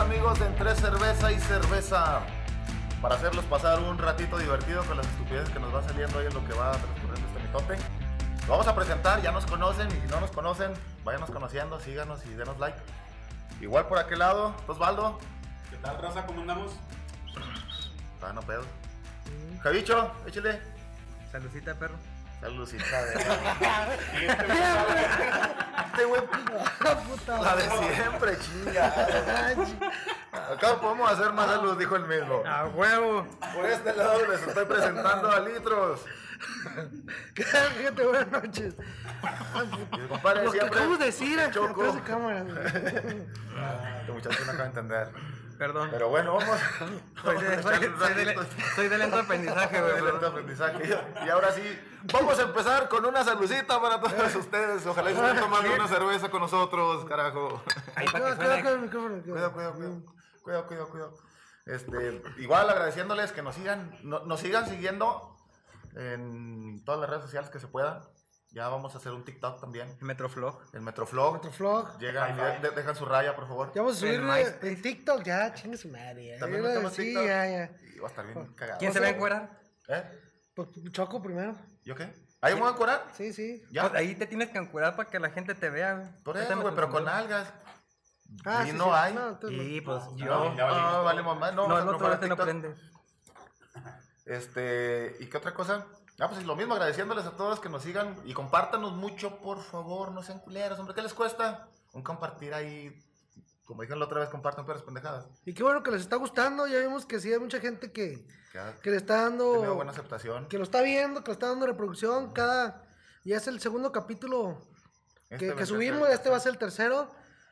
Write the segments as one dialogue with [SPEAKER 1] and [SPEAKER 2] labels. [SPEAKER 1] amigos de Entre Cerveza y Cerveza para hacerlos pasar un ratito divertido con las estupideces que nos va saliendo hoy en lo que va transcurriendo este mitote. Lo vamos a presentar, ya nos conocen y si no nos conocen, váyanos conociendo, síganos y denos like. Igual por aquel lado, Osvaldo,
[SPEAKER 2] ¿Qué tal, raza? ¿Cómo andamos?
[SPEAKER 1] ah, no pedo. Javicho, échale.
[SPEAKER 3] Salucita, perro.
[SPEAKER 1] Saludcita de. Este güey, la de siempre, chinga. Acá podemos hacer más salud, dijo el mismo.
[SPEAKER 3] ¡A huevo!
[SPEAKER 1] Por este lado les estoy presentando a Litros.
[SPEAKER 3] Gente, buenas noches.
[SPEAKER 1] Y el compadre
[SPEAKER 3] Lo que
[SPEAKER 1] siempre.
[SPEAKER 3] acabas de decir,
[SPEAKER 1] Choco.
[SPEAKER 3] atrás de cámara. güey.
[SPEAKER 1] Este muchacho no acaba de entender.
[SPEAKER 3] Perdón.
[SPEAKER 1] Pero bueno, vamos.
[SPEAKER 3] Soy de,
[SPEAKER 1] vamos a echarle
[SPEAKER 3] soy-
[SPEAKER 1] un
[SPEAKER 3] soy de-
[SPEAKER 1] ratito.
[SPEAKER 3] soy de lento aprendizaje, güey.
[SPEAKER 1] Excelente
[SPEAKER 3] perdón.
[SPEAKER 1] aprendizaje. Y ahora sí, vamos a empezar con una saludcita para todos ustedes. Ojalá estén tomando una cerveza con nosotros, carajo.
[SPEAKER 3] Ahí para que
[SPEAKER 4] Cuidado,
[SPEAKER 3] suene.
[SPEAKER 1] Cuidado, cuidado,
[SPEAKER 4] cuidado, cuidado, cuidado.
[SPEAKER 1] cuidado. Cuidado, cuidado, cuidado. Este, igual agradeciéndoles que nos sigan, no- nos sigan siguiendo en todas las redes sociales que se puedan. Ya vamos a hacer un TikTok también.
[SPEAKER 3] Metroflog.
[SPEAKER 1] El Metroflog.
[SPEAKER 4] Otro vlog.
[SPEAKER 1] Llegan, de- de- dejan su raya, por favor.
[SPEAKER 4] Ya vamos a
[SPEAKER 3] El
[SPEAKER 4] subir eh,
[SPEAKER 3] MySpace.
[SPEAKER 4] en TikTok, ya, chingue su madre. ya.
[SPEAKER 1] También
[SPEAKER 4] Iba a
[SPEAKER 1] metemos
[SPEAKER 4] decir,
[SPEAKER 1] TikTok.
[SPEAKER 4] ya, ya.
[SPEAKER 1] Y va a estar bien cagado.
[SPEAKER 3] ¿Quién se va a encuerar?
[SPEAKER 1] ¿Eh?
[SPEAKER 4] Pues Choco primero.
[SPEAKER 1] ¿Yo qué? ¿Ahí me voy a curar?
[SPEAKER 4] Sí, sí.
[SPEAKER 1] Ya.
[SPEAKER 3] Pues ahí te tienes que encuerar para que la gente te vea, güey.
[SPEAKER 1] Por
[SPEAKER 3] Ahorita
[SPEAKER 1] eso,
[SPEAKER 3] me
[SPEAKER 1] güey, pero con
[SPEAKER 3] confundí.
[SPEAKER 1] algas.
[SPEAKER 4] Ah,
[SPEAKER 1] y
[SPEAKER 4] sí,
[SPEAKER 1] no
[SPEAKER 4] sí.
[SPEAKER 1] hay.
[SPEAKER 4] No, entonces no.
[SPEAKER 3] Sí, pues
[SPEAKER 2] No,
[SPEAKER 3] yo.
[SPEAKER 2] ya valimos.
[SPEAKER 1] Ah, vale, mamá. No,
[SPEAKER 3] No,
[SPEAKER 1] vamos a
[SPEAKER 3] el otro
[SPEAKER 1] probar
[SPEAKER 3] este no
[SPEAKER 1] TikTok.
[SPEAKER 3] prende.
[SPEAKER 1] Este, ¿y qué otra cosa? Ah, pues es lo mismo, agradeciéndoles a todos que nos sigan y compártanos mucho, por favor, no sean culeros, hombre, ¿qué les cuesta? Un compartir ahí, como dijeron la otra vez, compartan peras pendejadas.
[SPEAKER 4] Y qué bueno que les está gustando. Ya vimos que sí hay mucha gente que,
[SPEAKER 1] Que ha
[SPEAKER 4] que le está
[SPEAKER 1] tenido buena
[SPEAKER 4] dando.
[SPEAKER 1] aceptación.
[SPEAKER 4] Oh, Que lo está viendo, que le está dando reproducción. Cada. Ya es el segundo capítulo que,
[SPEAKER 1] Este
[SPEAKER 4] que
[SPEAKER 1] va a ser-
[SPEAKER 4] subimos. Este va a ser el tercero.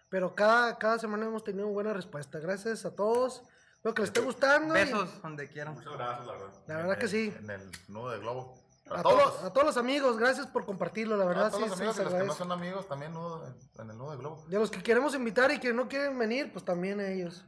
[SPEAKER 4] Pero cada, cada semana hemos tenido buena respuesta. Gracias a todos. Espero que les esté gustando. y-
[SPEAKER 3] Besos donde quieran.
[SPEAKER 2] Muchas gracias, la verdad.
[SPEAKER 4] La verdad que sí.
[SPEAKER 1] En el nudo del globo.
[SPEAKER 4] A, todos. a todos los amigos, gracias por compartirlo, la verdad
[SPEAKER 1] a todos
[SPEAKER 4] sí,
[SPEAKER 1] los
[SPEAKER 4] sí,
[SPEAKER 1] amigos
[SPEAKER 4] se
[SPEAKER 1] y los que no
[SPEAKER 4] agradece.
[SPEAKER 1] son amigos también nudo, en el nudo del globo.
[SPEAKER 4] Y a los que queremos invitar y que no quieren venir, pues también a ellos.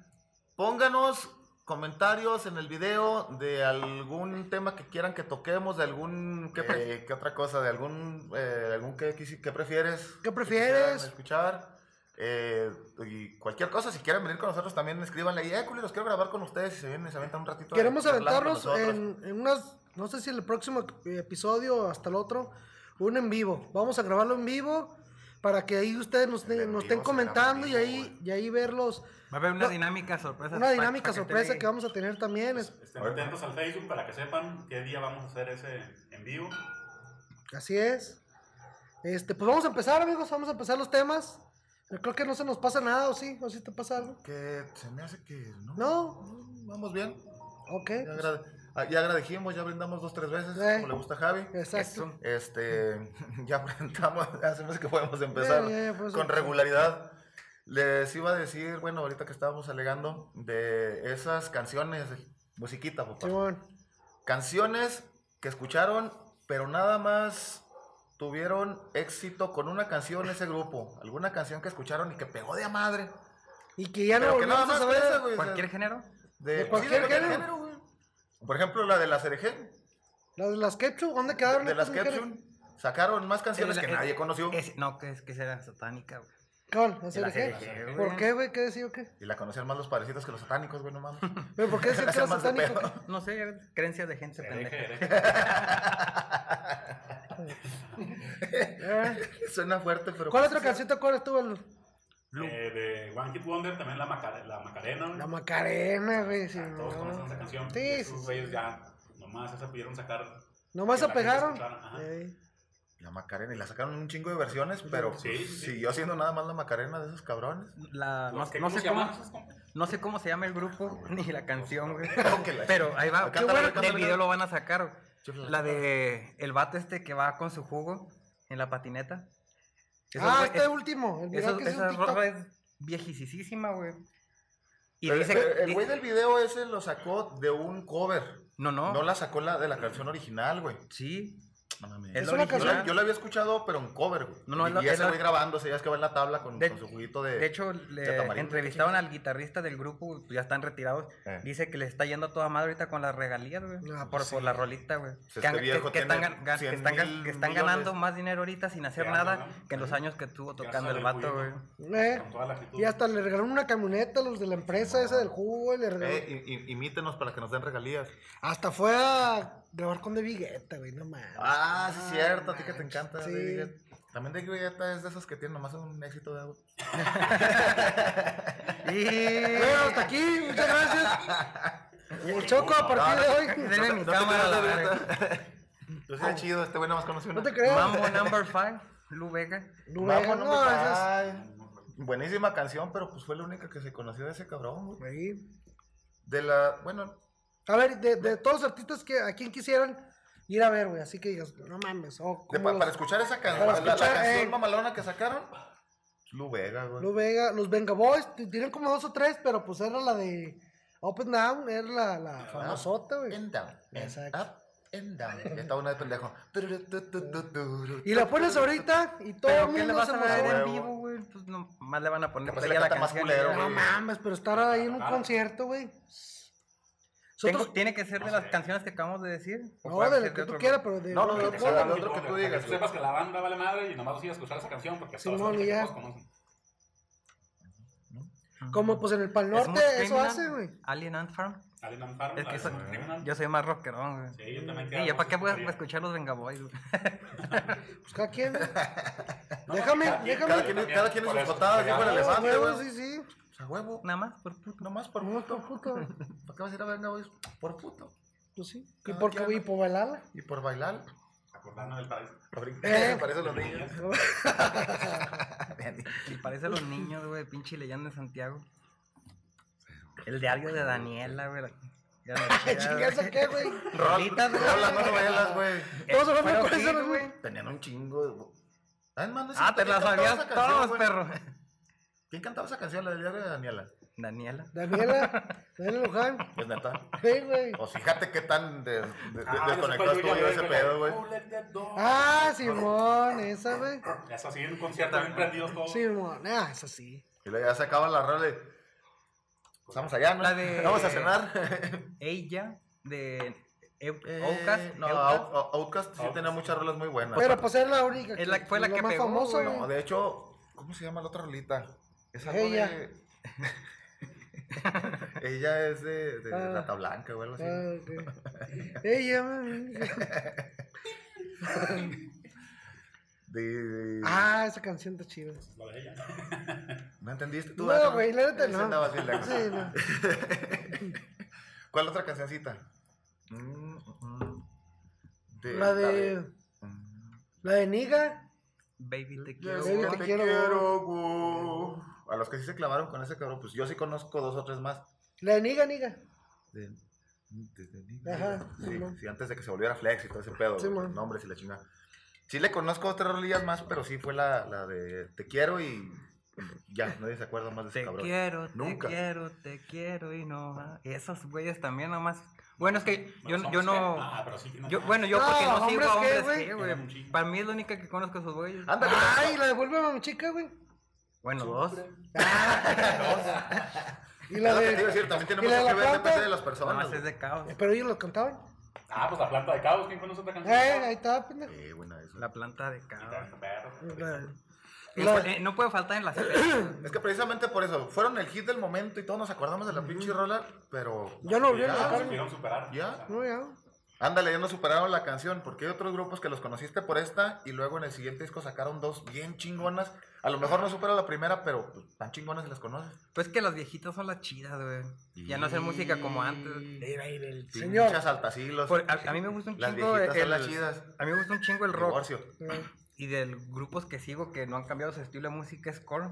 [SPEAKER 1] Pónganos comentarios en el video de algún tema que quieran que toquemos, de algún... ¿Qué, eh, ¿qué otra cosa? ¿De algún... eh, algún que, prefieres?
[SPEAKER 4] ¿Qué prefieres?
[SPEAKER 1] Que quisieran escuchar. Eh, y cualquier cosa, si quieren venir con nosotros también escríbanle ahí, eh, culeros, quiero grabar con ustedes y se vienen y se aventan un ratito. de
[SPEAKER 4] Queremos
[SPEAKER 1] charlando con
[SPEAKER 4] aventarnos
[SPEAKER 1] nosotros.
[SPEAKER 4] en, en unas, no sé si el próximo episodio o hasta el otro, un en vivo. Vamos a grabarlo en vivo para que ahí ustedes nos,
[SPEAKER 1] En
[SPEAKER 4] nos
[SPEAKER 1] vivo
[SPEAKER 4] estén
[SPEAKER 1] se
[SPEAKER 4] comentando y
[SPEAKER 1] graba en vivo,
[SPEAKER 4] ahí, y ahí verlos.
[SPEAKER 3] Va a haber una
[SPEAKER 4] No,
[SPEAKER 3] dinámica sorpresa.
[SPEAKER 4] Una
[SPEAKER 3] pa-
[SPEAKER 4] dinámica
[SPEAKER 3] pa' te
[SPEAKER 4] sorpresa
[SPEAKER 3] llegue.
[SPEAKER 4] que vamos a tener también. es-
[SPEAKER 2] Estén Pues, este, atentos al Facebook para que sepan qué día vamos a hacer ese en vivo.
[SPEAKER 4] Así es. Este, pues vamos a empezar, amigos, vamos a empezar los temas. Yo creo que no se nos pasa nada, ¿o sí? ¿O sí te pasa algo?
[SPEAKER 1] Que se me hace que... No. Mm,
[SPEAKER 4] No,
[SPEAKER 1] Vamos bien.
[SPEAKER 4] ok.
[SPEAKER 1] Ya, agrade- ah, ya agradecimos, ya brindamos dos, tres veces,
[SPEAKER 4] Eh.
[SPEAKER 1] como le gusta a Javi.
[SPEAKER 4] Exacto.
[SPEAKER 3] Eso.
[SPEAKER 1] Este, ya enfrentamos, hacemos que podemos empezar
[SPEAKER 4] Ya, ya, ya, pues,
[SPEAKER 1] con
[SPEAKER 4] sí.
[SPEAKER 1] regularidad. Les iba a decir, bueno, ahorita que estábamos alegando de esas canciones, musiquita, papá.
[SPEAKER 4] Simón.
[SPEAKER 1] Canciones que escucharon, pero nada más tuvieron éxito con una canción ese grupo. Alguna canción que escucharon y que pegó de a madre.
[SPEAKER 4] Y que ya no
[SPEAKER 1] Pero que nada
[SPEAKER 4] volvemos a
[SPEAKER 1] más
[SPEAKER 4] saber.
[SPEAKER 1] esa, güey, o sea,
[SPEAKER 3] ¿Cualquier género?
[SPEAKER 1] de, pues,
[SPEAKER 4] de
[SPEAKER 1] sí,
[SPEAKER 4] cualquier género.
[SPEAKER 1] güey. Por ejemplo, la de la Cereje,
[SPEAKER 4] ¿Las de las Ketchup? ¿Dónde quedaron?
[SPEAKER 1] de las
[SPEAKER 4] estas mujeres?
[SPEAKER 1] Ketchum, sacaron más canciones
[SPEAKER 3] El-
[SPEAKER 1] que
[SPEAKER 3] el-
[SPEAKER 1] nadie conoció.
[SPEAKER 3] es- no, que es que será satánica, güey.
[SPEAKER 4] ¿Cuál? ¿Las
[SPEAKER 3] De las
[SPEAKER 4] LG?
[SPEAKER 3] LG, güey.
[SPEAKER 4] ¿Por qué, güey? ¿Qué decía o qué?
[SPEAKER 1] Y la conocían más los parecidos que los satánicos, güey, no mames.
[SPEAKER 4] ¿Pero por qué decía que
[SPEAKER 1] Hacían
[SPEAKER 4] era
[SPEAKER 1] más de
[SPEAKER 4] satánico?
[SPEAKER 1] pedo.
[SPEAKER 3] No sé, creencias de gente pendeja.
[SPEAKER 2] Hereje, hereje.
[SPEAKER 4] Eh,
[SPEAKER 1] Suena fuerte, pero. pues
[SPEAKER 4] ¿Cuál otra canción te acuerdas tú, Aldo?
[SPEAKER 2] Eh, de One Hit Wonder, también la, Maca- la Macarena. güey.
[SPEAKER 4] La Macarena, güey. sí,
[SPEAKER 2] Ah, Todos conocen esa canción.
[SPEAKER 4] Sí,
[SPEAKER 2] Y
[SPEAKER 4] sí,
[SPEAKER 2] esos
[SPEAKER 4] sí.
[SPEAKER 2] güeyes ya nomás esa pudieron sacar.
[SPEAKER 4] Nomás
[SPEAKER 2] que
[SPEAKER 4] se
[SPEAKER 2] la gente
[SPEAKER 4] pegaron.
[SPEAKER 2] escuchara, ajá.
[SPEAKER 4] Ey.
[SPEAKER 1] La Macarena, y la sacaron un chingo de versiones, pero
[SPEAKER 2] Sí,
[SPEAKER 1] pues,
[SPEAKER 2] sí, sí.
[SPEAKER 1] siguió siendo nada más la Macarena de esos cabrones.
[SPEAKER 3] La, no,
[SPEAKER 2] Los que-
[SPEAKER 3] no
[SPEAKER 2] ¿cómo
[SPEAKER 3] sé
[SPEAKER 2] se
[SPEAKER 3] cómo,
[SPEAKER 2] llaman esos, compa?
[SPEAKER 3] no sé cómo se llama el grupo ni la canción, güey.
[SPEAKER 1] que la-
[SPEAKER 3] Pero ahí
[SPEAKER 1] Cántala,
[SPEAKER 3] va. Qué bueno
[SPEAKER 1] cántala,
[SPEAKER 3] que el
[SPEAKER 1] cántala.
[SPEAKER 3] video lo van a sacar.
[SPEAKER 1] Chúfala.
[SPEAKER 3] La de el vato este que va con su jugo en la patineta. Esos
[SPEAKER 4] Ah,
[SPEAKER 3] güey-
[SPEAKER 4] este último. El video
[SPEAKER 3] esos-
[SPEAKER 4] que es
[SPEAKER 3] Esa
[SPEAKER 4] un TikTok.
[SPEAKER 3] rola es viejísima, güey. Y
[SPEAKER 1] Pero-
[SPEAKER 3] dice
[SPEAKER 1] pero el
[SPEAKER 3] di-
[SPEAKER 1] güey del video ese lo sacó de un cover.
[SPEAKER 3] No, no.
[SPEAKER 1] No la sacó la de la canción original, güey.
[SPEAKER 3] Sí.
[SPEAKER 1] No mames.
[SPEAKER 3] Es
[SPEAKER 1] Yo
[SPEAKER 3] una
[SPEAKER 1] la-
[SPEAKER 4] canción-
[SPEAKER 1] Yo lo había escuchado, pero en cover, güey.
[SPEAKER 3] No, no, es la-
[SPEAKER 1] y ese
[SPEAKER 3] es la-
[SPEAKER 1] güey grabándose, ya es que va en la tabla con,
[SPEAKER 3] De-
[SPEAKER 1] con su juguito de.
[SPEAKER 3] De hecho, le
[SPEAKER 1] tamarindo,
[SPEAKER 3] entrevistaron al guitarrista del grupo, pues, ya están retirados.
[SPEAKER 1] Eh.
[SPEAKER 3] Dice que le está yendo a toda madre ahorita con las regalías, güey.
[SPEAKER 4] Ah,
[SPEAKER 3] por,
[SPEAKER 4] pues
[SPEAKER 3] por
[SPEAKER 4] sí.
[SPEAKER 3] la rolita, güey.
[SPEAKER 1] Pues
[SPEAKER 3] que,
[SPEAKER 1] este
[SPEAKER 3] han- que-
[SPEAKER 1] viejo
[SPEAKER 3] que están,
[SPEAKER 1] tiene
[SPEAKER 3] gan- gan- que
[SPEAKER 1] 100
[SPEAKER 3] están gan-
[SPEAKER 1] mil
[SPEAKER 3] que están ganando
[SPEAKER 1] millones.
[SPEAKER 3] más dinero ahorita sin hacer
[SPEAKER 2] Ya,
[SPEAKER 3] nada
[SPEAKER 2] ¿no?
[SPEAKER 3] que en los años que estuvo
[SPEAKER 2] Gracias
[SPEAKER 3] tocando el
[SPEAKER 2] al
[SPEAKER 3] vato, güey.
[SPEAKER 2] gobierno.
[SPEAKER 4] Eh,
[SPEAKER 2] Con toda la actitud.
[SPEAKER 4] Y hasta le regalaron una camioneta a los de la empresa esa del jugo. y le regalaron-
[SPEAKER 1] Eh, i- i- imítenos para que nos den regalías.
[SPEAKER 4] Hasta fue a grabar con De Vigueta, güey, no mames.
[SPEAKER 1] Ah, sí, es
[SPEAKER 4] No
[SPEAKER 1] cierto, a ti que te
[SPEAKER 4] manches,
[SPEAKER 1] encanta.
[SPEAKER 4] sí.
[SPEAKER 1] David Guetta. También David Guetta es de esos que tienen nomás un éxito de algo.
[SPEAKER 3] Y...
[SPEAKER 4] Bueno, hasta aquí, muchas gracias. El Choco a partir de hoy.
[SPEAKER 3] Denme mi cámara, la verga.
[SPEAKER 1] Yo soy chido, este güey nomás conoció una.
[SPEAKER 4] No te creas.
[SPEAKER 3] Mambo number 5, Lu Vega.
[SPEAKER 4] No,
[SPEAKER 1] Mambo
[SPEAKER 4] no,
[SPEAKER 1] no
[SPEAKER 4] no,
[SPEAKER 1] me-
[SPEAKER 4] esas-
[SPEAKER 1] Ay, Buenísima canción, pero pues fue la única que se conoció de ese cabrón, güey.
[SPEAKER 4] Ahí.
[SPEAKER 1] De la. Bueno,
[SPEAKER 4] A ver, de, de todos los artistas que a quién quisieran ir a ver, güey, así que digas, no mames. Oh,
[SPEAKER 1] de
[SPEAKER 4] cómo
[SPEAKER 1] pa-
[SPEAKER 4] los-
[SPEAKER 1] para escuchar esa canción,
[SPEAKER 4] Para
[SPEAKER 1] la, la
[SPEAKER 4] escuchar,
[SPEAKER 1] canción
[SPEAKER 4] eh.
[SPEAKER 1] mamalona que sacaron. Lu Vega, güey.
[SPEAKER 4] Lu Vega, los Venga Boys, t- tienen como dos o tres, pero pues era la de Open Down, era la,
[SPEAKER 1] Ah.
[SPEAKER 4] la famosota, güey.
[SPEAKER 1] And down.
[SPEAKER 4] Exacto.
[SPEAKER 1] Up and down. Estaba una de pendejo.
[SPEAKER 4] Y la pones ahorita y todo el
[SPEAKER 3] Pero ¿qué le
[SPEAKER 4] mundo
[SPEAKER 3] vas
[SPEAKER 4] se
[SPEAKER 3] a ver
[SPEAKER 4] emociona.
[SPEAKER 1] emociona.
[SPEAKER 3] en vivo, güey? Pues no, más le van a poner
[SPEAKER 1] Capaz se
[SPEAKER 3] play a
[SPEAKER 1] la
[SPEAKER 3] la
[SPEAKER 1] canta más
[SPEAKER 3] canción.
[SPEAKER 1] culero,
[SPEAKER 3] y ya.
[SPEAKER 4] No
[SPEAKER 1] güey.
[SPEAKER 4] mames, pero estar ahí en un
[SPEAKER 2] Ah.
[SPEAKER 4] concierto, güey.
[SPEAKER 3] Tengo-
[SPEAKER 4] Nosotros-
[SPEAKER 3] ¿Tiene que ser de
[SPEAKER 2] No
[SPEAKER 3] las
[SPEAKER 2] sé.
[SPEAKER 3] canciones que acabamos de decir? ¿O
[SPEAKER 4] No,
[SPEAKER 3] puede
[SPEAKER 4] de
[SPEAKER 3] ser
[SPEAKER 4] lo que tú
[SPEAKER 3] otro?
[SPEAKER 4] quieras, pero de.
[SPEAKER 1] No, no, no,
[SPEAKER 4] de-
[SPEAKER 1] no, no, no,
[SPEAKER 2] Para
[SPEAKER 1] otro que tú
[SPEAKER 2] para
[SPEAKER 1] digas, güey.
[SPEAKER 2] sepas que la banda vale madre y nomás sigas escuchar esa canción porque todos
[SPEAKER 4] Simón, y ya.
[SPEAKER 2] conocen.
[SPEAKER 4] Como pues en el Pal
[SPEAKER 3] Es
[SPEAKER 4] Norte,
[SPEAKER 3] Smooth
[SPEAKER 4] eso
[SPEAKER 3] Criminal,
[SPEAKER 4] hace, güey.
[SPEAKER 3] Alien Ant Farm.
[SPEAKER 2] Alien and Farm,
[SPEAKER 3] Es
[SPEAKER 2] la
[SPEAKER 3] que
[SPEAKER 2] de
[SPEAKER 3] eso-
[SPEAKER 2] Simon Criminal.
[SPEAKER 3] Yo soy más rockerón, güey.
[SPEAKER 2] Sí, yo también
[SPEAKER 3] ¿Y
[SPEAKER 2] quedo
[SPEAKER 3] ya para
[SPEAKER 2] con
[SPEAKER 3] qué voy a
[SPEAKER 2] Superman.
[SPEAKER 3] escuchar los Venga Boys, güey?
[SPEAKER 4] Pues cada quien. güey.
[SPEAKER 2] No,
[SPEAKER 4] déjame,
[SPEAKER 2] cada quien-
[SPEAKER 4] déjame.
[SPEAKER 1] Cada quien, cada quien en
[SPEAKER 2] Por
[SPEAKER 1] sus
[SPEAKER 2] eso,
[SPEAKER 1] botadas, dijo el
[SPEAKER 2] regalo.
[SPEAKER 1] elefante,
[SPEAKER 4] Huevo,
[SPEAKER 1] güey.
[SPEAKER 4] sí, sí.
[SPEAKER 1] O sea, huevo.
[SPEAKER 3] Nada más, por puto.
[SPEAKER 1] Nomás por puto, puto. ¿Para qué vas a ir a Venga Boys? Por puto.
[SPEAKER 4] Pues sí. Y
[SPEAKER 1] Cada
[SPEAKER 4] por qué,
[SPEAKER 1] quien.
[SPEAKER 4] güey, por bailarla.
[SPEAKER 1] Y por bailar.
[SPEAKER 2] Acordando del paraíso.
[SPEAKER 1] Eh. Parece los niños.
[SPEAKER 3] Y parece a los niños, güey, pinche leyenda de Santiago. El diario de Daniela, güey. Ya no sé,
[SPEAKER 4] Chingas, ¿a
[SPEAKER 3] güey.
[SPEAKER 4] qué, güey?
[SPEAKER 3] Rolitas, güey.
[SPEAKER 1] Hablando de novelas, güey.
[SPEAKER 4] Todos hablando
[SPEAKER 3] Pero
[SPEAKER 4] con
[SPEAKER 3] Eh, sí,
[SPEAKER 4] eso,
[SPEAKER 3] güey.
[SPEAKER 4] güey.
[SPEAKER 1] Tenían un chingo de. Ah, man, no sé
[SPEAKER 3] Ah, te
[SPEAKER 1] quién
[SPEAKER 3] las
[SPEAKER 1] cantaba
[SPEAKER 3] sabías
[SPEAKER 1] esa canción,
[SPEAKER 3] todos,
[SPEAKER 1] güey.
[SPEAKER 3] perro.
[SPEAKER 1] ¿Quién cantaba esa canción, la del diario de Daniela?
[SPEAKER 3] Daniela.
[SPEAKER 4] Daniela, Daniela Luján.
[SPEAKER 1] Pues neta.
[SPEAKER 4] Sí, güey.
[SPEAKER 1] Pues fíjate qué tan de, de, de-
[SPEAKER 2] Ah,
[SPEAKER 1] desconectado
[SPEAKER 2] después
[SPEAKER 1] estuvo yo
[SPEAKER 2] yo ya
[SPEAKER 1] de ese
[SPEAKER 2] vengo,
[SPEAKER 1] pedo, güey.
[SPEAKER 2] "Oh, let that dog".
[SPEAKER 4] Ah, Simón, esa, güey.
[SPEAKER 2] Eso sí, en un concierto bien prendidos todos.
[SPEAKER 4] Simón, ah, esa sí.
[SPEAKER 1] Y luego ya se acaba la rola y. Estamos allá, ¿no?
[SPEAKER 3] La de-
[SPEAKER 1] Vamos a cenar.
[SPEAKER 3] Ella, de Eut-
[SPEAKER 1] Eh,
[SPEAKER 3] Outcast.
[SPEAKER 1] no, Out-
[SPEAKER 3] Outcast.
[SPEAKER 1] Out- Outcast sí
[SPEAKER 2] Outcast.
[SPEAKER 1] tenía muchas rolas muy buenas.
[SPEAKER 4] Pero pues es la única.
[SPEAKER 3] Es la- fue la que
[SPEAKER 4] más
[SPEAKER 3] pegó,
[SPEAKER 4] famosa,
[SPEAKER 3] güey.
[SPEAKER 1] No,
[SPEAKER 4] güey.
[SPEAKER 1] de hecho, ¿cómo se llama la otra rolita? Es algo
[SPEAKER 4] Ella.
[SPEAKER 1] de- Ella es de, de
[SPEAKER 4] Ah.
[SPEAKER 1] Rata Blanca o algo así.
[SPEAKER 4] Ah, ok. Ella, mami.
[SPEAKER 1] De, de-
[SPEAKER 4] Ah, esa canción está chida.
[SPEAKER 2] Lo de ella.
[SPEAKER 1] ¿No entendiste tú?
[SPEAKER 4] No,
[SPEAKER 1] Adam?
[SPEAKER 4] güey, la neta
[SPEAKER 1] Sí,
[SPEAKER 4] no.
[SPEAKER 1] andabas bien lejos.
[SPEAKER 4] Sí, no.
[SPEAKER 1] ¿Cuál otra cancioncita? Mm, mm. De-
[SPEAKER 4] La de. La de Niga.
[SPEAKER 3] Baby, te
[SPEAKER 1] Yo
[SPEAKER 3] quiero.
[SPEAKER 1] sé que
[SPEAKER 3] güey.
[SPEAKER 1] te
[SPEAKER 4] quiero,
[SPEAKER 1] quiero, güey. A los que sí se clavaron con ese cabrón, pues yo sí conozco dos o tres más.
[SPEAKER 4] La de Niga, Niga.
[SPEAKER 1] De- desde niño.
[SPEAKER 4] Ajá,
[SPEAKER 1] Sí,
[SPEAKER 4] Simón.
[SPEAKER 1] sí, antes de que se volviera Flex y todo ese pedo, güey,
[SPEAKER 4] Simón.
[SPEAKER 1] los nombres y la chingada. Sí le conozco otras rolillas más, pero sí fue la, la de Te quiero y ya, nadie se acuerda más de ese
[SPEAKER 3] Te
[SPEAKER 1] cabrón.
[SPEAKER 3] quiero, te
[SPEAKER 1] Nunca.
[SPEAKER 3] quiero, te quiero y no va. Esos güeyes también nomás. Bueno, es que yo,
[SPEAKER 2] Bueno,
[SPEAKER 3] yo
[SPEAKER 2] somos
[SPEAKER 3] no.
[SPEAKER 2] que- Ah, pero sí que no-
[SPEAKER 3] Yo, bueno, yo
[SPEAKER 4] No,
[SPEAKER 3] porque no sigo a
[SPEAKER 4] hombres que,
[SPEAKER 3] hombres
[SPEAKER 4] güey.
[SPEAKER 3] que, güey.
[SPEAKER 2] Eran un chingo.
[SPEAKER 3] Para mí es la única que conozco a esos güeyes.
[SPEAKER 1] Ándale,
[SPEAKER 4] Ay, la de Vuelve a mi chica, güey.
[SPEAKER 3] Bueno, dos.
[SPEAKER 4] Y
[SPEAKER 1] Es
[SPEAKER 4] la
[SPEAKER 1] lo que
[SPEAKER 4] de.
[SPEAKER 1] te iba a decir, también tiene
[SPEAKER 4] y la
[SPEAKER 1] mucho
[SPEAKER 4] de
[SPEAKER 1] que
[SPEAKER 4] la
[SPEAKER 1] ver, depende
[SPEAKER 4] planta.
[SPEAKER 1] de las personas.
[SPEAKER 3] Nomás es
[SPEAKER 1] güey.
[SPEAKER 3] de caos.
[SPEAKER 4] Pero ellos lo cantaban.
[SPEAKER 2] Ah, pues la planta de caos, ¿quién conoce otra canción?
[SPEAKER 4] Eh, ahí está, pendejo.
[SPEAKER 1] Eh, buena esa.
[SPEAKER 3] La planta de caos.
[SPEAKER 2] Perro, perro.
[SPEAKER 4] La-
[SPEAKER 3] Eh,
[SPEAKER 4] la-
[SPEAKER 3] eh, no puede faltar en las pedas.
[SPEAKER 1] Es que precisamente por eso, fueron el hit del momento y todos nos acordamos de la pinche rola, pero...
[SPEAKER 4] Ya no volvieron
[SPEAKER 1] Ya,
[SPEAKER 4] a
[SPEAKER 2] Ah,
[SPEAKER 4] tocar.
[SPEAKER 2] se
[SPEAKER 4] güey.
[SPEAKER 2] pudieron superar.
[SPEAKER 1] Ya.
[SPEAKER 2] O sea,
[SPEAKER 4] No, ya.
[SPEAKER 1] Ándale, ya nos superaron la canción, porque hay otros grupos que los conociste por esta y luego en el siguiente disco sacaron dos bien chingonas. A lo mejor no supera la primera, pero pues, tan chingonas y las conoces.
[SPEAKER 3] Pues que las viejitas son las chidas, güey. Ya no hacen música como antes.
[SPEAKER 4] Mira, mira, el
[SPEAKER 1] Señor.
[SPEAKER 4] señor.
[SPEAKER 1] Muchas altacilos.
[SPEAKER 3] Por- a, a mí me gusta un
[SPEAKER 1] Las
[SPEAKER 3] chingo.
[SPEAKER 1] viejitas son
[SPEAKER 3] el-
[SPEAKER 1] las chidas.
[SPEAKER 3] A mí me gusta un chingo el rock.
[SPEAKER 1] Divorcio.
[SPEAKER 4] Eh,
[SPEAKER 3] y de grupos que sigo que no han cambiado su estilo de música es core.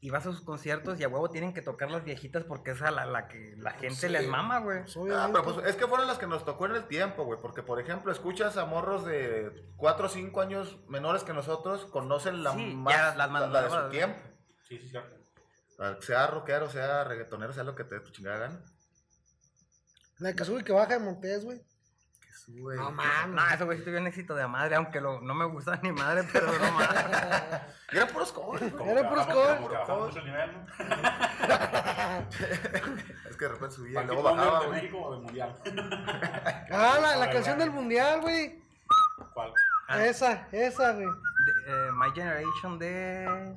[SPEAKER 3] Y vas a sus conciertos y a huevo tienen que tocar las viejitas porque es a la, la que la gente
[SPEAKER 4] Sí.
[SPEAKER 3] les mama, güey.
[SPEAKER 4] pues,
[SPEAKER 1] Ah,
[SPEAKER 4] obviamente.
[SPEAKER 1] pero pues es que fueron las que nos tocó en el tiempo, güey. Porque, por ejemplo, escuchas a morros de 4 o 5 años menores que nosotros, conocen la
[SPEAKER 3] Sí,
[SPEAKER 1] más,
[SPEAKER 3] ya las más
[SPEAKER 1] la, la de su
[SPEAKER 3] nuevas.
[SPEAKER 1] tiempo. Ah,
[SPEAKER 2] Sí, sí, cierto.
[SPEAKER 1] Sea rockero, sea reggaetonero, sea lo que te dé tu chingada gana.
[SPEAKER 4] La que sube y que baja de Montes, güey.
[SPEAKER 5] Jesús, güey.
[SPEAKER 4] No mames.
[SPEAKER 3] No, ese güey sí tuvo un éxito de madre, aunque lo- no me gusta ni madre, pero no mames.
[SPEAKER 4] Ah,
[SPEAKER 1] Y eran puros covers, güey.
[SPEAKER 2] Como
[SPEAKER 4] Era
[SPEAKER 2] que
[SPEAKER 4] puros
[SPEAKER 2] bajamos-
[SPEAKER 4] covers,
[SPEAKER 2] como que
[SPEAKER 4] puros
[SPEAKER 2] bajamos
[SPEAKER 4] covers.
[SPEAKER 2] mucho el nivel, ¿no?
[SPEAKER 1] Es que de repente subía y
[SPEAKER 2] Paquito
[SPEAKER 1] luego
[SPEAKER 2] Homero
[SPEAKER 1] bajaba,
[SPEAKER 2] de
[SPEAKER 1] güey.
[SPEAKER 2] México o del Mundial.
[SPEAKER 4] Ah, la, la
[SPEAKER 2] Ay,
[SPEAKER 4] canción
[SPEAKER 2] güey.
[SPEAKER 4] del mundial, güey.
[SPEAKER 2] ¿Cuál?
[SPEAKER 3] Ah.
[SPEAKER 4] Esa, esa, güey.
[SPEAKER 3] De, eh, My Generation de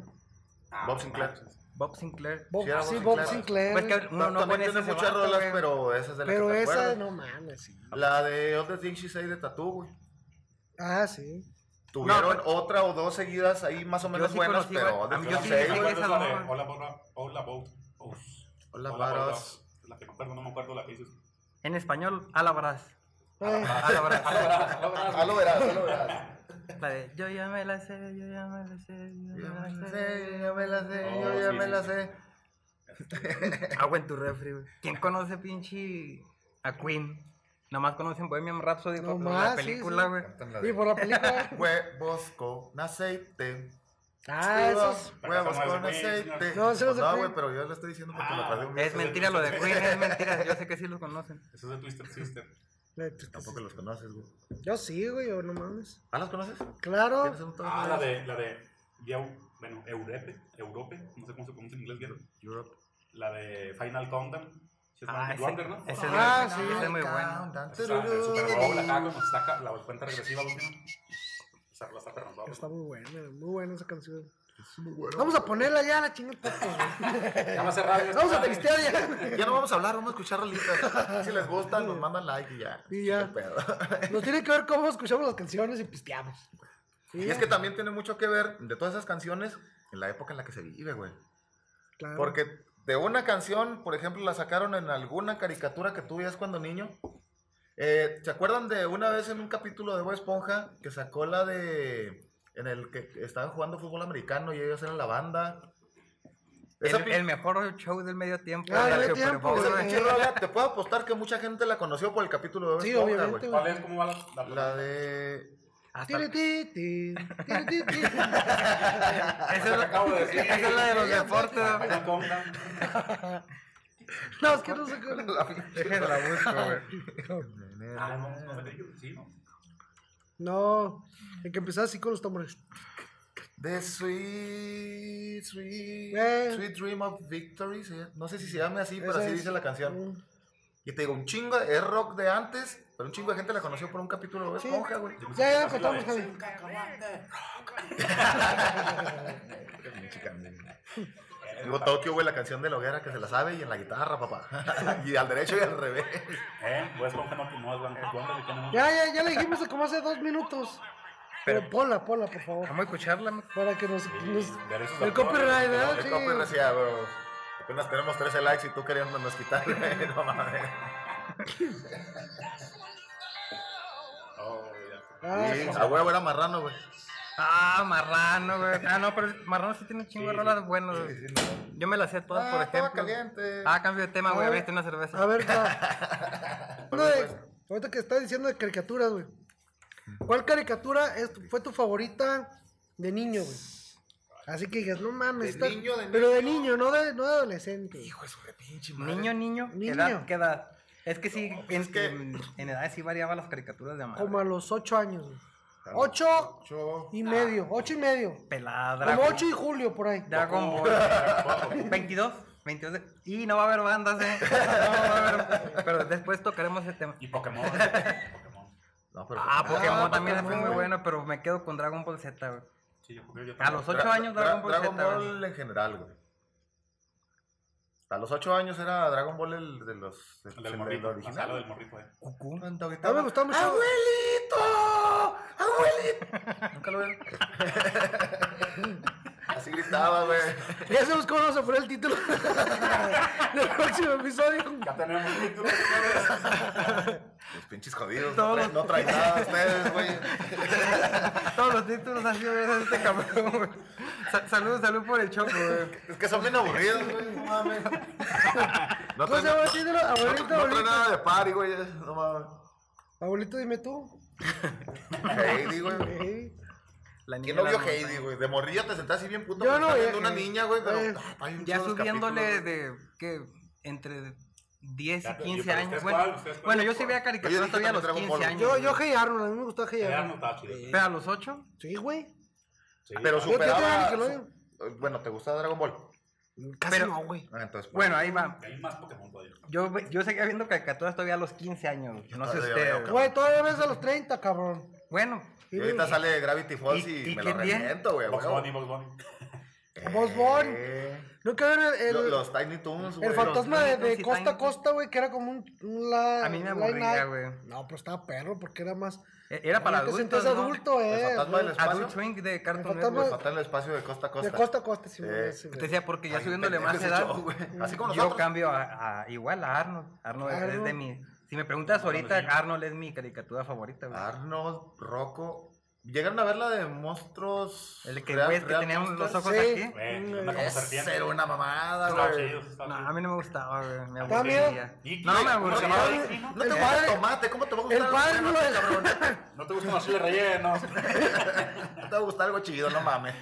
[SPEAKER 1] Bob Sinclair.
[SPEAKER 3] Bob Sinclair.
[SPEAKER 4] Bob-
[SPEAKER 1] Sí, era
[SPEAKER 4] sí,
[SPEAKER 1] Bob
[SPEAKER 4] Bob
[SPEAKER 1] Sinclair.
[SPEAKER 4] Sinclair.
[SPEAKER 3] Pues que
[SPEAKER 4] güey.
[SPEAKER 3] uno no
[SPEAKER 1] También
[SPEAKER 3] conoce
[SPEAKER 1] tiene
[SPEAKER 3] ese
[SPEAKER 1] muchas
[SPEAKER 3] vato,
[SPEAKER 1] rolas,
[SPEAKER 3] güey.
[SPEAKER 1] pero esa es de la
[SPEAKER 4] Pero
[SPEAKER 1] que te
[SPEAKER 4] esa,
[SPEAKER 1] acuerdas.
[SPEAKER 4] no mames, sí.
[SPEAKER 1] La de All the Things She Said de Tattoo, güey.
[SPEAKER 4] Ah, sí.
[SPEAKER 1] Tuvieron
[SPEAKER 3] pero-
[SPEAKER 1] otra o dos seguidas ahí más o menos
[SPEAKER 3] sí
[SPEAKER 1] buenas,
[SPEAKER 3] conocí,
[SPEAKER 1] pero
[SPEAKER 3] güey.
[SPEAKER 1] de
[SPEAKER 3] A mí
[SPEAKER 1] que
[SPEAKER 3] yo
[SPEAKER 1] no
[SPEAKER 3] sí
[SPEAKER 1] sé,
[SPEAKER 3] llegué
[SPEAKER 1] güey.
[SPEAKER 3] esa
[SPEAKER 2] la de
[SPEAKER 3] rola.
[SPEAKER 2] Hola, Borra- Hola, Boat. Us.
[SPEAKER 1] Hola,
[SPEAKER 2] Borra-
[SPEAKER 1] varas.
[SPEAKER 2] La que perdón, no me acuerdo la que dices.
[SPEAKER 3] En español, Alabras.
[SPEAKER 4] Eh,
[SPEAKER 3] Alabras.
[SPEAKER 1] Ah, lo verás, ah, lo verás.
[SPEAKER 3] La de Yo ya me la sé, yo ya me la sé, yo
[SPEAKER 1] Yo
[SPEAKER 3] ya
[SPEAKER 1] ya me
[SPEAKER 3] me
[SPEAKER 1] la
[SPEAKER 3] la
[SPEAKER 1] sé,
[SPEAKER 3] sé.
[SPEAKER 1] yo ya me la sé,
[SPEAKER 2] Oh,
[SPEAKER 1] yo ya
[SPEAKER 2] sí,
[SPEAKER 1] me
[SPEAKER 2] sí,
[SPEAKER 1] la
[SPEAKER 2] sí.
[SPEAKER 1] sé.
[SPEAKER 3] Agua en tu refri, güey. ¿Quién conoce pinche a Queen? Nomás conocen Bohemian Rhapsody por
[SPEAKER 4] Nomás,
[SPEAKER 3] la
[SPEAKER 4] sí,
[SPEAKER 3] película,
[SPEAKER 4] sí.
[SPEAKER 3] güey.
[SPEAKER 1] Cantan la
[SPEAKER 4] y
[SPEAKER 1] de
[SPEAKER 4] por la película.
[SPEAKER 1] Huevos con aceite.
[SPEAKER 4] ah, esos.
[SPEAKER 1] Huevos
[SPEAKER 2] Esa no es
[SPEAKER 1] con
[SPEAKER 2] de Queen,
[SPEAKER 1] aceite.
[SPEAKER 4] No, esa no es de
[SPEAKER 1] No, güey,
[SPEAKER 4] Queen.
[SPEAKER 1] pero yo lo estoy diciendo porque
[SPEAKER 2] Ah,
[SPEAKER 1] me acordé un
[SPEAKER 3] Es mentira lo de Queen, es mentira. Yo sé que sí lo conocen.
[SPEAKER 2] Esa es de Twister este. Sister.
[SPEAKER 1] Tampoco los conoces, güey.
[SPEAKER 4] Yo sí, güey, yo no mames.
[SPEAKER 1] ¿Ah, los conoces?
[SPEAKER 4] Claro.
[SPEAKER 1] ¿Tienes un tono
[SPEAKER 2] Ah,
[SPEAKER 1] de-
[SPEAKER 2] la de, la de Yeu- bueno, Europe, Europe, no sé cómo se pronuncia en inglés bien.
[SPEAKER 1] Europe.
[SPEAKER 2] La de Final Countdown. Si es
[SPEAKER 3] Ah,
[SPEAKER 2] Magic
[SPEAKER 3] ese,
[SPEAKER 2] Wonder, ¿no?
[SPEAKER 3] ese es,
[SPEAKER 4] Ah,
[SPEAKER 3] bueno,
[SPEAKER 4] sí.
[SPEAKER 3] ese es muy bueno.
[SPEAKER 1] Countdown,
[SPEAKER 2] Esa está en el Super Bowl, acá cuando se saca la cuenta regresiva última. Esa rola está perrón, vamos.
[SPEAKER 4] Está muy buena, muy buena esa canción. Vamos a ponerla ya, la chingada. pues,
[SPEAKER 2] Ya va a cerrar esta
[SPEAKER 4] Vamos a
[SPEAKER 2] madre.
[SPEAKER 4] tristear ya.
[SPEAKER 1] Ya no vamos a hablar, vamos a escuchar rolitas. Si les gustan, nos mandan like y ya.
[SPEAKER 4] Y ya.
[SPEAKER 1] Qué pedo.
[SPEAKER 4] Nos tiene que ver cómo escuchamos las canciones y pisteamos. Sí,
[SPEAKER 1] Y es que también tiene mucho que ver de todas esas canciones en la época en la que se vive, güey.
[SPEAKER 4] claro.
[SPEAKER 1] Porque de una canción, por ejemplo, la sacaron en alguna caricatura que tú veías cuando niño. Eh, ¿Se acuerdan de una vez en un capítulo de Bob Esponja que sacó la de. en el que estaban jugando fútbol americano y ellos eran la banda? Esa
[SPEAKER 3] El,
[SPEAKER 1] pin-
[SPEAKER 3] el mejor show del medio tiempo.
[SPEAKER 4] Ah,
[SPEAKER 3] la
[SPEAKER 4] medio
[SPEAKER 3] Super
[SPEAKER 4] tiempo,
[SPEAKER 3] Bowl,
[SPEAKER 1] esa
[SPEAKER 3] güey.
[SPEAKER 1] pinche rola, te puedo apostar que mucha gente la conoció por el capítulo de Bob
[SPEAKER 4] Sí,
[SPEAKER 1] Esponja,
[SPEAKER 4] obviamente,
[SPEAKER 1] güey.
[SPEAKER 2] ¿Cuál es? ¿Cómo va la, la,
[SPEAKER 1] La de.
[SPEAKER 3] Hasta-
[SPEAKER 4] Tiri, ti, ti, tiri, ti, ti.
[SPEAKER 3] Esa es la-
[SPEAKER 2] Acabo de decir.
[SPEAKER 3] esa es la de los deportes. Ah. güey.
[SPEAKER 2] Final Countdown.
[SPEAKER 4] No, es que no sé cómo.
[SPEAKER 3] Déjenme la busco, güey.
[SPEAKER 2] Ah, no, no sé qué digo. Sí, ¿no?
[SPEAKER 4] No, el que empezaba así con los tambores.
[SPEAKER 1] The Sweet, Sweet,
[SPEAKER 4] Eh.
[SPEAKER 1] Sweet Dream of Victory. se llama. No sé si se llame así, pero
[SPEAKER 4] Esa
[SPEAKER 1] así
[SPEAKER 4] es.
[SPEAKER 1] dice la canción.
[SPEAKER 4] Mm.
[SPEAKER 1] Y te digo, un chingo, de- es rock de antes, pero un chingo de gente la conoció por un capítulo de Bob
[SPEAKER 4] Sí.
[SPEAKER 1] Esponja, güey.
[SPEAKER 4] Ya, ya,
[SPEAKER 2] Así la
[SPEAKER 4] contamos,
[SPEAKER 2] de-
[SPEAKER 4] Javi.
[SPEAKER 1] Digo, Tokio, güey, la canción de la hoguera que se la sabe y en la guitarra, papá. y al derecho y al revés.
[SPEAKER 2] Eh, pues como que no, no
[SPEAKER 1] Eh,
[SPEAKER 2] es Blanco Wonder, que no-
[SPEAKER 4] Ya, ya, ya le dijimos como hace dos minutos. Pero ponla, ponla, por favor.
[SPEAKER 3] Vamos a escucharla. ma-
[SPEAKER 4] Para que nos. nos-
[SPEAKER 2] eh, derechos de
[SPEAKER 4] el
[SPEAKER 2] autor, eh,
[SPEAKER 4] copyright, ¿verdad?
[SPEAKER 1] El
[SPEAKER 4] Sí.
[SPEAKER 1] copy decía, güey, ah, apenas tenemos 13 likes y tú queriéndonos quitar, güey, no mames.
[SPEAKER 2] Oh, ya.
[SPEAKER 4] Ah,
[SPEAKER 1] Y a huevo era marrano, güey.
[SPEAKER 3] Ah, Marrano, güey. Ah, no, pero Marrano sí tiene un chingo de rolas buenas, güey. Yo me las sé todas, por
[SPEAKER 1] Ah, estaba
[SPEAKER 3] ejemplo.
[SPEAKER 1] caliente.
[SPEAKER 3] Ah, cambio de tema,
[SPEAKER 4] A
[SPEAKER 3] güey.
[SPEAKER 4] ver.
[SPEAKER 3] Viste una cerveza.
[SPEAKER 4] A ver, va. Hablando de- ahorita que estás diciendo de caricaturas, güey. ¿Cuál caricatura es tu- fue tu favorita de niño, güey? Así que digas, no mames,
[SPEAKER 1] De
[SPEAKER 4] está-
[SPEAKER 1] niño, de
[SPEAKER 4] pero de niño, no de, no de adolescente.
[SPEAKER 1] Hijo de su re pinche madre.
[SPEAKER 3] Niño, niño, ¿qué
[SPEAKER 4] Niño. pues
[SPEAKER 3] edad? qué edad? Es que sí, en,
[SPEAKER 1] es que-
[SPEAKER 3] en, en edades sí variaban las caricaturas de madre.
[SPEAKER 4] Como a los ocho años, güey. Ocho
[SPEAKER 1] Ocho.
[SPEAKER 4] y medio, ocho y medio.
[SPEAKER 3] Pelada,
[SPEAKER 4] Como
[SPEAKER 3] Dragon,
[SPEAKER 4] ocho y julio por ahí.
[SPEAKER 3] Dragon Ball. 22, 22. de- Y no va a haber bandas, ¿eh? No va a haber- Pero después tocaremos ese tema.
[SPEAKER 2] Y Pokémon. Pokémon.
[SPEAKER 1] No, pero pues,
[SPEAKER 3] Ah, Pokémon
[SPEAKER 4] Ah,
[SPEAKER 3] también fue
[SPEAKER 4] Pokémon.
[SPEAKER 3] muy bueno, pero me quedo con Dragon Ball Z, güey.
[SPEAKER 2] Sí, yo creo que yo
[SPEAKER 3] A
[SPEAKER 2] también.
[SPEAKER 3] los 8 años Dragon Ball
[SPEAKER 1] Dragon
[SPEAKER 3] Z, güey.
[SPEAKER 1] Ball en general, güey. A los 8 años era Dragon Ball el de los.
[SPEAKER 2] El
[SPEAKER 1] El,
[SPEAKER 2] del
[SPEAKER 1] el
[SPEAKER 2] morrito,
[SPEAKER 1] original.
[SPEAKER 2] Gonzalo del morrito, eh.
[SPEAKER 3] Cucú.
[SPEAKER 4] A mí me gustaba mucho.
[SPEAKER 1] ¡Abuelito! ¡Abuelito! Nunca lo veo. Así gritaba, güey.
[SPEAKER 4] Ya sabemos cómo vamos a poner el título del próximo episodio.
[SPEAKER 2] Ya tenemos un título, señores.
[SPEAKER 1] Los pinches jodidos. No,
[SPEAKER 3] Todos.
[SPEAKER 1] traen, no traen nada ustedes, güey.
[SPEAKER 3] Todos los títulos han sido de este cabrón, güey. Sa- salud, salud por el choco, güey.
[SPEAKER 1] Es que son bien aburridos, güey. No mames. No traen,
[SPEAKER 4] ¿Cómo se llama
[SPEAKER 1] no,
[SPEAKER 4] el título?
[SPEAKER 1] no-
[SPEAKER 4] Abuelito,
[SPEAKER 1] no traen
[SPEAKER 4] abuelito.
[SPEAKER 1] nada de party, güey. No mames.
[SPEAKER 4] Abuelito, dime tú.
[SPEAKER 1] Heidi, güey.
[SPEAKER 4] Ey.
[SPEAKER 3] La niña
[SPEAKER 1] ¿Quién no
[SPEAKER 3] de
[SPEAKER 1] vio
[SPEAKER 3] la
[SPEAKER 1] Heidi,
[SPEAKER 3] montaña.
[SPEAKER 1] güey? De morrillo te sentás así bien puto.
[SPEAKER 4] Yo
[SPEAKER 1] Yo
[SPEAKER 4] no,
[SPEAKER 1] no,
[SPEAKER 4] ya-
[SPEAKER 1] una
[SPEAKER 4] eh,
[SPEAKER 1] niña, güey, pero.
[SPEAKER 4] eh,
[SPEAKER 1] ah, hay un
[SPEAKER 3] Ya
[SPEAKER 1] chingo de
[SPEAKER 3] subiéndole
[SPEAKER 1] capítulos, güey.
[SPEAKER 3] de que entre 10 y
[SPEAKER 2] Ya, pero
[SPEAKER 3] 15
[SPEAKER 2] ¿ustedes
[SPEAKER 3] años.
[SPEAKER 2] cuál?
[SPEAKER 3] Bueno,
[SPEAKER 2] ¿Ustedes cuál?
[SPEAKER 3] bueno, yo sí veía
[SPEAKER 1] Oye,
[SPEAKER 3] caricaturas
[SPEAKER 1] dijiste
[SPEAKER 3] todavía a los
[SPEAKER 1] también
[SPEAKER 3] 15
[SPEAKER 1] Dragon
[SPEAKER 3] años.
[SPEAKER 1] Ball,
[SPEAKER 4] Yo,
[SPEAKER 1] güey.
[SPEAKER 4] yo Hey Arnold, a mí me gustaba Hey
[SPEAKER 2] Era
[SPEAKER 4] Arnold.
[SPEAKER 2] notable, güey.
[SPEAKER 3] Pero a los 8,
[SPEAKER 4] Sí, güey.
[SPEAKER 2] Sí,
[SPEAKER 1] Pero
[SPEAKER 2] claro.
[SPEAKER 4] Yo te
[SPEAKER 1] superaba.
[SPEAKER 4] digo que
[SPEAKER 1] su- bueno, ¿te gustaba Dragon Ball?
[SPEAKER 4] Casi
[SPEAKER 3] Pero-
[SPEAKER 4] no, güey.
[SPEAKER 1] Ah, entonces,
[SPEAKER 3] bueno, ahí va.
[SPEAKER 2] Hay más Pokémon todavía.
[SPEAKER 3] Yo, ve- yo seguía viendo caricaturas todavía a los 15 años.
[SPEAKER 1] Yo
[SPEAKER 3] No sé
[SPEAKER 1] todavía
[SPEAKER 3] usted.
[SPEAKER 1] veo, cabrón.
[SPEAKER 4] Güey, todavía ves a los 30, cabrón.
[SPEAKER 3] Bueno,
[SPEAKER 1] Y ahorita sale Gravity Falls
[SPEAKER 3] ¿Y-
[SPEAKER 1] y,
[SPEAKER 3] y
[SPEAKER 1] me lo
[SPEAKER 3] qué bien?
[SPEAKER 1] reviento, güey.
[SPEAKER 2] Box
[SPEAKER 1] güey.
[SPEAKER 2] Bunny, Box Bunny.
[SPEAKER 1] Eh,
[SPEAKER 4] Box Bunny. Nunca vieron el,
[SPEAKER 1] lo-
[SPEAKER 4] el,
[SPEAKER 1] los Tiny Toons, güey.
[SPEAKER 4] el fantasma
[SPEAKER 3] los
[SPEAKER 4] de,
[SPEAKER 3] Looney Tunes
[SPEAKER 4] de
[SPEAKER 3] y
[SPEAKER 4] costa a
[SPEAKER 3] Tiny Toons.
[SPEAKER 4] costa, güey, que era como un, un la-
[SPEAKER 3] a mí me
[SPEAKER 4] line
[SPEAKER 3] aburría,
[SPEAKER 4] up.
[SPEAKER 3] güey.
[SPEAKER 4] No, pero estaba perro porque era más.
[SPEAKER 3] E- Era para
[SPEAKER 4] Ahí te
[SPEAKER 3] adultos.
[SPEAKER 4] sentías
[SPEAKER 3] ¿no?
[SPEAKER 4] adulto, eh.
[SPEAKER 1] El fantasma
[SPEAKER 4] güey.
[SPEAKER 1] del espacio.
[SPEAKER 3] Adult Swing de Cartoon
[SPEAKER 4] fantasma-
[SPEAKER 1] Los
[SPEAKER 3] Network.
[SPEAKER 1] fatal en el espacio de costa a costa.
[SPEAKER 4] De costa a costa, sí,
[SPEAKER 1] Eh,
[SPEAKER 4] güey, ese,
[SPEAKER 3] Te
[SPEAKER 4] güey.
[SPEAKER 3] decía, porque ya
[SPEAKER 1] Ay,
[SPEAKER 3] subiéndole
[SPEAKER 1] pendejo
[SPEAKER 3] más
[SPEAKER 1] ese
[SPEAKER 3] edad,
[SPEAKER 1] show, güey. Así como
[SPEAKER 3] yo
[SPEAKER 1] nosotros.
[SPEAKER 3] cambio a, a- igual a Arnold. Arnold es- es de
[SPEAKER 4] Arnold.
[SPEAKER 3] mi... Si me preguntas ahorita,
[SPEAKER 2] Arnold, sí.
[SPEAKER 3] Arnold es mi caricatura favorita, güey.
[SPEAKER 1] Ah, Arnold, Rocco. Llegaron a ver la de monstruos.
[SPEAKER 3] El que,
[SPEAKER 1] Real-
[SPEAKER 3] güey, es que
[SPEAKER 1] Real
[SPEAKER 3] tenía un- los
[SPEAKER 1] Monsters?
[SPEAKER 3] ojos
[SPEAKER 4] Sí.
[SPEAKER 3] aquí.
[SPEAKER 2] Güey,
[SPEAKER 4] Mm,
[SPEAKER 2] Eh, anda como serpiente.
[SPEAKER 1] Esa era una mamada,
[SPEAKER 2] Estaba
[SPEAKER 1] güey.
[SPEAKER 2] chido, estaba
[SPEAKER 3] No,
[SPEAKER 2] chido.
[SPEAKER 3] a mí no me gustaba, güey. Me
[SPEAKER 4] ¿Te da
[SPEAKER 3] aburría.
[SPEAKER 2] miedo?
[SPEAKER 3] No, me
[SPEAKER 2] ¿Cómo se
[SPEAKER 1] llamaba?
[SPEAKER 3] aburría.
[SPEAKER 2] Nicky, ¿no?
[SPEAKER 1] No te
[SPEAKER 4] El
[SPEAKER 1] gusta el
[SPEAKER 4] padre-
[SPEAKER 1] tomate, ¿cómo te va a gustar?
[SPEAKER 4] El
[SPEAKER 1] algo
[SPEAKER 4] padre
[SPEAKER 1] chingado,
[SPEAKER 4] no es-
[SPEAKER 1] cabrón?
[SPEAKER 2] No te gustan los chiles rellenos.
[SPEAKER 1] No te va a gustar algo chido, no mames.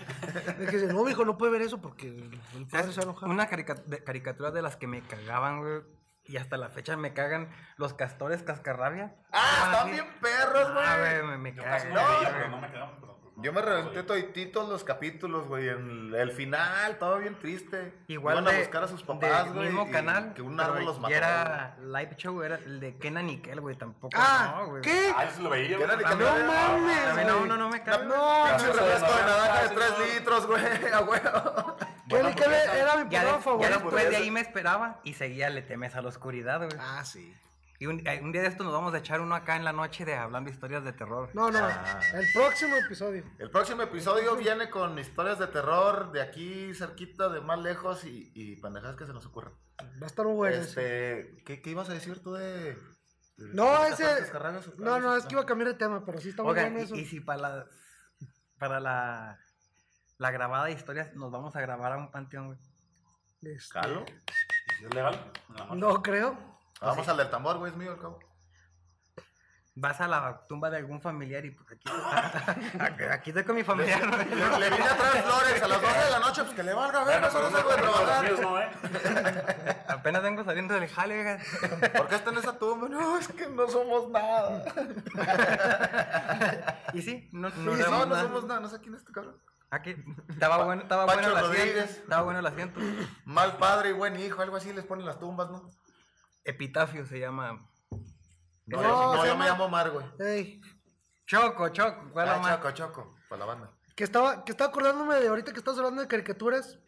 [SPEAKER 4] El que dice, no, mijo, no puede ver eso porque el padre se va a enojar.
[SPEAKER 3] Una carica- de- caricatura de las que me cagaban, güey. Y hasta la fecha me cagan los castores cascarrabia.
[SPEAKER 1] Ah, están
[SPEAKER 3] sí.
[SPEAKER 1] bien perros,
[SPEAKER 3] Ah,
[SPEAKER 1] güey.
[SPEAKER 3] güey, me, me
[SPEAKER 2] Yo casi
[SPEAKER 3] cagan.
[SPEAKER 2] no me veía,
[SPEAKER 3] güey.
[SPEAKER 2] pero no me quedaba. pero- pues
[SPEAKER 1] Yo me
[SPEAKER 2] no,
[SPEAKER 1] reventé
[SPEAKER 2] güey.
[SPEAKER 1] toititos los capítulos, güey. El, el final, estaba bien triste.
[SPEAKER 3] Igual
[SPEAKER 1] Iban a
[SPEAKER 3] de-
[SPEAKER 1] buscar a sus
[SPEAKER 3] de
[SPEAKER 1] papás, güey.
[SPEAKER 3] mismo
[SPEAKER 1] y
[SPEAKER 3] canal.
[SPEAKER 1] Que un
[SPEAKER 3] pero
[SPEAKER 1] árbol los
[SPEAKER 3] y
[SPEAKER 1] mató.
[SPEAKER 3] era live show, era el de Kenan y Kel, güey, tampoco.
[SPEAKER 4] Ah,
[SPEAKER 3] no, güey.
[SPEAKER 4] ¿qué?
[SPEAKER 2] Ah, yo sí lo veía.
[SPEAKER 1] Era
[SPEAKER 2] güey.
[SPEAKER 1] de que-
[SPEAKER 4] No mames,
[SPEAKER 3] A mí no,
[SPEAKER 4] güey.
[SPEAKER 3] no, no me cagan.
[SPEAKER 4] No,
[SPEAKER 1] Pinche
[SPEAKER 2] Cabrón,
[SPEAKER 1] refresco de
[SPEAKER 2] no,
[SPEAKER 1] naranja de
[SPEAKER 2] no,
[SPEAKER 1] 3
[SPEAKER 2] no.
[SPEAKER 1] litros, güey. A huevo.
[SPEAKER 4] Kelly Kelly era mi
[SPEAKER 3] Ya, de- ya
[SPEAKER 4] programa favorito.
[SPEAKER 3] después de
[SPEAKER 1] hamburguesa.
[SPEAKER 3] ahí me esperaba y seguía Le temes a la oscuridad, güey.
[SPEAKER 4] Ah, sí.
[SPEAKER 3] Y un, eh, un día de esto nos vamos a echar uno acá en la noche de hablando historias de terror.
[SPEAKER 4] No, no.
[SPEAKER 1] Ah.
[SPEAKER 4] El próximo episodio.
[SPEAKER 1] El próximo episodio viene con historias de terror de aquí, cerquita, de más lejos y, y pendejadas que se nos ocurran.
[SPEAKER 4] Va a estar muy bueno. ese.
[SPEAKER 1] este, ¿qué, qué ibas a decir tú de.? de-
[SPEAKER 4] No,
[SPEAKER 1] de
[SPEAKER 4] ese.
[SPEAKER 1] Cascarrabias, Cascarrabias?
[SPEAKER 4] No, no, es que iba a cambiar de tema, pero sí está muy
[SPEAKER 3] Oigan,
[SPEAKER 4] bueno
[SPEAKER 3] y-
[SPEAKER 4] eso.
[SPEAKER 3] y, si para la, para la, la grabada de historias nos vamos a grabar a un panteón, güey.
[SPEAKER 4] Este,
[SPEAKER 1] ¿Calo?
[SPEAKER 2] ¿Es legal? No.
[SPEAKER 4] No creo.
[SPEAKER 1] Ah, Vamos al del tambor, güey, es mío el cabo.
[SPEAKER 3] Vas a la tumba de algún familiar y pues aquí, aquí, aquí estoy con mi familiar, güey.
[SPEAKER 1] Le vine a traer flores a las 12 de la noche, pues que le valga, a ver,
[SPEAKER 2] Bueno,
[SPEAKER 1] eso
[SPEAKER 2] pero
[SPEAKER 1] no se puede
[SPEAKER 2] no, los míos
[SPEAKER 1] trabajar.
[SPEAKER 2] no, ¿eh?
[SPEAKER 3] Apenas vengo saliendo del jale, güey.
[SPEAKER 1] ¿Por qué está en esa tumba? No, es que no somos nada.
[SPEAKER 3] Y sí, no,
[SPEAKER 1] No,
[SPEAKER 3] no,
[SPEAKER 1] sí, no,
[SPEAKER 3] grabamos
[SPEAKER 1] no
[SPEAKER 3] nada.
[SPEAKER 1] somos nada, no sé quién es tu cabrón.
[SPEAKER 3] Aquí, estaba bueno, estaba
[SPEAKER 1] Pancho
[SPEAKER 3] bueno el asiento.
[SPEAKER 1] Rodríguez.
[SPEAKER 3] Estaba bueno el asiento.
[SPEAKER 1] Mal padre y buen hijo, algo así les ponen las tumbas, ¿no?
[SPEAKER 3] Epitafio se llama.
[SPEAKER 1] No,
[SPEAKER 4] No,
[SPEAKER 1] yo- no,
[SPEAKER 4] se
[SPEAKER 1] yo me
[SPEAKER 4] llama-
[SPEAKER 1] llamo Mar, güey.
[SPEAKER 4] Ey,
[SPEAKER 3] Choco, Choco, ¿cuál
[SPEAKER 1] Ah,
[SPEAKER 3] más?
[SPEAKER 1] choco, choco, para la banda.
[SPEAKER 4] que estaba, que estaba acordándome de ahorita que estás hablando de caricaturas.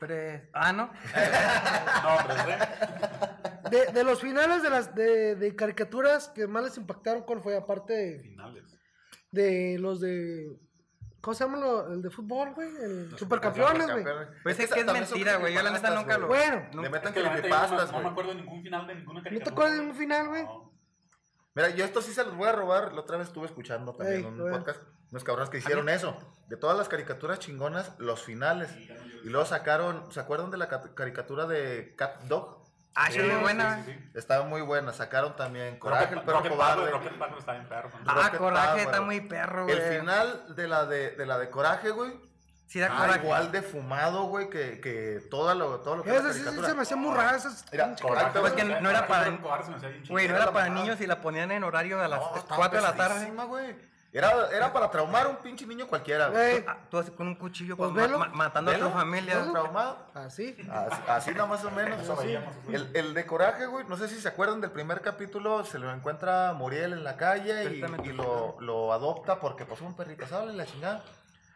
[SPEAKER 3] Pre- Ah, no.
[SPEAKER 2] No, ¿eh? pero
[SPEAKER 4] De, de los finales de las de, de caricaturas que más les impactaron, ¿cuál fue? Aparte
[SPEAKER 2] es de
[SPEAKER 4] de,
[SPEAKER 2] finales.
[SPEAKER 4] de los de. ¿Cómo se llama lo- el de fútbol, güey? El Supercampeones, güey.
[SPEAKER 3] Pues es que es
[SPEAKER 1] Esa también son
[SPEAKER 3] mentira, güey, yo la neta
[SPEAKER 1] creepypastas,
[SPEAKER 3] nunca lo-
[SPEAKER 4] Bueno,
[SPEAKER 1] Le
[SPEAKER 3] nunca-
[SPEAKER 1] meten
[SPEAKER 2] Es que la neta, yo
[SPEAKER 1] creepypastas,
[SPEAKER 2] no, no me
[SPEAKER 1] güey.
[SPEAKER 2] acuerdo de ningún final de ninguna caricatura.
[SPEAKER 4] acuerdas de ningún final, güey?
[SPEAKER 2] No.
[SPEAKER 1] Mira, yo esto sí se los voy a robar. La otra vez estuve escuchando también
[SPEAKER 4] Ey,
[SPEAKER 1] un
[SPEAKER 4] a ver.
[SPEAKER 1] podcast. Unos cabrones que hicieron eso. De todas las caricaturas chingonas, los finales. Y luego sacaron, ¿se acuerdan de la cat- caricatura de Cat Dog?
[SPEAKER 3] Ah, sí,
[SPEAKER 2] Sí,
[SPEAKER 3] muy
[SPEAKER 2] sí,
[SPEAKER 3] buena.
[SPEAKER 2] sí,
[SPEAKER 3] güey.
[SPEAKER 2] sí.
[SPEAKER 1] Estaba muy buena. Sacaron también Coraje,
[SPEAKER 2] Rocket-
[SPEAKER 1] el perro
[SPEAKER 2] Rocket Power,
[SPEAKER 1] cobarde.
[SPEAKER 2] Rocket Power está bien perro. ¿no?
[SPEAKER 3] Ah,
[SPEAKER 1] Rocket
[SPEAKER 3] coraje,
[SPEAKER 1] Power.
[SPEAKER 3] está muy perro, güey.
[SPEAKER 1] El final de la de, de la de Coraje, güey.
[SPEAKER 3] Sí, da
[SPEAKER 1] ah,
[SPEAKER 3] coraje.
[SPEAKER 1] igual de fumado, güey, que, que todo lo, todo lo que era
[SPEAKER 4] ese sí, sí
[SPEAKER 1] caricatura.
[SPEAKER 4] se me hacía muy raro. esas
[SPEAKER 1] Mira,
[SPEAKER 4] pinches
[SPEAKER 1] coraje,
[SPEAKER 4] caricaturas.
[SPEAKER 3] Pues que no- no era para-
[SPEAKER 2] Rocket Power se me hacía bien Ah, chido.
[SPEAKER 3] Güey, no
[SPEAKER 1] era
[SPEAKER 3] era
[SPEAKER 1] la
[SPEAKER 3] para
[SPEAKER 1] mamada.
[SPEAKER 3] niños y la ponían en horario a las
[SPEAKER 1] No, estaba
[SPEAKER 3] 4 de la tarde.
[SPEAKER 1] pesadísima, güey. Era, era para traumar a un pinche niño cualquiera, güey.
[SPEAKER 4] Ey,
[SPEAKER 3] Ah, Tú así con un cuchillo
[SPEAKER 4] Pues
[SPEAKER 3] pues, ma-
[SPEAKER 4] velo,
[SPEAKER 3] ma- matando
[SPEAKER 1] Velo,
[SPEAKER 3] a tu familia.
[SPEAKER 1] ¿estás traumado?
[SPEAKER 4] Así.
[SPEAKER 1] Así, así nada más o menos.
[SPEAKER 2] Eso
[SPEAKER 1] así.
[SPEAKER 2] veíamos.
[SPEAKER 1] El, el de coraje, güey. No sé si se acuerdan del primer capítulo. Se lo encuentra Muriel en la calle y,
[SPEAKER 3] Perfectamente.
[SPEAKER 1] y lo, lo adopta porque pasó un perrito. ¿Saben la chingada?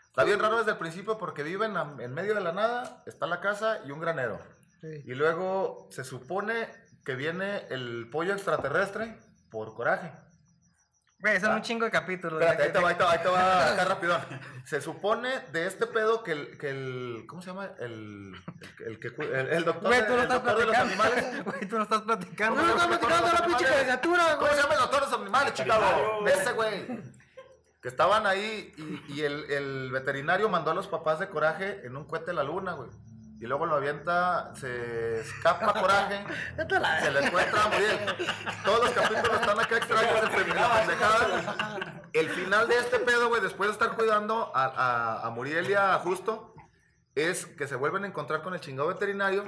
[SPEAKER 1] Está bien raro desde el principio porque viven a- en medio de la nada. Está la casa y un granero.
[SPEAKER 4] Sí.
[SPEAKER 1] Y luego se supone que viene el pollo extraterrestre por coraje.
[SPEAKER 3] Güey, son
[SPEAKER 1] Ah.
[SPEAKER 3] un chingo de capítulos.
[SPEAKER 1] Espérate,
[SPEAKER 3] de-
[SPEAKER 1] ahí te va,
[SPEAKER 3] de-
[SPEAKER 1] ahí te va, ahí te va, acá rapidón. Se supone de este pedo que el, que el ¿cómo se llama? El, el, el que cu- el, el doctor,
[SPEAKER 3] Güey,
[SPEAKER 1] de-
[SPEAKER 3] tú no
[SPEAKER 1] el
[SPEAKER 3] estás
[SPEAKER 1] doctor de los animales.
[SPEAKER 3] platicando. Güey, tú no estás platicando.
[SPEAKER 4] No, no, estás platicando de la pinche caricatura,
[SPEAKER 1] ¿Cómo
[SPEAKER 4] güey.
[SPEAKER 1] se llama el doctor de los animales,
[SPEAKER 2] Veterinario,
[SPEAKER 1] Chicago?
[SPEAKER 2] güey.
[SPEAKER 1] Ese güey. Que estaban ahí y, y el, el veterinario mandó a los papás de Coraje en un cohete a la luna, güey. Y luego lo avienta, se escapa Coraje,
[SPEAKER 4] Vete a la-
[SPEAKER 1] se le encuentra a Muriel. Todos los capítulos están acá extraños, enfeminados, pendejadas. El final de este pedo, güey, después de estar cuidando a, a, a Muriel y a Justo, es que se vuelven a encontrar con el chingado veterinario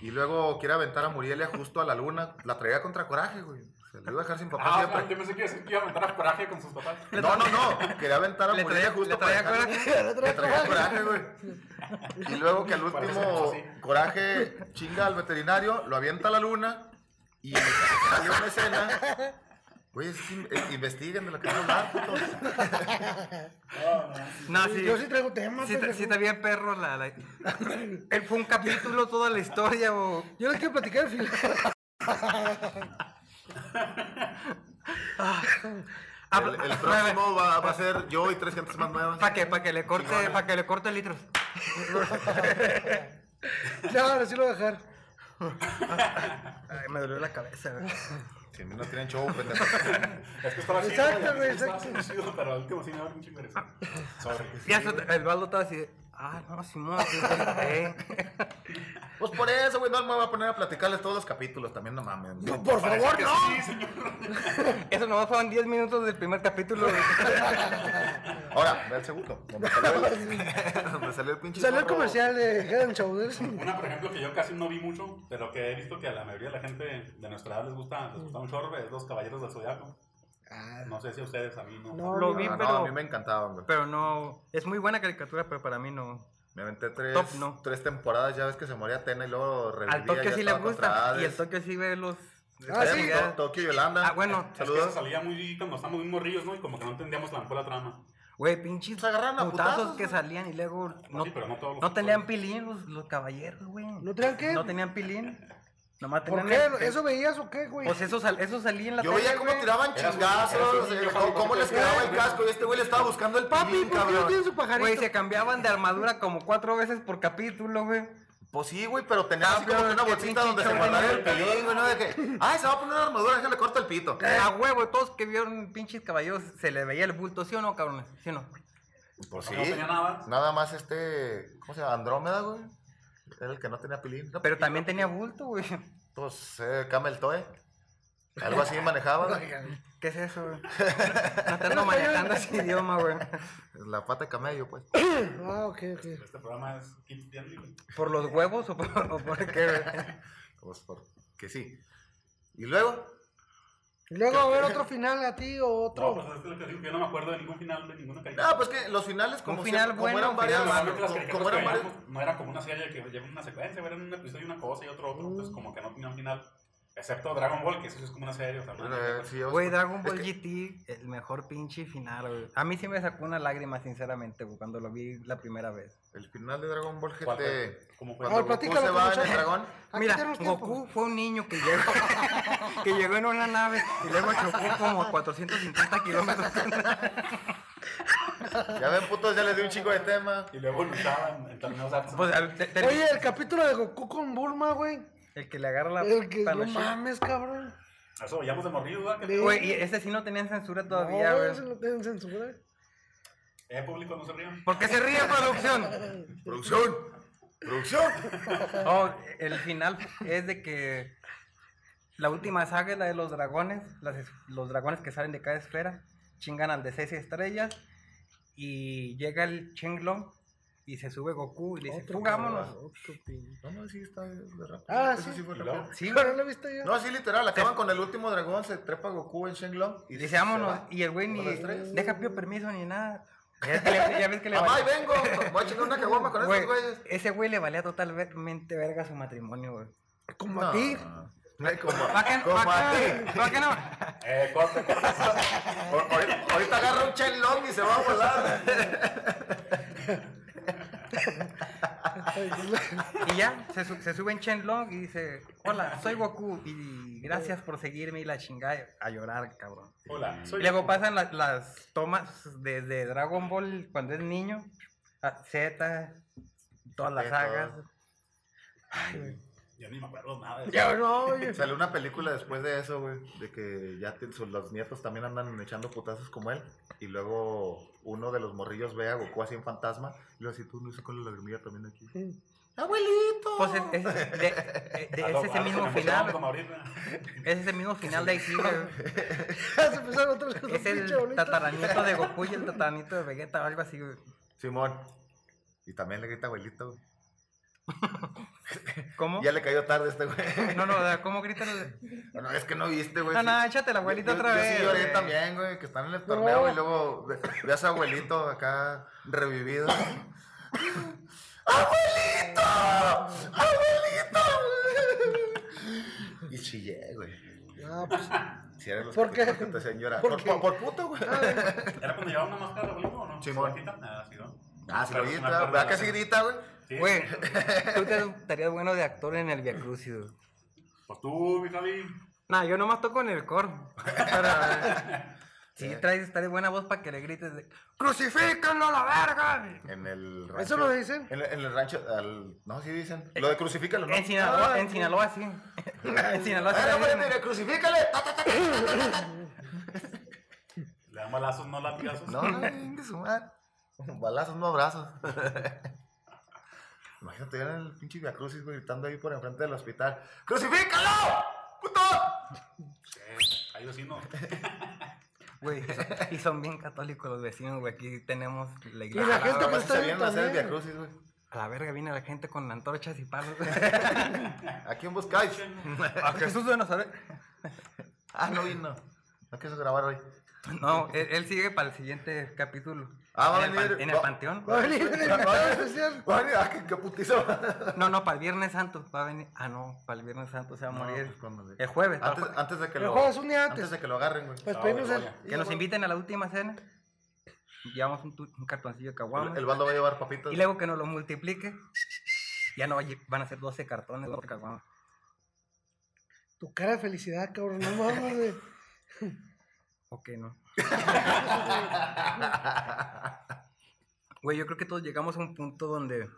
[SPEAKER 1] Y luego quiere aventar a Murielia justo a la luna. La traía contra coraje, güey. Se la iba a dejar sin papá
[SPEAKER 2] Ah,
[SPEAKER 1] siempre.
[SPEAKER 2] yo pensé que iba a decir que iba a aventar a coraje con sus papás.
[SPEAKER 1] No, no, no. Quería aventar a
[SPEAKER 3] Le
[SPEAKER 1] Murielia
[SPEAKER 3] traía,
[SPEAKER 1] justo
[SPEAKER 3] le traía
[SPEAKER 1] para dejar-
[SPEAKER 3] coraje.
[SPEAKER 1] Le traía coraje, güey. Y luego que al
[SPEAKER 2] Parece
[SPEAKER 1] último
[SPEAKER 2] mucho, sí.
[SPEAKER 1] coraje chinga al veterinario, lo avienta a la luna y salió una escena. Güey, es que in- eh, investiguen de lo que van a hablar, putos.
[SPEAKER 3] No,
[SPEAKER 4] Sí,
[SPEAKER 3] sí.
[SPEAKER 4] yo sí traigo temas,
[SPEAKER 3] Sí, está-
[SPEAKER 4] pendejo.
[SPEAKER 3] sí está bien perro la, la- Él fue un capítulo toda la historia, o...
[SPEAKER 4] Yo les quiero platicar al final. Ah,
[SPEAKER 1] El, el próximo va, va a ser yo y 300 más nuevas.
[SPEAKER 3] Para que, pa' que le corte,
[SPEAKER 1] Chingona.
[SPEAKER 3] pa' que le corte litros.
[SPEAKER 4] No, no, sí lo voy a dejar.
[SPEAKER 3] Ay, me dolió la cabeza, güey.
[SPEAKER 1] Si a mí no tienen show, pues, pendejo.
[SPEAKER 2] Es que estaba así.
[SPEAKER 4] Exacto,
[SPEAKER 2] güey,
[SPEAKER 4] güey,
[SPEAKER 2] estaba
[SPEAKER 4] exacto.
[SPEAKER 2] así, chido, Pero al último sí me abre un chingo de risa. Sorry.
[SPEAKER 3] Y eso, el baldo estaba así de, ah, no, Simón, sí, sí, eh.
[SPEAKER 1] Pues por eso, güey, no me voy a poner a platicarles todos los capítulos, también no mames.
[SPEAKER 4] No, por
[SPEAKER 2] Parece
[SPEAKER 4] favor,
[SPEAKER 2] que
[SPEAKER 4] no.
[SPEAKER 2] Sí, señor.
[SPEAKER 3] Eso nomás fueron 10 minutos del primer capítulo. güey.
[SPEAKER 1] Ahora, ve al segundo, donde salió el, donde salió el pinche
[SPEAKER 4] Salió el
[SPEAKER 1] zorro.
[SPEAKER 4] comercial de Head Shoulders.
[SPEAKER 2] Una, por ejemplo, que yo casi no vi mucho, pero que he visto que a la mayoría de la gente de nuestra edad les gusta, les gusta un chorro, es Los Caballeros del Zodiaco.
[SPEAKER 4] Ah,
[SPEAKER 2] No sé si a ustedes, a mí no.
[SPEAKER 4] No.
[SPEAKER 3] Lo
[SPEAKER 1] Ah,
[SPEAKER 3] vi,
[SPEAKER 1] no,
[SPEAKER 3] pero,
[SPEAKER 1] a mí me encantaban, güey.
[SPEAKER 3] pero no... Es muy buena caricatura, pero para mí no.
[SPEAKER 1] Me aventé tres,
[SPEAKER 3] Top, no.
[SPEAKER 1] tres temporadas, ya ves que se moría Tena y luego revivía.
[SPEAKER 3] Al Tokio
[SPEAKER 1] ya
[SPEAKER 3] sí le
[SPEAKER 1] estaba contra
[SPEAKER 3] gusta. Y
[SPEAKER 1] Hades.
[SPEAKER 3] el Tokio sí ve los...
[SPEAKER 4] Ah,
[SPEAKER 1] Eh,
[SPEAKER 4] sí.
[SPEAKER 1] To- Tokio y Yolanda.
[SPEAKER 3] Ah, bueno.
[SPEAKER 2] Es que eso
[SPEAKER 1] Saludos.
[SPEAKER 2] salía muy cuando estábamos muy morrillos, ¿no? Y como que no entendíamos la la trama.
[SPEAKER 3] Güey, pinches
[SPEAKER 1] Se agarraban a
[SPEAKER 3] putazos,
[SPEAKER 1] putazos,
[SPEAKER 3] que
[SPEAKER 1] ¿no?
[SPEAKER 3] salían y luego no,
[SPEAKER 2] sí, pero no todos los
[SPEAKER 3] no tenían
[SPEAKER 2] actores.
[SPEAKER 3] pilín los, los caballeros, güey.
[SPEAKER 4] ¿No tenían qué?
[SPEAKER 3] No tenían pilín. Nomás
[SPEAKER 4] ¿Por
[SPEAKER 3] tenían
[SPEAKER 4] qué?
[SPEAKER 3] el-
[SPEAKER 4] ¿Eso veías o qué, güey?
[SPEAKER 3] Pues eso, sal- eso salía en la
[SPEAKER 1] Yo veía
[SPEAKER 3] tele,
[SPEAKER 1] cómo
[SPEAKER 3] güey.
[SPEAKER 1] tiraban
[SPEAKER 2] Era su- era
[SPEAKER 1] chingazos,
[SPEAKER 2] su-
[SPEAKER 1] eh,
[SPEAKER 2] yo
[SPEAKER 1] cómo, cómo les
[SPEAKER 2] tampoco
[SPEAKER 1] quedaba el
[SPEAKER 2] sabía.
[SPEAKER 1] casco y este güey le estaba buscando el papi,
[SPEAKER 4] Papi, ¿por qué no
[SPEAKER 1] cabrón.
[SPEAKER 4] tiene su pajarito?
[SPEAKER 3] Güey, se cambiaban de armadura como cuatro veces por capítulo, güey.
[SPEAKER 1] Pues sí, güey, pero tenía así
[SPEAKER 3] Cambio,
[SPEAKER 1] como que una
[SPEAKER 3] Ah, qué
[SPEAKER 1] bolsita
[SPEAKER 3] pinche
[SPEAKER 1] donde se
[SPEAKER 3] chavo,
[SPEAKER 1] guardaba el
[SPEAKER 3] ¿no?
[SPEAKER 1] pelín, güey, ¿no? De que, ay, se va a poner una armadura, déjale corto el pito.
[SPEAKER 3] Eh,
[SPEAKER 1] Ah,
[SPEAKER 3] A huevo, todos que vieron pinches caballeros se les veía el bulto, ¿sí o no, cabrones? ¿Sí o no?
[SPEAKER 1] Pues sí.
[SPEAKER 2] No tenía nada.
[SPEAKER 1] Nada más este, ¿cómo se llama? Andrómeda, güey. Era el que no tenía pilín. No,
[SPEAKER 3] Pero también tenía bulto, güey.
[SPEAKER 1] Pues eh, Camel Toe. Algo así manejaba. güey.
[SPEAKER 3] ¿Qué es eso, güey? No te ando manejando ese idioma, güey.
[SPEAKER 1] La pata de camello, pues.
[SPEAKER 4] Ah, ok, ok.
[SPEAKER 2] Este programa es Kids Friendly, güey.
[SPEAKER 3] ¿Por los huevos o por, o por qué, güey?
[SPEAKER 1] Pues porque sí. Y luego,
[SPEAKER 4] Y luego a ver otro final a ti o
[SPEAKER 2] No,
[SPEAKER 4] otro.
[SPEAKER 2] pues es lo que digo, que yo no me acuerdo de ningún final de ninguna caricatura.
[SPEAKER 1] No, pues que los finales como
[SPEAKER 3] Un final
[SPEAKER 1] siempre-
[SPEAKER 3] bueno,
[SPEAKER 1] como
[SPEAKER 3] un
[SPEAKER 1] eran
[SPEAKER 3] final
[SPEAKER 1] varias,
[SPEAKER 2] Normalmente las
[SPEAKER 1] como-
[SPEAKER 2] caricaturas
[SPEAKER 1] como
[SPEAKER 2] que
[SPEAKER 1] eran varias,
[SPEAKER 2] veíamos no era como una serie que lleva una secuencia, era un episodio una cosa y otro otro, entonces como que no tenía un final, excepto Dragon Ball, que eso sí es como una serie, o sea, no
[SPEAKER 1] eh, sí, vamos
[SPEAKER 3] Güey,
[SPEAKER 1] con-
[SPEAKER 3] Dragon
[SPEAKER 1] es
[SPEAKER 3] Ball
[SPEAKER 1] que-
[SPEAKER 3] GT, el mejor pinche final, güey. A mí sí me sacó una lágrima, sinceramente, güey, cuando lo vi la primera vez.
[SPEAKER 1] El final de Dragon Ball
[SPEAKER 2] ¿Cuál fue?
[SPEAKER 1] GT.
[SPEAKER 2] ¿Cómo fue?
[SPEAKER 1] Cuando
[SPEAKER 4] A ver,
[SPEAKER 1] Goku
[SPEAKER 4] platícalo
[SPEAKER 1] se
[SPEAKER 4] con
[SPEAKER 1] va en
[SPEAKER 4] mucho-
[SPEAKER 1] el dragón.
[SPEAKER 4] Aquí
[SPEAKER 3] Mira,
[SPEAKER 4] tenemos tiempo.
[SPEAKER 3] Goku fue un niño que llegó, que llegó en una nave y luego chocó como a 450 kilómetros.
[SPEAKER 1] Ya ven, putos, ya les di un chico de tema.
[SPEAKER 2] Y luego luchaban en torneos artes.
[SPEAKER 3] Pues, al- te- te-
[SPEAKER 4] Oye, el capítulo de Goku con Bulma, güey.
[SPEAKER 3] el que le agarra la
[SPEAKER 4] El que no
[SPEAKER 3] panoche.
[SPEAKER 4] mames, cabrón.
[SPEAKER 2] Eso veíamos de morrido, ¿verdad? Que-
[SPEAKER 4] De-
[SPEAKER 3] Güey, y ese sí no tenía censura todavía,
[SPEAKER 4] No,
[SPEAKER 3] güey.
[SPEAKER 4] güey, se lo tienen censurado.
[SPEAKER 2] Eh, público, no se rían.
[SPEAKER 3] ¿Por qué se ríe producción?
[SPEAKER 1] Producción. Producción.
[SPEAKER 3] Oh, el final es de que la última saga es la de los dragones, las es- los dragones que salen de cada esfera, chingan al de seis estrellas y llega el Chenglong y se sube Goku y le dice,
[SPEAKER 4] Otro
[SPEAKER 3] fugámonos.
[SPEAKER 4] cabrón, otro pin-
[SPEAKER 1] No, no, sí está de rápido.
[SPEAKER 4] Ah,
[SPEAKER 1] Eso
[SPEAKER 4] sí.
[SPEAKER 1] fue
[SPEAKER 2] Y
[SPEAKER 1] rápido.
[SPEAKER 2] luego-
[SPEAKER 3] Sí,
[SPEAKER 4] Pero
[SPEAKER 3] güey.
[SPEAKER 4] no lo he visto yo.
[SPEAKER 1] No, sí, literal. Acaban con el último dragón, se trepa Goku en Shenlong.
[SPEAKER 3] Y le dice, vámonos.
[SPEAKER 1] se va.
[SPEAKER 3] Y el güey ni
[SPEAKER 1] Con las estrellas.
[SPEAKER 3] deja pío permiso ni nada. Ya, ves que le- ya ves que le
[SPEAKER 1] Mamá, ahí
[SPEAKER 3] valía-
[SPEAKER 1] vengo. Voy a chingar una caguama con
[SPEAKER 3] Güey,
[SPEAKER 1] estos güeyes.
[SPEAKER 3] ese güey le valía totalmente verga su matrimonio, güey.
[SPEAKER 4] Como
[SPEAKER 1] No.
[SPEAKER 4] a ti.
[SPEAKER 1] Ay, como,
[SPEAKER 3] ¿Para qué,
[SPEAKER 1] como
[SPEAKER 3] pa'
[SPEAKER 1] a
[SPEAKER 3] qué-
[SPEAKER 1] ti.
[SPEAKER 3] pa' qué no?
[SPEAKER 2] Eh, corte, corte.
[SPEAKER 1] Ahorita- Ahorita agarra un Shenlong y se va a volar.
[SPEAKER 3] Y ya, se, su- se sube en Shenlong y dice, hola, soy Goku y gracias por seguirme y la chingada a llorar, cabrón.
[SPEAKER 2] Hola,
[SPEAKER 3] Y
[SPEAKER 2] soy
[SPEAKER 3] luego pasan la- las tomas desde Dragon Ball cuando es niño, a Z, todas las
[SPEAKER 1] Sí,
[SPEAKER 3] sagas.
[SPEAKER 1] todo.
[SPEAKER 2] Yo ni me acuerdo nada. de eso.
[SPEAKER 4] Ya, no, oye.
[SPEAKER 1] Salió una película después de eso, güey, de que ya te- sus- los nietos también andan echando putazos como él. Y luego uno de los morrillos ve a Goku así en fantasma. Y lo así, tú no hizo con la lagrimilla también aquí. ¡Abuelito!
[SPEAKER 3] Pues es, es- de- de- de-
[SPEAKER 2] A
[SPEAKER 3] es
[SPEAKER 2] lo- a
[SPEAKER 3] ese
[SPEAKER 2] lo Ah, que
[SPEAKER 3] mismo
[SPEAKER 2] me emocionaba como
[SPEAKER 3] final,
[SPEAKER 2] ahorita.
[SPEAKER 3] es ese mismo final de Aikido, güey.
[SPEAKER 4] Ya se empezaron otras cosas.
[SPEAKER 3] es
[SPEAKER 4] pinche
[SPEAKER 3] el
[SPEAKER 4] bonita.
[SPEAKER 3] tataranieto de Goku y el tataranieto de Vegeta o algo así, güey.
[SPEAKER 1] Simón. Y también le grita abuelito, güey.
[SPEAKER 3] ¿Cómo?
[SPEAKER 1] Ya le cayó tarde a este güey.
[SPEAKER 3] No, no, o sea, ¿cómo gritan? los-
[SPEAKER 1] No, es que no viste, güey.
[SPEAKER 3] No,
[SPEAKER 1] Pues sí.
[SPEAKER 3] no, échate la abuelita
[SPEAKER 1] Yo-
[SPEAKER 3] otra
[SPEAKER 1] yo
[SPEAKER 3] vez.
[SPEAKER 1] sí lloré
[SPEAKER 3] güey.
[SPEAKER 1] también, güey, que están en el torneo
[SPEAKER 4] No.
[SPEAKER 1] y luego ve- ve a su abuelito acá revivido. ¡Abuelito! ¡Abuelito! Y chillé, güey.
[SPEAKER 4] Ah, pues,
[SPEAKER 1] Si eran los
[SPEAKER 4] ¿Por qué?
[SPEAKER 1] que te hacían llorar.
[SPEAKER 4] ¿Por
[SPEAKER 1] Por,
[SPEAKER 4] qué? Ah,
[SPEAKER 1] por, por puto, güey.
[SPEAKER 2] ¿Era cuando llevaba una máscara de abuelito o no?
[SPEAKER 1] Simón.
[SPEAKER 2] ¿Sueltita? Ah, sí, ¿no?
[SPEAKER 1] Ah, si lo
[SPEAKER 2] Pero es una
[SPEAKER 1] grita. ¿Verdad que
[SPEAKER 2] parte
[SPEAKER 1] sí
[SPEAKER 2] de la-
[SPEAKER 1] grita, güey?
[SPEAKER 2] Sí.
[SPEAKER 3] Güey, tú te estarías bueno de actor en el Via Crucis, güey.
[SPEAKER 2] Pues tú, mi Javi.
[SPEAKER 3] Nah, yo nomás toco en el coro. Pero, eh, sí,
[SPEAKER 1] Sí.
[SPEAKER 3] traes, traes buena voz para que le grites de ¡Crucifíquenlo a la verga! güey".
[SPEAKER 1] En el rancho.
[SPEAKER 4] ¿Eso lo dicen?
[SPEAKER 1] En, el- en el rancho. al- no, sí dicen. Lo de crucifícalo, ¿no?
[SPEAKER 3] En Sinaloa,
[SPEAKER 1] Ah,
[SPEAKER 3] en Sinaloa sí. En Sinaloa sí.
[SPEAKER 1] Ah,
[SPEAKER 3] la
[SPEAKER 1] no, güey,
[SPEAKER 3] dicen.
[SPEAKER 1] mire, crucifícale. Ta, ta, ta, ta, ta, ta, ta.
[SPEAKER 2] Le dan balazos, no latigazos.
[SPEAKER 1] No, no, venga su madre. Balazos, no abrazos. Imagínate ver el pinche Via Crucis, güey, gritando ahí por enfrente del hospital. ¡Crucifícalo! ¡Puto!
[SPEAKER 2] Sí, Hay vecinos.
[SPEAKER 3] Güey, y son bien católicos los vecinos, güey. Aquí tenemos la
[SPEAKER 4] Y la
[SPEAKER 3] iglesia.
[SPEAKER 4] gente,
[SPEAKER 1] Ah,
[SPEAKER 4] pues, está
[SPEAKER 1] se
[SPEAKER 4] bien
[SPEAKER 1] vienen a hacer el
[SPEAKER 4] también.
[SPEAKER 1] Via Crucis, güey.
[SPEAKER 3] A la verga viene la gente con antorchas y palos.
[SPEAKER 1] ¿A quién buscáis?
[SPEAKER 3] A Jesús de Nazaret.
[SPEAKER 1] Ah, no vino. No quiso grabar hoy.
[SPEAKER 3] No, él, él sigue para el siguiente capítulo.
[SPEAKER 1] Ah, va a
[SPEAKER 3] en el, pan-
[SPEAKER 1] venir.
[SPEAKER 3] en el
[SPEAKER 1] Va-
[SPEAKER 3] panteón.
[SPEAKER 4] va a venir el invitado especial.
[SPEAKER 1] Vale, ah, qué, qué putizo.
[SPEAKER 3] No, no, para el Viernes Santo. Va a venir. Ah, no, para el Viernes Santo se va a
[SPEAKER 1] No,
[SPEAKER 3] morir.
[SPEAKER 1] pues, cuando le-
[SPEAKER 3] el jueves. para-
[SPEAKER 1] Antes, ah, antes de que
[SPEAKER 4] El
[SPEAKER 1] lo.
[SPEAKER 4] jueves, un día antes.
[SPEAKER 1] de que lo agarren, güey.
[SPEAKER 4] Pues
[SPEAKER 2] Ah,
[SPEAKER 4] pedimos
[SPEAKER 2] bueno,
[SPEAKER 4] el-
[SPEAKER 2] vaya.
[SPEAKER 3] que nos inviten a la última cena. Llevamos un, tu- un cartoncillo de caguama.
[SPEAKER 1] El, el bando va a llevar papitas.
[SPEAKER 3] Y luego que nos lo multiplique. Ya no va a lle- van a ser 12 cartones de caguama.
[SPEAKER 4] Tu cara de felicidad, cabrón. No mames, güey.
[SPEAKER 3] Ok, no. Güey, yo creo que todos llegamos a un punto donde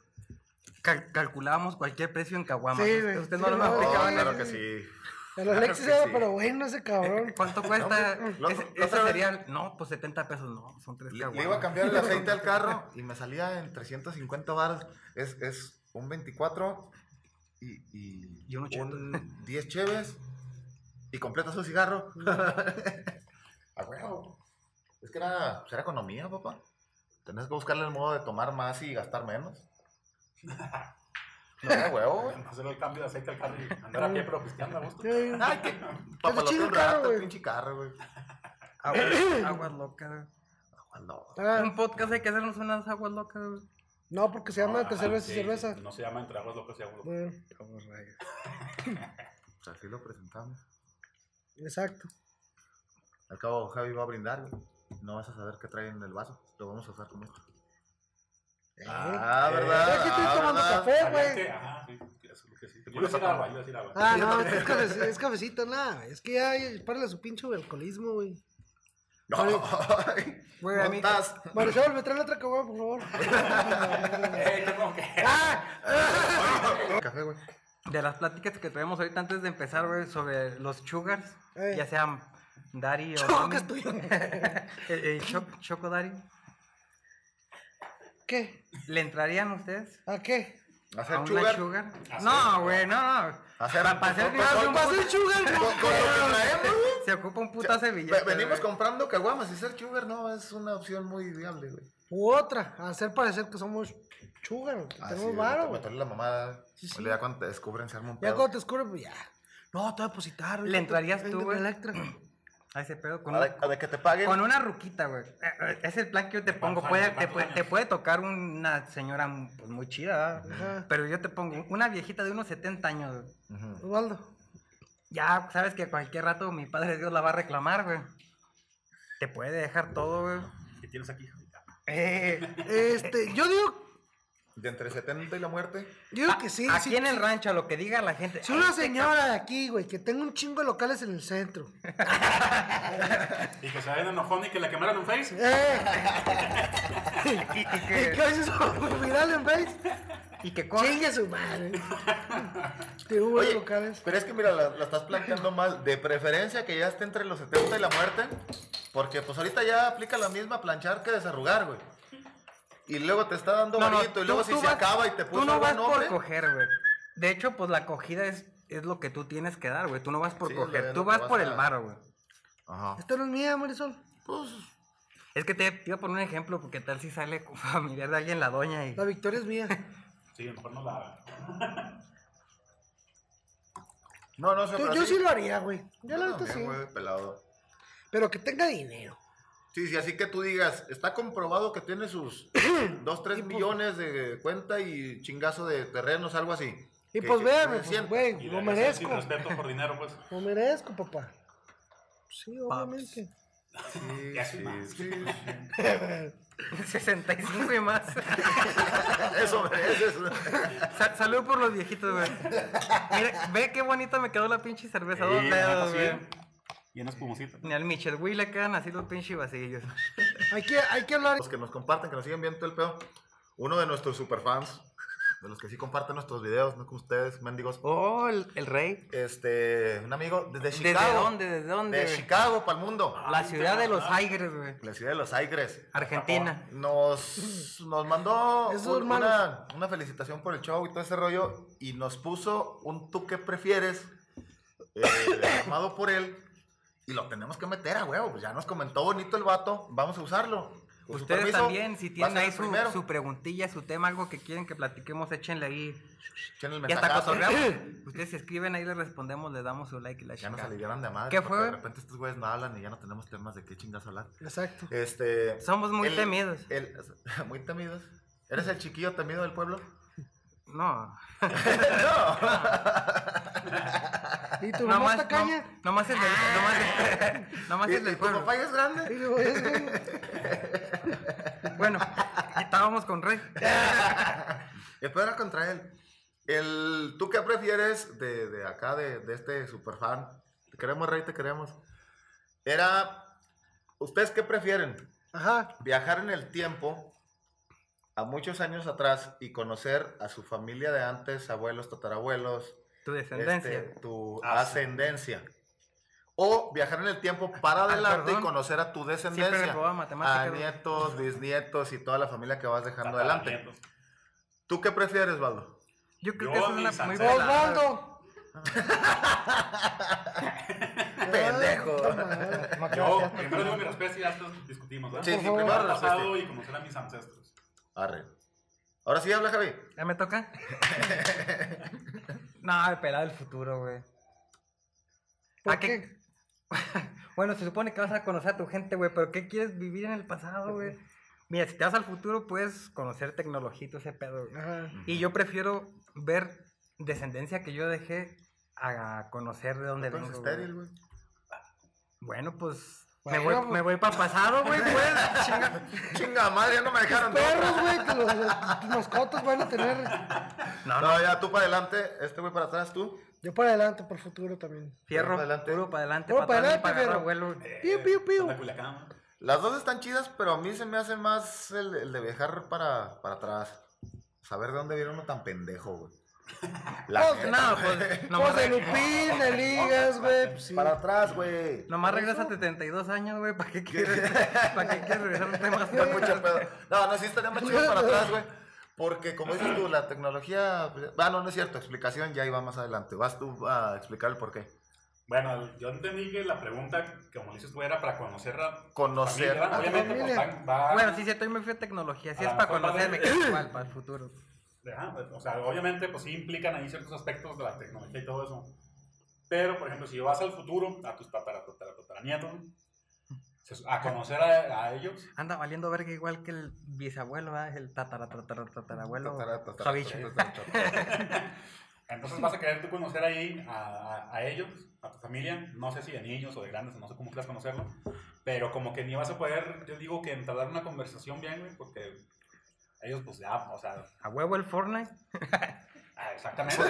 [SPEAKER 3] cal- calculábamos cualquier precio en Caguama.
[SPEAKER 4] Sí, güey.
[SPEAKER 3] Ustedes no
[SPEAKER 4] Sí,
[SPEAKER 3] lo
[SPEAKER 4] no,
[SPEAKER 3] han
[SPEAKER 1] Oh,
[SPEAKER 3] aplicado.
[SPEAKER 4] sí,
[SPEAKER 1] claro
[SPEAKER 4] sí,
[SPEAKER 1] que
[SPEAKER 4] sí.
[SPEAKER 1] sí.
[SPEAKER 4] A los
[SPEAKER 1] Claro
[SPEAKER 4] Alexis
[SPEAKER 1] que
[SPEAKER 4] era,
[SPEAKER 1] sí.
[SPEAKER 4] pero bueno, ese cabrón.
[SPEAKER 3] ¿Cuánto cuesta
[SPEAKER 4] pues,
[SPEAKER 1] lo-
[SPEAKER 3] ese,
[SPEAKER 1] lo-
[SPEAKER 3] ese
[SPEAKER 1] otra vez-
[SPEAKER 3] cereal? pues, No, pues 70 pesos, no, son tres
[SPEAKER 1] Le,
[SPEAKER 3] caguamas.
[SPEAKER 1] le iba a cambiar el aceite al carro y me salía en 350 baros. Es, es un 24 y, y,
[SPEAKER 3] Y un 80.
[SPEAKER 1] 10 cheves y completas un cigarro. a huevo. Es que era, pues era economía, papá. Tenés que buscarle el modo de tomar más y gastar menos. No, era huevo, güey.
[SPEAKER 2] Hacer el cambio de aceite al carro y andar a pie, pero pisteando a gusto.
[SPEAKER 4] Sí.
[SPEAKER 1] Ay, que papalote
[SPEAKER 4] chido el
[SPEAKER 1] un
[SPEAKER 4] carro,
[SPEAKER 1] rato,
[SPEAKER 4] güey.
[SPEAKER 1] pinche carro, güey.
[SPEAKER 3] Aguas, aguas locas. güey.
[SPEAKER 1] Ah, no.
[SPEAKER 4] Ah,
[SPEAKER 3] Un podcast hay que hacernos unas aguas locas. güey.
[SPEAKER 4] no, porque se llama entre
[SPEAKER 2] Ah,
[SPEAKER 4] cerveza y
[SPEAKER 2] sí,
[SPEAKER 4] cerveza.
[SPEAKER 2] No se llama entre aguas locas y aguas locas.
[SPEAKER 4] Bueno,
[SPEAKER 1] Pues así lo presentamos.
[SPEAKER 4] exacto.
[SPEAKER 1] Al cabo, Javi va a brindar, güey. No vas a saber qué trae en el vaso. Lo vamos a usar como esto. Ah,
[SPEAKER 2] Eh,
[SPEAKER 1] ¿verdad?
[SPEAKER 4] Es que estoy
[SPEAKER 1] Ah,
[SPEAKER 4] tomando
[SPEAKER 1] ¿verdad?
[SPEAKER 4] café,
[SPEAKER 2] Sabías
[SPEAKER 4] güey.
[SPEAKER 2] que- Ajá, Ah, sí, eso es lo que sí. Yo iba a decir agua, yo iba a decir agua.
[SPEAKER 4] Ah, no, es, que es, cafe- es cafecito, nada. Es que ya, ya, párale a su pinche alcoholismo, güey.
[SPEAKER 1] No,
[SPEAKER 3] Güey, a mí-
[SPEAKER 1] estás?
[SPEAKER 4] Marisol, me trae la otra caguama, por favor.
[SPEAKER 2] Eh, yo como que-
[SPEAKER 4] Ah.
[SPEAKER 1] Café, güey.
[SPEAKER 3] De las pláticas que tuvimos ahorita antes de empezar, güey, sobre los sugars,
[SPEAKER 4] Eh.
[SPEAKER 3] ya sean Dari o.
[SPEAKER 4] Choco,
[SPEAKER 3] Mami.
[SPEAKER 4] estoy-
[SPEAKER 3] Eh, eh, Choc- Choco Dari.
[SPEAKER 4] ¿Qué?
[SPEAKER 3] ¿Le entrarían ustedes?
[SPEAKER 4] ¿A qué?
[SPEAKER 3] ¿A
[SPEAKER 1] Hacer
[SPEAKER 3] una
[SPEAKER 1] sugar.
[SPEAKER 3] sugar?
[SPEAKER 2] Hacer-
[SPEAKER 3] No, güey, no, no.
[SPEAKER 1] Hacer-
[SPEAKER 3] Para hacer
[SPEAKER 1] con-
[SPEAKER 3] primero
[SPEAKER 1] con-
[SPEAKER 3] de un
[SPEAKER 1] con-
[SPEAKER 3] puto-
[SPEAKER 4] ¿Hacer sugar?
[SPEAKER 1] Con, con lo que traemos, güey.
[SPEAKER 3] Se ocupa un puta
[SPEAKER 1] Ve-
[SPEAKER 3] sevillete.
[SPEAKER 1] Venimos
[SPEAKER 3] güey.
[SPEAKER 1] comprando caguamas y ser sugar no es una opción muy viable, güey.
[SPEAKER 4] U otra, hacer parecer que somos chugar, que
[SPEAKER 1] Así,
[SPEAKER 4] tenemos
[SPEAKER 1] güey,
[SPEAKER 4] varo,
[SPEAKER 1] Me
[SPEAKER 4] güey.
[SPEAKER 1] toca la mamada.
[SPEAKER 4] Sí, sí.
[SPEAKER 1] Oye, Ya cuando te descubren, se arma un
[SPEAKER 4] Ya
[SPEAKER 1] pedo.
[SPEAKER 4] cuando te descubren, pues ya. No, te voy a
[SPEAKER 3] ¿Le
[SPEAKER 4] depositar. ahorita te-
[SPEAKER 3] entrarías
[SPEAKER 4] ahí
[SPEAKER 3] tú,
[SPEAKER 4] te-
[SPEAKER 3] güey?
[SPEAKER 4] Electra.
[SPEAKER 3] A ese pedo con
[SPEAKER 1] A
[SPEAKER 3] un-
[SPEAKER 1] de, a de que te paguen.
[SPEAKER 3] Con una ruquita, güey. Eh, eh, Es el plan que yo te pongo.
[SPEAKER 2] cuántos
[SPEAKER 3] Puede,
[SPEAKER 2] años?
[SPEAKER 3] te,
[SPEAKER 2] ¿Cuántos
[SPEAKER 3] puede,
[SPEAKER 2] años?
[SPEAKER 3] te puede tocar una señora pues, muy chida, ¿verdad?
[SPEAKER 4] Ajá.
[SPEAKER 3] pero yo te pongo una viejita de unos 70 años. güey.
[SPEAKER 1] Ujú.
[SPEAKER 4] Osvaldo.
[SPEAKER 3] Ya sabes que a cualquier rato mi padre Dios la va a reclamar, güey. Te puede dejar todo, güey.
[SPEAKER 2] ¿Qué tienes aquí? Javita?
[SPEAKER 3] Eh,
[SPEAKER 4] Este, yo digo,
[SPEAKER 1] De entre 70 y la muerte.
[SPEAKER 4] yo
[SPEAKER 3] Ah,
[SPEAKER 4] digo que sí.
[SPEAKER 3] aquí
[SPEAKER 4] sí.
[SPEAKER 3] en el rancho, lo que diga la gente.
[SPEAKER 4] Si una señora de aquí, güey, que tenga un chingo de locales en el centro.
[SPEAKER 2] Y que se vayan enojón y que la quemaran en Face.
[SPEAKER 4] ¡Eh!
[SPEAKER 3] Y, y
[SPEAKER 4] ¿Y qué
[SPEAKER 3] que,
[SPEAKER 4] haces güey? viral en Face?
[SPEAKER 3] y que corra.
[SPEAKER 4] Chingue su madre. Te hubo
[SPEAKER 1] Oye,
[SPEAKER 4] locales.
[SPEAKER 3] pues,
[SPEAKER 1] pero es que mira, la, la estás planteando mal. De preferencia que ya esté entre los 70 y la muerte. Porque pues ahorita ya aplica la misma planchar que desarrugar, güey. Y luego te está dando varito. y luego
[SPEAKER 3] tú-
[SPEAKER 1] si
[SPEAKER 3] tú
[SPEAKER 1] se
[SPEAKER 3] vas-
[SPEAKER 1] acaba y te puso
[SPEAKER 3] Tú no
[SPEAKER 1] un
[SPEAKER 3] vas
[SPEAKER 1] buen
[SPEAKER 3] por
[SPEAKER 1] nombre.
[SPEAKER 3] coger, güey. De hecho, pues la cogida es, es lo que tú tienes que dar, güey. Tú no vas por
[SPEAKER 1] Sí, lo-
[SPEAKER 3] coger.
[SPEAKER 1] lo
[SPEAKER 3] Tú
[SPEAKER 1] que
[SPEAKER 3] vas
[SPEAKER 1] vas
[SPEAKER 3] por
[SPEAKER 1] a-
[SPEAKER 3] el varo, güey.
[SPEAKER 1] Ajá.
[SPEAKER 4] Esta no es mía, Marisol.
[SPEAKER 1] Pues,
[SPEAKER 3] Es que te te iba a poner un ejemplo porque tal si sale con familiar de alguien la doña y...
[SPEAKER 4] La victoria es mía.
[SPEAKER 2] Sí, mejor no la hagan.
[SPEAKER 1] No, no, sé,
[SPEAKER 4] Yo,
[SPEAKER 1] pero
[SPEAKER 4] yo sí lo haría, güey. Yo la neta
[SPEAKER 1] también,
[SPEAKER 4] sí.
[SPEAKER 1] güey, pelado.
[SPEAKER 4] Pero que tenga dinero.
[SPEAKER 1] Sí, sí, así que tú digas, está comprobado que tiene sus 2, 3
[SPEAKER 4] pues-
[SPEAKER 1] millones de cuenta y chingazo de terrenos, algo así.
[SPEAKER 4] Y
[SPEAKER 1] Que-
[SPEAKER 4] pues
[SPEAKER 1] que
[SPEAKER 4] véame,
[SPEAKER 1] se
[SPEAKER 4] pues,
[SPEAKER 1] sienta.
[SPEAKER 4] güey,
[SPEAKER 2] Y
[SPEAKER 4] lo
[SPEAKER 2] debería ser
[SPEAKER 4] merezco.
[SPEAKER 2] Sin respeto por dinero, pues.
[SPEAKER 4] Lo merezco, papá. Sí, obviamente.
[SPEAKER 1] Sí,
[SPEAKER 2] Ya
[SPEAKER 1] sí,
[SPEAKER 2] soy más.
[SPEAKER 1] sí, sí.
[SPEAKER 3] 65 y más.
[SPEAKER 1] Eso mereces.
[SPEAKER 3] Sa- salud por los viejitos, güey. Mira, ve qué bonita me quedó la pinche
[SPEAKER 1] Pues,
[SPEAKER 3] cerveza. dos
[SPEAKER 2] Sí,
[SPEAKER 3] dedos,
[SPEAKER 2] sí.
[SPEAKER 3] güey.
[SPEAKER 2] Y una espumosita.
[SPEAKER 1] Mm,
[SPEAKER 3] Ni al Michel Güey le quedan así los pinches vasillos.
[SPEAKER 4] Hay que, hay que hablar.
[SPEAKER 1] Los que nos comparten, que nos siguen viendo todo el pedo. Uno de nuestros superfans, de los que sí comparten nuestros videos, no como ustedes, mendigos.
[SPEAKER 3] Oh, el, el rey.
[SPEAKER 1] Este, un amigo desde
[SPEAKER 3] ¿Desde
[SPEAKER 1] Chicago.
[SPEAKER 3] dónde? ¿Desde dónde?
[SPEAKER 1] De
[SPEAKER 3] güey?
[SPEAKER 1] Chicago para el mundo.
[SPEAKER 3] La ciudad de los aires, güey.
[SPEAKER 1] La ciudad de los Aigres.
[SPEAKER 3] Argentina.
[SPEAKER 1] Nos, nos mandó
[SPEAKER 4] Esos
[SPEAKER 1] un-
[SPEAKER 4] hermanos.
[SPEAKER 1] una, una felicitación por el show y todo ese rollo. Y nos puso un tú que prefieres, eh, armado por él. Y lo tenemos que meter a huevo. pues Ya nos comentó bonito el vato. Vamos a usarlo. Con su
[SPEAKER 3] Ustedes
[SPEAKER 1] permiso,
[SPEAKER 3] también, si
[SPEAKER 1] va a
[SPEAKER 3] tienen
[SPEAKER 1] ser
[SPEAKER 3] ahí
[SPEAKER 1] el
[SPEAKER 3] su,
[SPEAKER 1] primero.
[SPEAKER 3] su preguntilla, su tema, algo que quieren que platiquemos, échenle ahí.
[SPEAKER 1] Echen el
[SPEAKER 3] Y hasta
[SPEAKER 1] mensajazo.
[SPEAKER 3] cotorreamos. Ustedes se escriben ahí, les respondemos, les damos su like y la
[SPEAKER 1] Ya nos
[SPEAKER 3] chingada.
[SPEAKER 1] aliviaron de madre.
[SPEAKER 3] ¿Qué
[SPEAKER 1] porque
[SPEAKER 3] fue?
[SPEAKER 1] De repente estos güeyes no hablan y ya no tenemos temas de qué chingas hablar.
[SPEAKER 4] Exacto.
[SPEAKER 1] Este.
[SPEAKER 3] Somos muy
[SPEAKER 1] el-
[SPEAKER 3] temidos.
[SPEAKER 1] el- muy temidos. ¿Eres el chiquillo temido del pueblo?
[SPEAKER 3] No.
[SPEAKER 4] ¿Y tu
[SPEAKER 3] No
[SPEAKER 4] mamá
[SPEAKER 3] más,
[SPEAKER 4] está
[SPEAKER 3] no,
[SPEAKER 4] caña?
[SPEAKER 3] nomás el del, nomás el, nomás
[SPEAKER 1] ¿Y-
[SPEAKER 3] el
[SPEAKER 1] y
[SPEAKER 3] del
[SPEAKER 1] tu
[SPEAKER 3] pueblo.
[SPEAKER 1] papá ya es grande?
[SPEAKER 4] Y luego es, güey.
[SPEAKER 3] Bueno, estábamos con Rey.
[SPEAKER 1] El pedo era contra él. El, ¿Tú qué prefieres de, de acá, de, de este superfan? Te queremos, Rey, te queremos. Era, ¿ustedes qué prefieren?
[SPEAKER 4] Ajá.
[SPEAKER 1] Viajar en el tiempo a muchos años atrás y conocer a su familia de antes, abuelos, tatarabuelos,
[SPEAKER 3] Tu descendencia.
[SPEAKER 1] este, tu
[SPEAKER 2] Ah, sí.
[SPEAKER 1] ascendencia. O viajar en el tiempo
[SPEAKER 2] Ah,
[SPEAKER 1] para adelante y
[SPEAKER 3] perdón.
[SPEAKER 1] conocer a tu descendencia.
[SPEAKER 3] reprobaba matemáticas,
[SPEAKER 1] a
[SPEAKER 3] güey.
[SPEAKER 1] nietos, bisnietos y toda la familia que vas dejando adelante.
[SPEAKER 2] Tataranietos.
[SPEAKER 1] ¿Tú qué prefieres, Valdo?
[SPEAKER 3] Yo
[SPEAKER 2] Yo
[SPEAKER 3] creo que esa
[SPEAKER 2] mis
[SPEAKER 3] es una muy
[SPEAKER 2] ancestros.
[SPEAKER 3] buena-
[SPEAKER 4] Osvaldo.
[SPEAKER 1] Pendejo.
[SPEAKER 4] Ay, puta madre.
[SPEAKER 2] Yo primero digo mi respeto y ya después discutimos, ¿verdad?
[SPEAKER 1] Sí, sí,
[SPEAKER 4] Por favor.
[SPEAKER 1] primero
[SPEAKER 2] Haber pasado
[SPEAKER 1] respeto.
[SPEAKER 2] y conocer a mis ancestros.
[SPEAKER 1] Arre. Ahora sí habla, Javi.
[SPEAKER 3] ¿Ya me toca? no, el pelado del futuro, güey.
[SPEAKER 4] ¿Por
[SPEAKER 3] ¿A qué?
[SPEAKER 4] qué?
[SPEAKER 3] bueno, se supone que vas a conocer a tu gente, güey, pero ¿qué quieres vivir en el pasado, güey? Mira, si te vas al futuro, puedes conocer tecnología y todo ese pedo, güey.
[SPEAKER 4] Ajá.
[SPEAKER 3] Y yo prefiero ver descendencia que yo dejé a conocer de dónde
[SPEAKER 1] Entonces,
[SPEAKER 3] vengo. güey.
[SPEAKER 1] estéril, güey.
[SPEAKER 3] Bueno, pues.
[SPEAKER 4] Bueno,
[SPEAKER 3] me, voy,
[SPEAKER 4] pues.
[SPEAKER 3] me voy para pasado, güey, pues. chinga.
[SPEAKER 1] Chinga madre, ya no me dejaron. de otra.
[SPEAKER 4] Perros, güey, que los, los mascotas van a tener.
[SPEAKER 3] No, no.
[SPEAKER 1] No, ya tú para adelante, este güey para atrás, tú.
[SPEAKER 4] Yo para adelante, por futuro también.
[SPEAKER 3] Fierro,
[SPEAKER 1] Para adelante.
[SPEAKER 3] duro para adelante,
[SPEAKER 4] Duro
[SPEAKER 3] para
[SPEAKER 4] para
[SPEAKER 3] atrás,
[SPEAKER 4] adelante,
[SPEAKER 3] para agarrar
[SPEAKER 4] fierro.
[SPEAKER 3] vuelo. pues,
[SPEAKER 4] Piu, piu, piu.
[SPEAKER 2] La Eh, Culiacán.
[SPEAKER 1] Las dos están chidas, pero a mí se me hace más el, el de viajar para, para atrás. Saber de dónde viene uno tan pendejo, güey. La
[SPEAKER 4] Pues,
[SPEAKER 1] neta,
[SPEAKER 3] No,
[SPEAKER 1] güey.
[SPEAKER 3] pues,
[SPEAKER 4] No,
[SPEAKER 3] nomás,
[SPEAKER 4] de
[SPEAKER 3] reg-
[SPEAKER 4] Lupín, de ligas, güey. pues sí.
[SPEAKER 1] Para atrás, güey.
[SPEAKER 3] nomás regresa a 72 años, güey, ¿para qué quieres? ¿Para qué quieres regresar a un tema
[SPEAKER 1] No, mucho pedo. No, no, sí estaría más chido para atrás, güey. Porque como dices tú, la tecnología... pues, Ah, no, no es cierto. Explicación ya iba más adelante. Vas tú a explicar el por qué.
[SPEAKER 2] Bueno, yo entendí que la pregunta, como le dices tú, era para conocer a.
[SPEAKER 1] Conocer
[SPEAKER 2] familia,
[SPEAKER 1] a-
[SPEAKER 2] Obviamente, pues,
[SPEAKER 4] familia.
[SPEAKER 2] van- van-
[SPEAKER 3] Bueno, sí, cierto, yo me fui a tecnología, si
[SPEAKER 2] A
[SPEAKER 3] es
[SPEAKER 1] Ah,
[SPEAKER 2] lo
[SPEAKER 3] para
[SPEAKER 2] mejor va a
[SPEAKER 3] conocerme,
[SPEAKER 2] haber-
[SPEAKER 3] que igual, para el futuro.
[SPEAKER 2] Ajá, ah, o sea, obviamente, pues sí implican ahí ciertos aspectos de la tecnología y todo eso. Pero, por ejemplo, si vas al futuro, a tus tatara, tatara, tataranietos, se- a conocer a, a ellos,
[SPEAKER 3] Anda valiendo verga igual que el bisabuelo, ¿verdad? el tatara, tatara, tatarabuelo.
[SPEAKER 1] Tatara, tatara,
[SPEAKER 3] Sabicho.
[SPEAKER 1] tatara, tatara.
[SPEAKER 2] entonces vas a querer tú conocer ahí a, a- a ellos, a tu familia, no sé si de niños o de grandes, no sé cómo quieras conocerlo, pero como que ni vas a poder, yo digo que entablar una conversación bien, güey, porque ellos, pues ya, o sea,
[SPEAKER 3] A huevo el Fortnite.
[SPEAKER 2] ah, exactamente.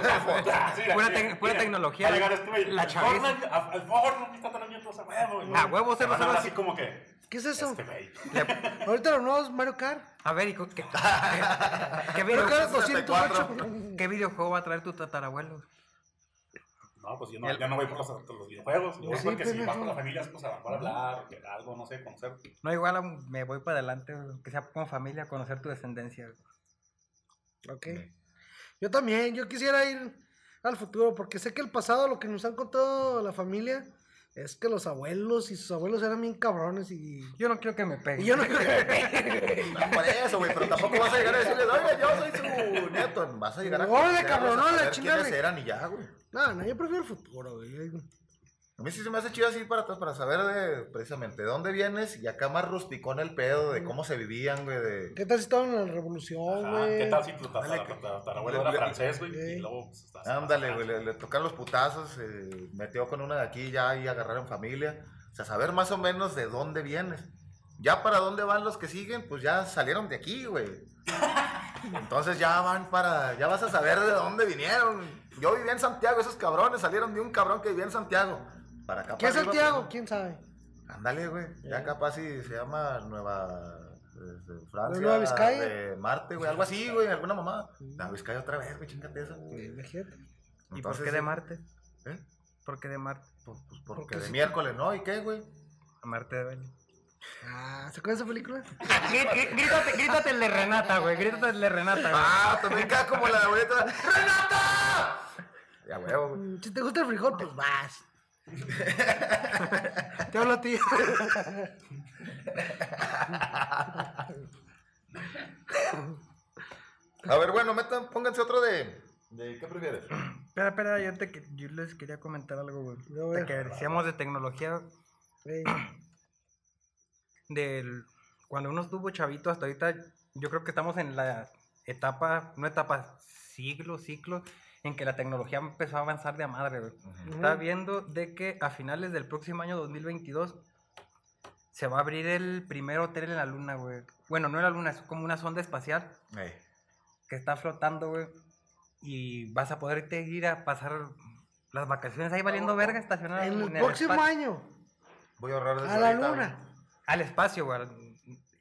[SPEAKER 2] Ah, sí,
[SPEAKER 3] Pura
[SPEAKER 2] sí,
[SPEAKER 3] tec-
[SPEAKER 2] sí,
[SPEAKER 3] pura
[SPEAKER 2] sí.
[SPEAKER 3] tecnología,
[SPEAKER 2] Va a llegar este güey,
[SPEAKER 3] la
[SPEAKER 2] al
[SPEAKER 3] chaviza.
[SPEAKER 2] Fortnite, a- Al Fortnite, está teniendo esa huevo, güey.
[SPEAKER 3] A huevo,
[SPEAKER 2] Te van a
[SPEAKER 3] 00.
[SPEAKER 2] hablar así como que.
[SPEAKER 4] ¿Qué es eso?
[SPEAKER 2] Este güey.
[SPEAKER 3] Le-
[SPEAKER 4] Ahorita los nuevos Mario Kart.
[SPEAKER 3] A ver, ¿y co- qué, qué video-
[SPEAKER 4] Mario Kart
[SPEAKER 1] 64.
[SPEAKER 4] 208.
[SPEAKER 3] qué videojuego va a traer tu tatarabuelo?
[SPEAKER 2] No, pues yo no, yo no voy por los, por los videojuegos. Yo voy
[SPEAKER 4] Sí,
[SPEAKER 2] porque si
[SPEAKER 4] pendejo.
[SPEAKER 2] vas con las familias, pues a lo mejor hablar, que algo, no sé, conocer.
[SPEAKER 3] No, igual am- me voy para adelante, güey, que sea como familia, conocer tu descendencia. güey.
[SPEAKER 4] Ok. Yo también, yo quisiera ir al futuro porque sé que el pasado, lo que nos han contado la familia, Es que los abuelos y sus abuelos eran bien cabrones y.
[SPEAKER 3] Yo no quiero que me
[SPEAKER 4] y
[SPEAKER 3] peguen.
[SPEAKER 4] yo no creo que.
[SPEAKER 1] No, Ah, por eso, güey, pero tampoco vas a llegar a decirles, oiga, yo soy su nieto. Vas a llegar a.
[SPEAKER 4] Órale,
[SPEAKER 1] conocerlos,
[SPEAKER 4] cabrón,
[SPEAKER 1] a
[SPEAKER 4] órale,
[SPEAKER 1] saber
[SPEAKER 4] chingale.
[SPEAKER 1] quiénes eran y ya, güey.
[SPEAKER 4] no, no, yo prefiero el futuro, güey.
[SPEAKER 1] A mí sí se me hace chido así para atrás, para saber de, precisamente de dónde vienes y acá más rusticón el pedo de cómo se vivían, güey, de...
[SPEAKER 4] ¿Qué tal si estaban en la revolución,
[SPEAKER 2] Ajá,
[SPEAKER 4] güey?
[SPEAKER 2] ¿Qué tal si tu tatarabuelo era
[SPEAKER 1] Ándale.
[SPEAKER 2] francés, güey?
[SPEAKER 4] Ey.
[SPEAKER 2] Y luego, pues, estás-
[SPEAKER 1] Ándale, güey, le, le tocaron los putazos, eh, metió con una de aquí ya y agarraron familia. O sea, saber más o menos de dónde vienes. Ya para dónde van los que siguen, pues ya salieron de aquí, güey. Entonces ya van para, ya vas a saber de dónde vinieron. Yo vivía en Santiago, esos cabrones salieron de un cabrón que vivía en Santiago. Para acá
[SPEAKER 4] ¿Qué es
[SPEAKER 1] para arriba,
[SPEAKER 4] Santiago?
[SPEAKER 1] pues,
[SPEAKER 4] ¿Quién sabe? Ah,
[SPEAKER 1] Ándale, güey. Ya capaz si se llama Nueva eh, Francia.
[SPEAKER 4] ¿Nueva Vizcaya? Mm.
[SPEAKER 1] de Marte, güey. Algo así, güey. Alguna mamá. La Vizcaya otra vez, güey. Chingate eso.
[SPEAKER 4] Imagínate.
[SPEAKER 3] ¿Y por
[SPEAKER 1] Entonces,
[SPEAKER 3] qué de Marte?
[SPEAKER 1] ¿eh?
[SPEAKER 3] ¿Por qué de Marte?
[SPEAKER 1] Pues, pues porque,
[SPEAKER 4] Porque
[SPEAKER 1] de
[SPEAKER 4] sí.
[SPEAKER 1] miércoles, ¿no? ¿Y qué, güey?
[SPEAKER 3] A Marte de baño.
[SPEAKER 4] Ah, ¿se acuerdan de esa película?
[SPEAKER 3] Grí- grí- Grítate, grítate el de Renata, güey. Grítate el de Renata, güey.
[SPEAKER 1] Ah, también queda como la abuelita. ¡Renata! Ya, huevo, güey.
[SPEAKER 4] Mm, Si te gusta el frijol, pues vas. Te hablo a ti.
[SPEAKER 1] A ver, bueno, metan, pónganse otro de. ¿De qué prefieres?
[SPEAKER 3] Espera, espera, yo, te que- yo les quería comentar algo, güey.
[SPEAKER 4] A ver.
[SPEAKER 3] De que decíamos de tecnología,
[SPEAKER 4] Ey,
[SPEAKER 3] del cuando uno estuvo chavito hasta ahorita, yo creo que estamos en la etapa, no etapa, siglo, ciclo, en que la tecnología empezó a avanzar de a madre, güey. Está
[SPEAKER 4] Ujú.
[SPEAKER 3] viendo de que a finales del próximo año 2022 se va a abrir el primer hotel en la luna, güey. Bueno, no en la luna, es como una sonda espacial
[SPEAKER 1] Ey.
[SPEAKER 3] que está flotando, güey. Y vas a poderte ir a pasar las vacaciones ahí valiendo verga estacionado
[SPEAKER 4] Oh, En el
[SPEAKER 3] en
[SPEAKER 4] próximo
[SPEAKER 3] espacio.
[SPEAKER 4] año,
[SPEAKER 1] Voy a ahorrar desde
[SPEAKER 4] a la
[SPEAKER 1] ahorita,
[SPEAKER 4] luna.
[SPEAKER 3] Al espacio, güey.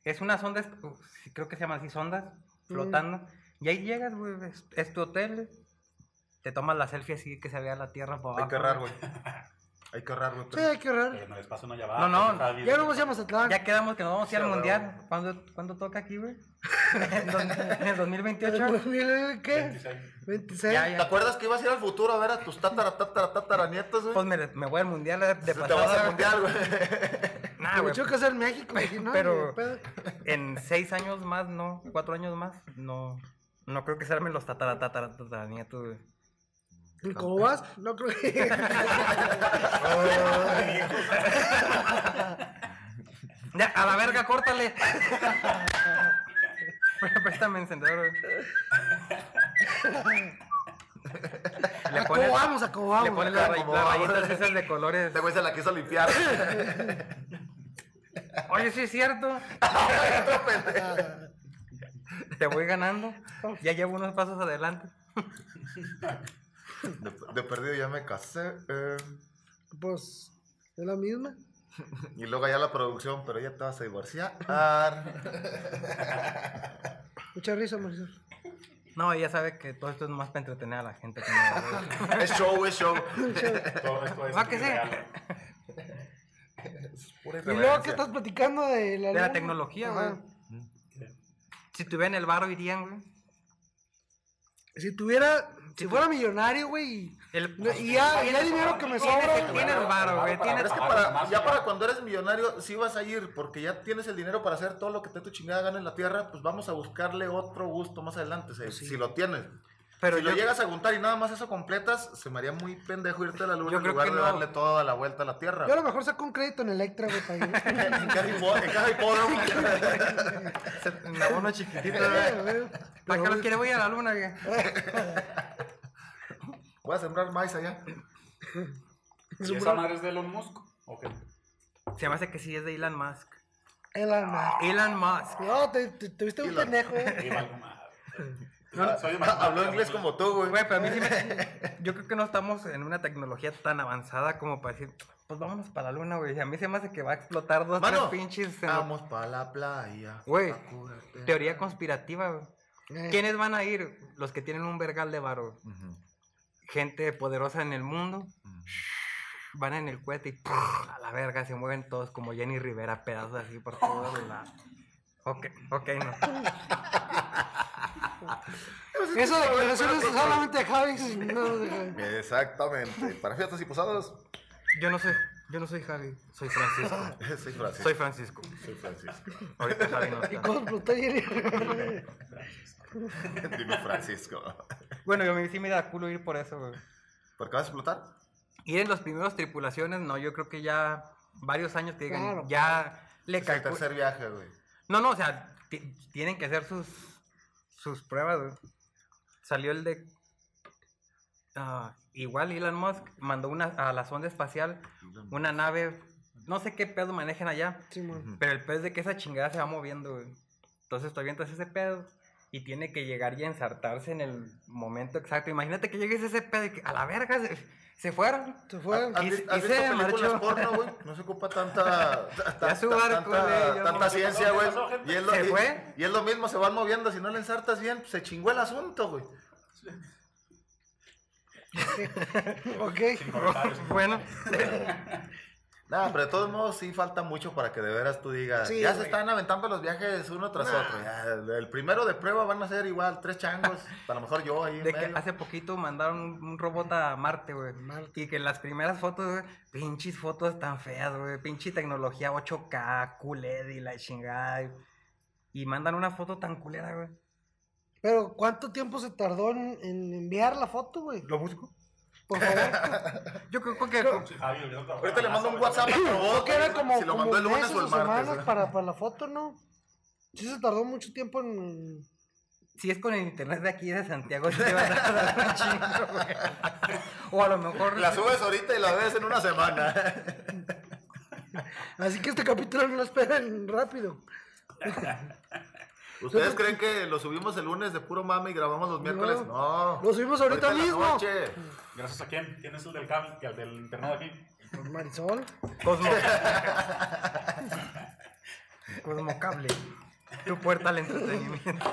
[SPEAKER 3] Es una sonda, es- creo que se llaman así sondas,
[SPEAKER 4] Mm.
[SPEAKER 3] flotando. Y ahí llegas, güey, es, es tu hotel. Te tomas la selfie así que se vea la tierra por
[SPEAKER 1] güey.
[SPEAKER 3] abajo.
[SPEAKER 1] Hay que ahorrar, güey. Hay que ahorrar, güey.
[SPEAKER 4] Sí, hay que ahorrar.
[SPEAKER 2] Pero en el espacio no llevaba.
[SPEAKER 3] No, no,
[SPEAKER 2] pues, estaba bien-
[SPEAKER 4] Ya no vamos a Mazatlán.
[SPEAKER 3] Ya quedamos que nos vamos a ir al
[SPEAKER 1] Sí, a
[SPEAKER 3] mundial.
[SPEAKER 1] huevo.
[SPEAKER 3] ¿Cuándo, cuándo toca aquí, güey? ¿En dos- en el 2028?
[SPEAKER 4] ¿Qué?
[SPEAKER 2] 26.
[SPEAKER 4] 26.
[SPEAKER 3] Ya,
[SPEAKER 1] ¿Te
[SPEAKER 3] ya.
[SPEAKER 1] acuerdas que ibas a ir al futuro a ver a tus tatara, tatara, tatara nietos, güey?
[SPEAKER 3] Pues me, me voy al mundial de, de
[SPEAKER 1] te vas
[SPEAKER 3] pasada,
[SPEAKER 1] al mundial, güey.
[SPEAKER 3] güey. Nah,
[SPEAKER 4] Me
[SPEAKER 3] güey.
[SPEAKER 4] tengo que hacer en México. dije, no,
[SPEAKER 3] Pero-
[SPEAKER 4] ni de pedo.
[SPEAKER 3] En seis años más, no. Cuatro años más, no. No creo que se armen los tatara, tatara, tatara, nietos, güey.
[SPEAKER 4] ¿Y cómo vas? No creo que.
[SPEAKER 3] Ya, a la verga, córtale. Pré- Préstame encendedor, güey. Le pones,
[SPEAKER 4] Acobamos, acobamos.
[SPEAKER 3] le pones las ray-
[SPEAKER 1] Como
[SPEAKER 3] las
[SPEAKER 1] vamos.
[SPEAKER 3] rayitas esas de colores.
[SPEAKER 1] Este güey se la quiso limpiar.
[SPEAKER 3] Oye, sí es cierto.
[SPEAKER 4] Ah,
[SPEAKER 3] Te voy ganando. Ya llevo unos pasos adelante.
[SPEAKER 1] De, de perdido ya me casé. eh,
[SPEAKER 4] Pues, es la misma.
[SPEAKER 1] y luego allá la producción, pero ya te vas a divorciar.
[SPEAKER 4] Mucha risa, Marisol.
[SPEAKER 3] No, ya sabe que todo esto es más para entretener a la gente. que no-
[SPEAKER 1] es show, es show.
[SPEAKER 2] Todo esto es.
[SPEAKER 3] Ah, que sí.
[SPEAKER 2] irreal.
[SPEAKER 1] Pura
[SPEAKER 4] Y luego, ¿qué
[SPEAKER 1] irreverencia.
[SPEAKER 4] estás platicando de la,
[SPEAKER 3] De la
[SPEAKER 4] luna?
[SPEAKER 3] tecnología,
[SPEAKER 4] Ajá.
[SPEAKER 3] güey. Si tuvieran el barro irían, güey.
[SPEAKER 4] Si tuviera, si fuera millonario, güey, y-
[SPEAKER 3] El-
[SPEAKER 4] y ya, y ya el dinero que me sobra,
[SPEAKER 3] Tienes,
[SPEAKER 4] güey.
[SPEAKER 3] tienes varo, güey. Tienes
[SPEAKER 1] Pero es
[SPEAKER 4] Ah,
[SPEAKER 1] que para, ya para cuando eres millonario, sí vas a ir, porque ya tienes el dinero para hacer todo lo que te tu chingada gana en la tierra, pues vamos a buscarle otro gusto más adelante, si, si lo tienes.
[SPEAKER 3] Pero
[SPEAKER 1] si lo
[SPEAKER 3] yo-
[SPEAKER 1] llegas a juntar y nada más eso completas, se me haría muy pendejo irte a la luna
[SPEAKER 3] Yo
[SPEAKER 1] en
[SPEAKER 3] creo
[SPEAKER 1] lugar
[SPEAKER 3] que
[SPEAKER 1] de
[SPEAKER 3] no.
[SPEAKER 1] darle toda la vuelta a la tierra.
[SPEAKER 4] Yo a lo mejor saco un crédito en Electra, güey, para ir.
[SPEAKER 1] en cada hipo- en cada hipódromo.
[SPEAKER 3] se- me abono chiquitito,
[SPEAKER 4] Eh,
[SPEAKER 3] güey.
[SPEAKER 4] güey. pues
[SPEAKER 3] ¿Para qué los quiere? Voy a la luna, güey.
[SPEAKER 1] Voy a sembrar maíz allá.
[SPEAKER 2] ¿Y esa madre es de Elon Musk? Ok.
[SPEAKER 3] Se me hace que sí es de Elon Musk.
[SPEAKER 4] Elon Musk.
[SPEAKER 3] Elon Musk.
[SPEAKER 4] No, te, te, te viste un
[SPEAKER 1] Elon.
[SPEAKER 4] pendejo,
[SPEAKER 2] Sí,
[SPEAKER 4] güey.
[SPEAKER 2] vale, madre. Soy de Mazatlán,
[SPEAKER 1] Ah, Habló inglés
[SPEAKER 2] güey.
[SPEAKER 1] como tú, güey.
[SPEAKER 3] Güey, pero a mí sí me... Yo creo que no estamos en una tecnología tan avanzada como para decir, pues vámonos para la luna, güey. A mí se me hace que va a explotar dos,
[SPEAKER 1] Mano,
[SPEAKER 3] tres pinches... en-
[SPEAKER 1] Vamos para la playa.
[SPEAKER 3] pues, Güey,
[SPEAKER 1] pa' curarte.
[SPEAKER 3] teoría conspirativa, güey.
[SPEAKER 4] Eh,
[SPEAKER 3] ¿Quiénes van a ir? Los que tienen un vergal de varo.
[SPEAKER 1] Ujú.
[SPEAKER 3] Gente poderosa en el mundo. Van en el cohete y ¡prr! a la verga se mueven todos como Jenny Rivera, pedazos así por todos lados. Ok, ok, no.
[SPEAKER 4] Eso de declaraciones solamente de Javi. No, de Javi.
[SPEAKER 1] Exactamente. Para fiestas y posadas.
[SPEAKER 3] Yo no sé.
[SPEAKER 4] Yo no soy Harry.
[SPEAKER 5] Soy Francisco.
[SPEAKER 1] Soy Francisco.
[SPEAKER 5] Soy Francisco.
[SPEAKER 1] Soy Francisco.
[SPEAKER 5] Ahorita Javi no está.
[SPEAKER 4] ¿Cómo explotó ayer?
[SPEAKER 1] Dime Francisco.
[SPEAKER 3] Bueno, yo me, sí me da culo ir por eso, güey.
[SPEAKER 1] ¿Por qué vas a explotar?
[SPEAKER 3] Ir en los primeros tripulaciones, no, yo creo que ya varios años que digan,
[SPEAKER 4] Claro,
[SPEAKER 3] ya le
[SPEAKER 1] Es el
[SPEAKER 3] calcu-
[SPEAKER 1] tercer viaje, güey.
[SPEAKER 3] No, no, o sea, ti- tienen que hacer sus, sus pruebas, güey. Salió el de... ah, igual Elon Musk mandó una, a la sonda espacial una nave, no sé qué pedo manejen allá,
[SPEAKER 4] Simón.
[SPEAKER 1] Ujú.
[SPEAKER 3] pero el pedo es de que esa chingada se va moviendo, güey. Entonces tú avientas ese pedo y tiene que llegar y ensartarse en el momento exacto. Imagínate que llegues a ese pedo y que a la verga se, se fueron.
[SPEAKER 4] Se fueron.
[SPEAKER 1] ¿Has, has
[SPEAKER 3] Y-
[SPEAKER 1] visto
[SPEAKER 3] y se
[SPEAKER 1] películas
[SPEAKER 3] marchó.
[SPEAKER 1] porno, güey? No se ocupa tanta, ta- ta-
[SPEAKER 3] Ya su
[SPEAKER 1] ta-
[SPEAKER 3] barco,
[SPEAKER 1] tanta,
[SPEAKER 3] güey, ya
[SPEAKER 1] tanta
[SPEAKER 3] no-
[SPEAKER 1] ciencia,
[SPEAKER 2] ¿Qué
[SPEAKER 1] güey.
[SPEAKER 2] pasó, gente?
[SPEAKER 1] Y, es lo-
[SPEAKER 3] ¿Se
[SPEAKER 1] y-
[SPEAKER 3] fue?
[SPEAKER 1] y es lo mismo, se van moviendo. Si no le ensartas bien, pues, se chingó el asunto, güey.
[SPEAKER 4] Ok.
[SPEAKER 2] Sin comentarios.
[SPEAKER 3] Bueno,
[SPEAKER 1] Nah, pero de todos modos sí falta mucho para que de veras tú digas.
[SPEAKER 4] Sí,
[SPEAKER 1] ya se
[SPEAKER 4] güey.
[SPEAKER 1] están aventando los viajes uno tras otro. ya, el- el primero de prueba van a ser igual tres changos. a lo mejor yo ahí en
[SPEAKER 3] de que
[SPEAKER 1] medio.
[SPEAKER 3] hace poquito mandaron un- un robot a Marte, güey.
[SPEAKER 4] Marte.
[SPEAKER 3] Y que las primeras fotos, güey, pinches fotos tan feas, güey. Pinche tecnología 8K, QLED y la chingada. y- Y mandan una foto tan culera, güey.
[SPEAKER 4] Pero, ¿cuánto tiempo se tardó en, en enviar la foto, güey?
[SPEAKER 3] ¿Lo busco?
[SPEAKER 4] Por favor.
[SPEAKER 3] Yo creo que...
[SPEAKER 2] Sí, Javi, ahorita otra-
[SPEAKER 1] Ahorita le mando un
[SPEAKER 2] güey.
[SPEAKER 1] WhatsApp a
[SPEAKER 4] Creo
[SPEAKER 1] robot.
[SPEAKER 4] que era como,
[SPEAKER 1] si lo
[SPEAKER 4] como
[SPEAKER 1] mandó el lunes
[SPEAKER 4] meses
[SPEAKER 1] o el martes. ¿eh?
[SPEAKER 4] semanas para, para la foto, ¿no? Sí se tardó mucho tiempo en...
[SPEAKER 3] Si es con el internet de aquí de Santiago, sí te va a dar un chingo, güey. O a lo mejor.
[SPEAKER 1] La subes ahorita y la ves en una semana.
[SPEAKER 4] Así que este capítulo no lo esperan rápido.
[SPEAKER 1] ¿Ustedes creen que lo subimos el lunes de puro mame y grabamos los miércoles? No.
[SPEAKER 4] Lo subimos ahorita
[SPEAKER 1] en la
[SPEAKER 4] mismo.
[SPEAKER 1] noche.
[SPEAKER 2] Gracias a quién. ¿Quién es el del cable? El del internado de aquí.
[SPEAKER 4] Pues Marisol.
[SPEAKER 3] Cosmo. Cosmocable. Tu puerta al entretenimiento.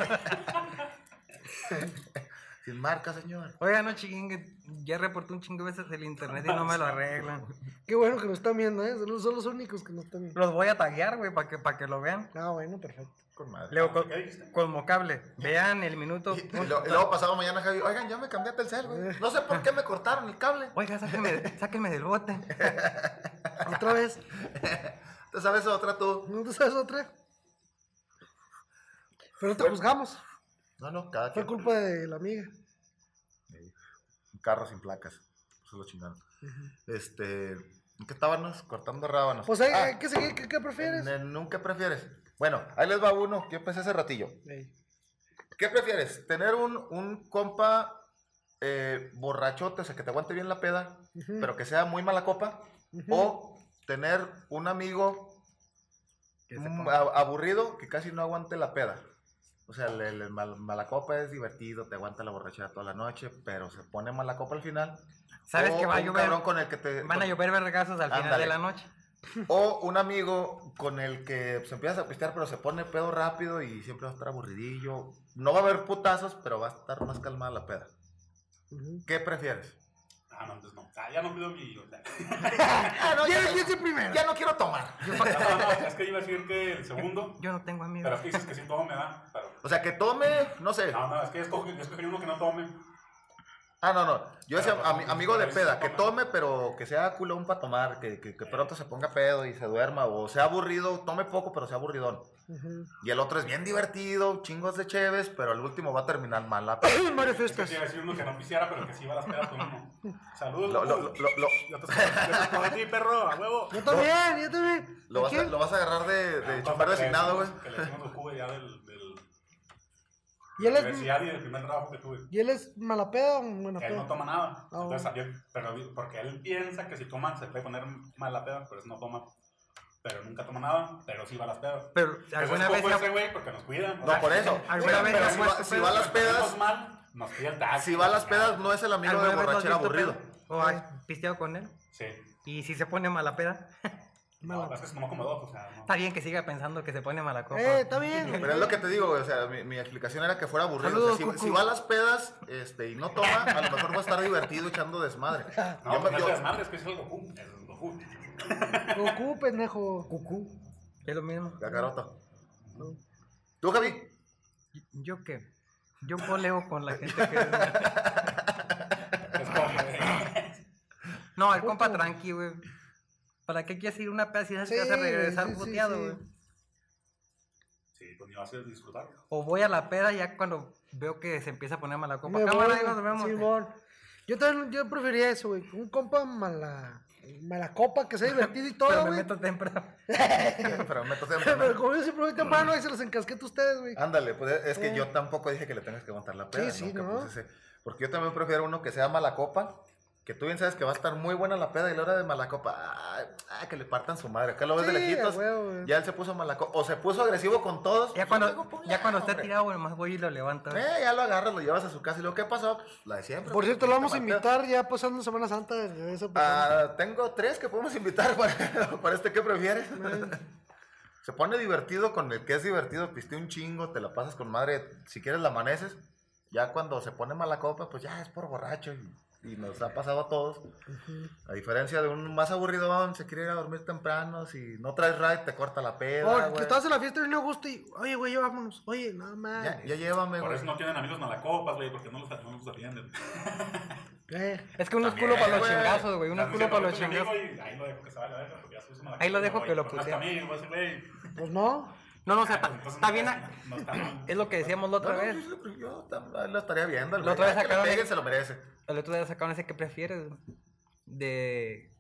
[SPEAKER 1] Sin marca, señor.
[SPEAKER 3] Oiga, no chingue. Ya reporté un chingo de veces el internet y no me lo arreglan.
[SPEAKER 4] Qué bueno que nos están viendo, ¿eh? Son los- son los únicos que nos están viendo.
[SPEAKER 3] Los voy a taguear, güey, para que, pa' que lo vean.
[SPEAKER 4] Ah, bueno, perfecto.
[SPEAKER 1] Con madre.
[SPEAKER 3] Luego, co-
[SPEAKER 2] ¿Qué dijiste?
[SPEAKER 3] Cosmocable. Vean el minuto.
[SPEAKER 1] Y, y lo- y luego pasado mañana, Javi. Oigan, ya me cambié a Telcel, güey. No sé por qué me cortaron el cable.
[SPEAKER 3] Oiga, sáquenme, sáquenme del bote.
[SPEAKER 4] Otra vez.
[SPEAKER 1] ¿Te sabes otra tú?
[SPEAKER 4] ¿No te sabes otra? Pero te juzgamos.
[SPEAKER 1] No, no, cada
[SPEAKER 4] Fue
[SPEAKER 1] quien.
[SPEAKER 4] culpa de la amiga.
[SPEAKER 1] Un carro sin placas. Eso lo chingaron. Este. ¿En qué estábamos? Cortando rábanos.
[SPEAKER 4] Pues hay,
[SPEAKER 1] Ah,
[SPEAKER 4] hay que seguir. ¿Qué, qué prefieres?
[SPEAKER 1] en el nunca prefieres. Bueno, ahí les va uno que yo pensé hace ratillo.
[SPEAKER 4] Ey.
[SPEAKER 1] ¿Qué prefieres? ¿Tener un, un compa eh, borrachote, o sea, que te aguante bien la peda,
[SPEAKER 4] Ujú.
[SPEAKER 1] pero oh. que sea muy mala copa? ¿O tener un amigo
[SPEAKER 3] Que se
[SPEAKER 1] mm,
[SPEAKER 3] ponga-
[SPEAKER 1] ab- aburrido que casi no aguante la peda? O sea, el, el mal- mala copa es divertido, te aguanta la borrachera toda la noche, pero se pone mala copa al final.
[SPEAKER 3] Sabes
[SPEAKER 1] O
[SPEAKER 3] que va a
[SPEAKER 1] Oh, un
[SPEAKER 3] llover.
[SPEAKER 1] cabrón con el que te-
[SPEAKER 3] Van a llover vergazos al final
[SPEAKER 1] Ándale.
[SPEAKER 3] de la noche.
[SPEAKER 1] O un amigo con el que se empiezas a pistear, pero se pone pedo rápido y siempre va a estar aburridillo. No va a haber putazos, pero va a estar más calmada la peda.
[SPEAKER 4] Ujú.
[SPEAKER 1] ¿Qué prefieres?
[SPEAKER 2] Ah, no, entonces no. Ah, ya no pido mi.
[SPEAKER 1] Ah, no,
[SPEAKER 4] ¿Quién
[SPEAKER 1] ya,
[SPEAKER 4] quién es el primero?
[SPEAKER 1] ya no quiero tomar.
[SPEAKER 2] Ah, No, no, es que iba a decir que el segundo.
[SPEAKER 3] Yo no tengo amigos.
[SPEAKER 2] Pero es que dices que sí tomo me da. Pero...
[SPEAKER 1] O sea, que tome, no sé.
[SPEAKER 2] No, no, es que yo escogí, yo escogí uno que no tome.
[SPEAKER 1] Ah, no, no. Yo decía
[SPEAKER 2] Pero,
[SPEAKER 1] ami- amigo de
[SPEAKER 2] pero
[SPEAKER 1] peda,
[SPEAKER 2] sí
[SPEAKER 1] que
[SPEAKER 2] toma.
[SPEAKER 1] tome, pero que sea culón para tomar, que, que, que pronto se ponga pedo y se duerma, o sea aburrido, tome poco, pero sea aburridón.
[SPEAKER 4] Ujú.
[SPEAKER 1] Y el otro es bien divertido, chingos de cheves, pero al último va a terminar mal la peda.
[SPEAKER 2] Es que sí iba a decir uno que no quisiera, pero que sí iba a las pedas con uno. Saludos.
[SPEAKER 1] Lo- lo- lo- lo- lo-
[SPEAKER 2] Yo te escogí- yo te escogí a ti, perro, a huevo.
[SPEAKER 4] Yo también, yo también.
[SPEAKER 1] Lo vas, a,
[SPEAKER 4] ¿Quién?
[SPEAKER 1] lo vas a agarrar de, de
[SPEAKER 2] Ah,
[SPEAKER 1] chofer
[SPEAKER 2] que le
[SPEAKER 1] designado, güey.
[SPEAKER 2] decimos- Que le decimos los cubes ya del, del,
[SPEAKER 4] ¿Y él
[SPEAKER 2] de la
[SPEAKER 4] es,
[SPEAKER 2] universidad y del primer trabajo que tuve.
[SPEAKER 4] ¿Y él es mala peda o buena
[SPEAKER 2] Él no
[SPEAKER 4] peda?
[SPEAKER 2] toma nada.
[SPEAKER 4] Ah,
[SPEAKER 2] Entonces, yo- pero vi- porque él piensa que si toma se puede poner mala peda, pero eso no toma. Pero nunca toma nada, pero sí va a las pedas.
[SPEAKER 3] Pero alguna vez.
[SPEAKER 2] se
[SPEAKER 3] se ha-
[SPEAKER 2] ese güey porque nos cuidan.
[SPEAKER 1] No, por eso.
[SPEAKER 3] Alguna
[SPEAKER 1] Sí,
[SPEAKER 3] vez
[SPEAKER 1] pero
[SPEAKER 3] nos
[SPEAKER 1] si
[SPEAKER 3] hemos
[SPEAKER 1] va- si va a las pedas,
[SPEAKER 2] mal, nos pide el taxi. Ah,
[SPEAKER 1] si va a las pedas, no es el amigo de
[SPEAKER 3] ¿Alguna vez lo has
[SPEAKER 1] borrachera
[SPEAKER 3] visto,
[SPEAKER 1] aburrido.
[SPEAKER 3] Pedro? ¿O has pisteado con él?
[SPEAKER 2] Sí.
[SPEAKER 3] Y si se pone mala peda,
[SPEAKER 4] Mala
[SPEAKER 2] No, es que se tomó como dos, o sea, no.
[SPEAKER 3] está bien que siga pensando que se pone mala copa.
[SPEAKER 4] Eh, está bien.
[SPEAKER 1] Pero es lo que te digo, güey, o sea, mi, mi explicación era que fuera aburrido. O sea,
[SPEAKER 3] Saludos,
[SPEAKER 1] si-
[SPEAKER 3] Cucu.
[SPEAKER 1] si, va a las pedas este, y no toma, a lo mejor va a estar divertido echando desmadre.
[SPEAKER 2] No,
[SPEAKER 1] Yo me-
[SPEAKER 2] no es
[SPEAKER 1] yo-
[SPEAKER 2] desmadre, es que es el Goku. El Goku.
[SPEAKER 4] Goku, pendejo. Goku.
[SPEAKER 3] Es lo mismo.
[SPEAKER 1] Gacaroto. ¿Tú, Javi?
[SPEAKER 3] ¿Yo qué? Yo poleo con la gente que...
[SPEAKER 2] Es como-
[SPEAKER 3] No, el compa tranqui, güey. ¿Para qué quieres ir a una peda si sabes
[SPEAKER 4] Sí,
[SPEAKER 3] que vas a
[SPEAKER 4] güey,
[SPEAKER 3] regresar
[SPEAKER 4] sí, sí,
[SPEAKER 3] puteado,
[SPEAKER 4] sí.
[SPEAKER 3] güey?
[SPEAKER 2] Sí, pues ni vas a disfrutar.
[SPEAKER 3] O voy a la peda ya cuando veo que se empieza a poner mala copa.
[SPEAKER 4] Me
[SPEAKER 3] Cámara,
[SPEAKER 4] voy,
[SPEAKER 3] ahí nos vemos.
[SPEAKER 4] Simón. Yo también, yo prefería eso, güey. Un compa mala, mala copa que sea divertido y todo,
[SPEAKER 3] Pero me
[SPEAKER 4] güey.
[SPEAKER 3] meto temprano.
[SPEAKER 1] Pero me tosé.
[SPEAKER 4] Pero como yo siempre voy temprano, ahí se los encasqueto a ustedes, güey.
[SPEAKER 1] Ándale, pues es que yo tampoco dije que le tengas que aguantar la peda.
[SPEAKER 4] Sí,
[SPEAKER 1] ¿no?
[SPEAKER 4] sí,
[SPEAKER 1] Que,
[SPEAKER 4] ¿no?
[SPEAKER 1] pues, ese- porque yo también prefiero uno que sea mala copa, que tú bien sabes que va a estar muy buena la peda y la hora de mala copa, ay, ay, que le partan su madre. Acá lo ves
[SPEAKER 4] Sí,
[SPEAKER 1] de lejitos.
[SPEAKER 4] a huevo, güey.
[SPEAKER 1] ya él se puso mala copa, o se puso agresivo con todos.
[SPEAKER 3] Ya
[SPEAKER 1] pues, yo
[SPEAKER 3] cuando,
[SPEAKER 1] tengo puñal,
[SPEAKER 3] ya cuando esté
[SPEAKER 1] hombre.
[SPEAKER 3] tirado, bueno, más voy y lo levanto.
[SPEAKER 1] Eh, ya lo agarras, lo llevas a su casa y luego, ¿qué pasó? Pues, la de siempre.
[SPEAKER 4] Por cierto, lo
[SPEAKER 1] Te
[SPEAKER 4] vamos a
[SPEAKER 1] manteo.
[SPEAKER 4] invitar ya pasando Semana Santa de esa persona.
[SPEAKER 1] Ah, tengo tres que podemos invitar para, para este que prefieres. Se pone divertido con el que es divertido, piste un chingo, te la pasas con madre, si quieres la amaneces. Ya cuando se pone mala copa, pues ya es por borracho y, y nos ha pasado a todos. A diferencia de un más aburridón, se quiere ir a dormir temprano, si no traes ride te corta la peda,
[SPEAKER 4] Oh, que
[SPEAKER 1] güey.
[SPEAKER 4] estabas en la fiesta y no gusto y, oye, güey, ya vámonos. Oye, no
[SPEAKER 1] Ya,
[SPEAKER 4] mames.
[SPEAKER 1] ya llévame,
[SPEAKER 2] Por
[SPEAKER 1] güey.
[SPEAKER 2] eso no tienen amigos malacopas, güey, porque no los, no los atienden.
[SPEAKER 4] Eh,
[SPEAKER 3] Es que uno es
[SPEAKER 1] También,
[SPEAKER 3] culo para los
[SPEAKER 1] güey.
[SPEAKER 3] chingazos, güey. Uno es
[SPEAKER 2] Así
[SPEAKER 3] culo
[SPEAKER 2] se
[SPEAKER 3] para
[SPEAKER 2] lo
[SPEAKER 3] los
[SPEAKER 2] meto conmigo
[SPEAKER 3] chingazos.
[SPEAKER 2] pues, y Ahí lo dejo que se vaya, a la verga, porque ya se puso mala
[SPEAKER 3] Ahí lo
[SPEAKER 2] copa,
[SPEAKER 3] dejo
[SPEAKER 2] no,
[SPEAKER 3] que lo
[SPEAKER 2] güey, no
[SPEAKER 3] putea.
[SPEAKER 2] está a mí, güey, ese güey.
[SPEAKER 4] pues no.
[SPEAKER 3] No, no, o sea,
[SPEAKER 2] Ah, pues, entonces
[SPEAKER 3] está, está
[SPEAKER 2] no
[SPEAKER 3] bien.
[SPEAKER 2] está-
[SPEAKER 3] a-
[SPEAKER 2] no está mal.
[SPEAKER 3] Es lo que decíamos la otra
[SPEAKER 1] No, no,
[SPEAKER 3] vez.
[SPEAKER 1] yo- yo- yo tam- lo estaría viendo. el
[SPEAKER 3] La otra
[SPEAKER 1] güey,
[SPEAKER 3] vez
[SPEAKER 1] ya que le
[SPEAKER 3] sacaron el-
[SPEAKER 1] peguen, se lo merece.
[SPEAKER 3] El otro día sacaron ese que prefieres. güey. De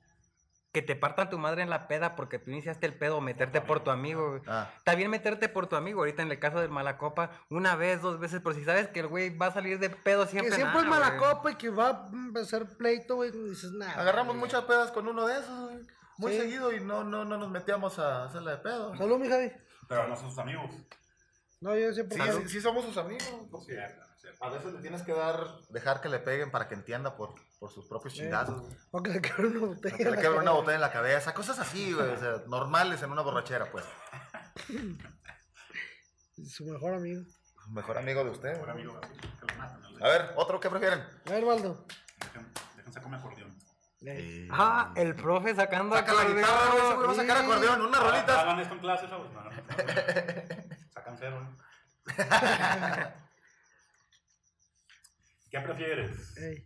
[SPEAKER 3] que te partan tu madre en la peda porque tú iniciaste el pedo o meterte por tu amigo. güey.
[SPEAKER 1] Ah.
[SPEAKER 3] Está bien meterte por tu amigo. Ahorita en el caso del Malacopa, una vez, dos veces. Pero si sabes que el güey va a salir de pedo siempre.
[SPEAKER 4] que siempre
[SPEAKER 3] nada,
[SPEAKER 4] es mala
[SPEAKER 3] güey.
[SPEAKER 4] copa y que va a empezar pleito, Ah, güey. y Dices, nada.
[SPEAKER 1] Agarramos muchas pedas con uno de esos, güey. Muy
[SPEAKER 4] Sí.
[SPEAKER 1] seguido y no, no, no nos metíamos a hacerla de pedo.
[SPEAKER 4] Salud, mi Javi.
[SPEAKER 2] Pero no son sus amigos.
[SPEAKER 4] No, yo siempre.
[SPEAKER 1] Sí,
[SPEAKER 4] quiero.
[SPEAKER 1] sí, sí somos sus amigos. porque A veces le tienes que dar, dejar que le peguen para que entienda por, por sus propios chingazos. güey.
[SPEAKER 4] O que le quebre una botella.
[SPEAKER 1] O que le
[SPEAKER 4] a la
[SPEAKER 1] quebre una
[SPEAKER 4] cara.
[SPEAKER 1] botella en la cabeza, cosas así, güey, o sea, normales en una borrachera, pues.
[SPEAKER 4] Su mejor amigo.
[SPEAKER 1] Mejor amigo de usted.
[SPEAKER 2] Por amigo, así, que lo matan, ¿no?
[SPEAKER 1] A ver, otro que prefieren.
[SPEAKER 4] A ver, Baldo.
[SPEAKER 2] Dejen- Déjense comer acordeón.
[SPEAKER 4] Eh,
[SPEAKER 3] Ah, el profe sacando
[SPEAKER 1] Saca la
[SPEAKER 3] acordeón.
[SPEAKER 1] guitarra, güey, seguro va a sacar acordeón, unas
[SPEAKER 2] Ah,
[SPEAKER 1] rolitas.
[SPEAKER 2] Hagan esto en clase, chavos. No, no, no. Sacan cero. ¿no? ¿Qué prefieres?
[SPEAKER 4] eh.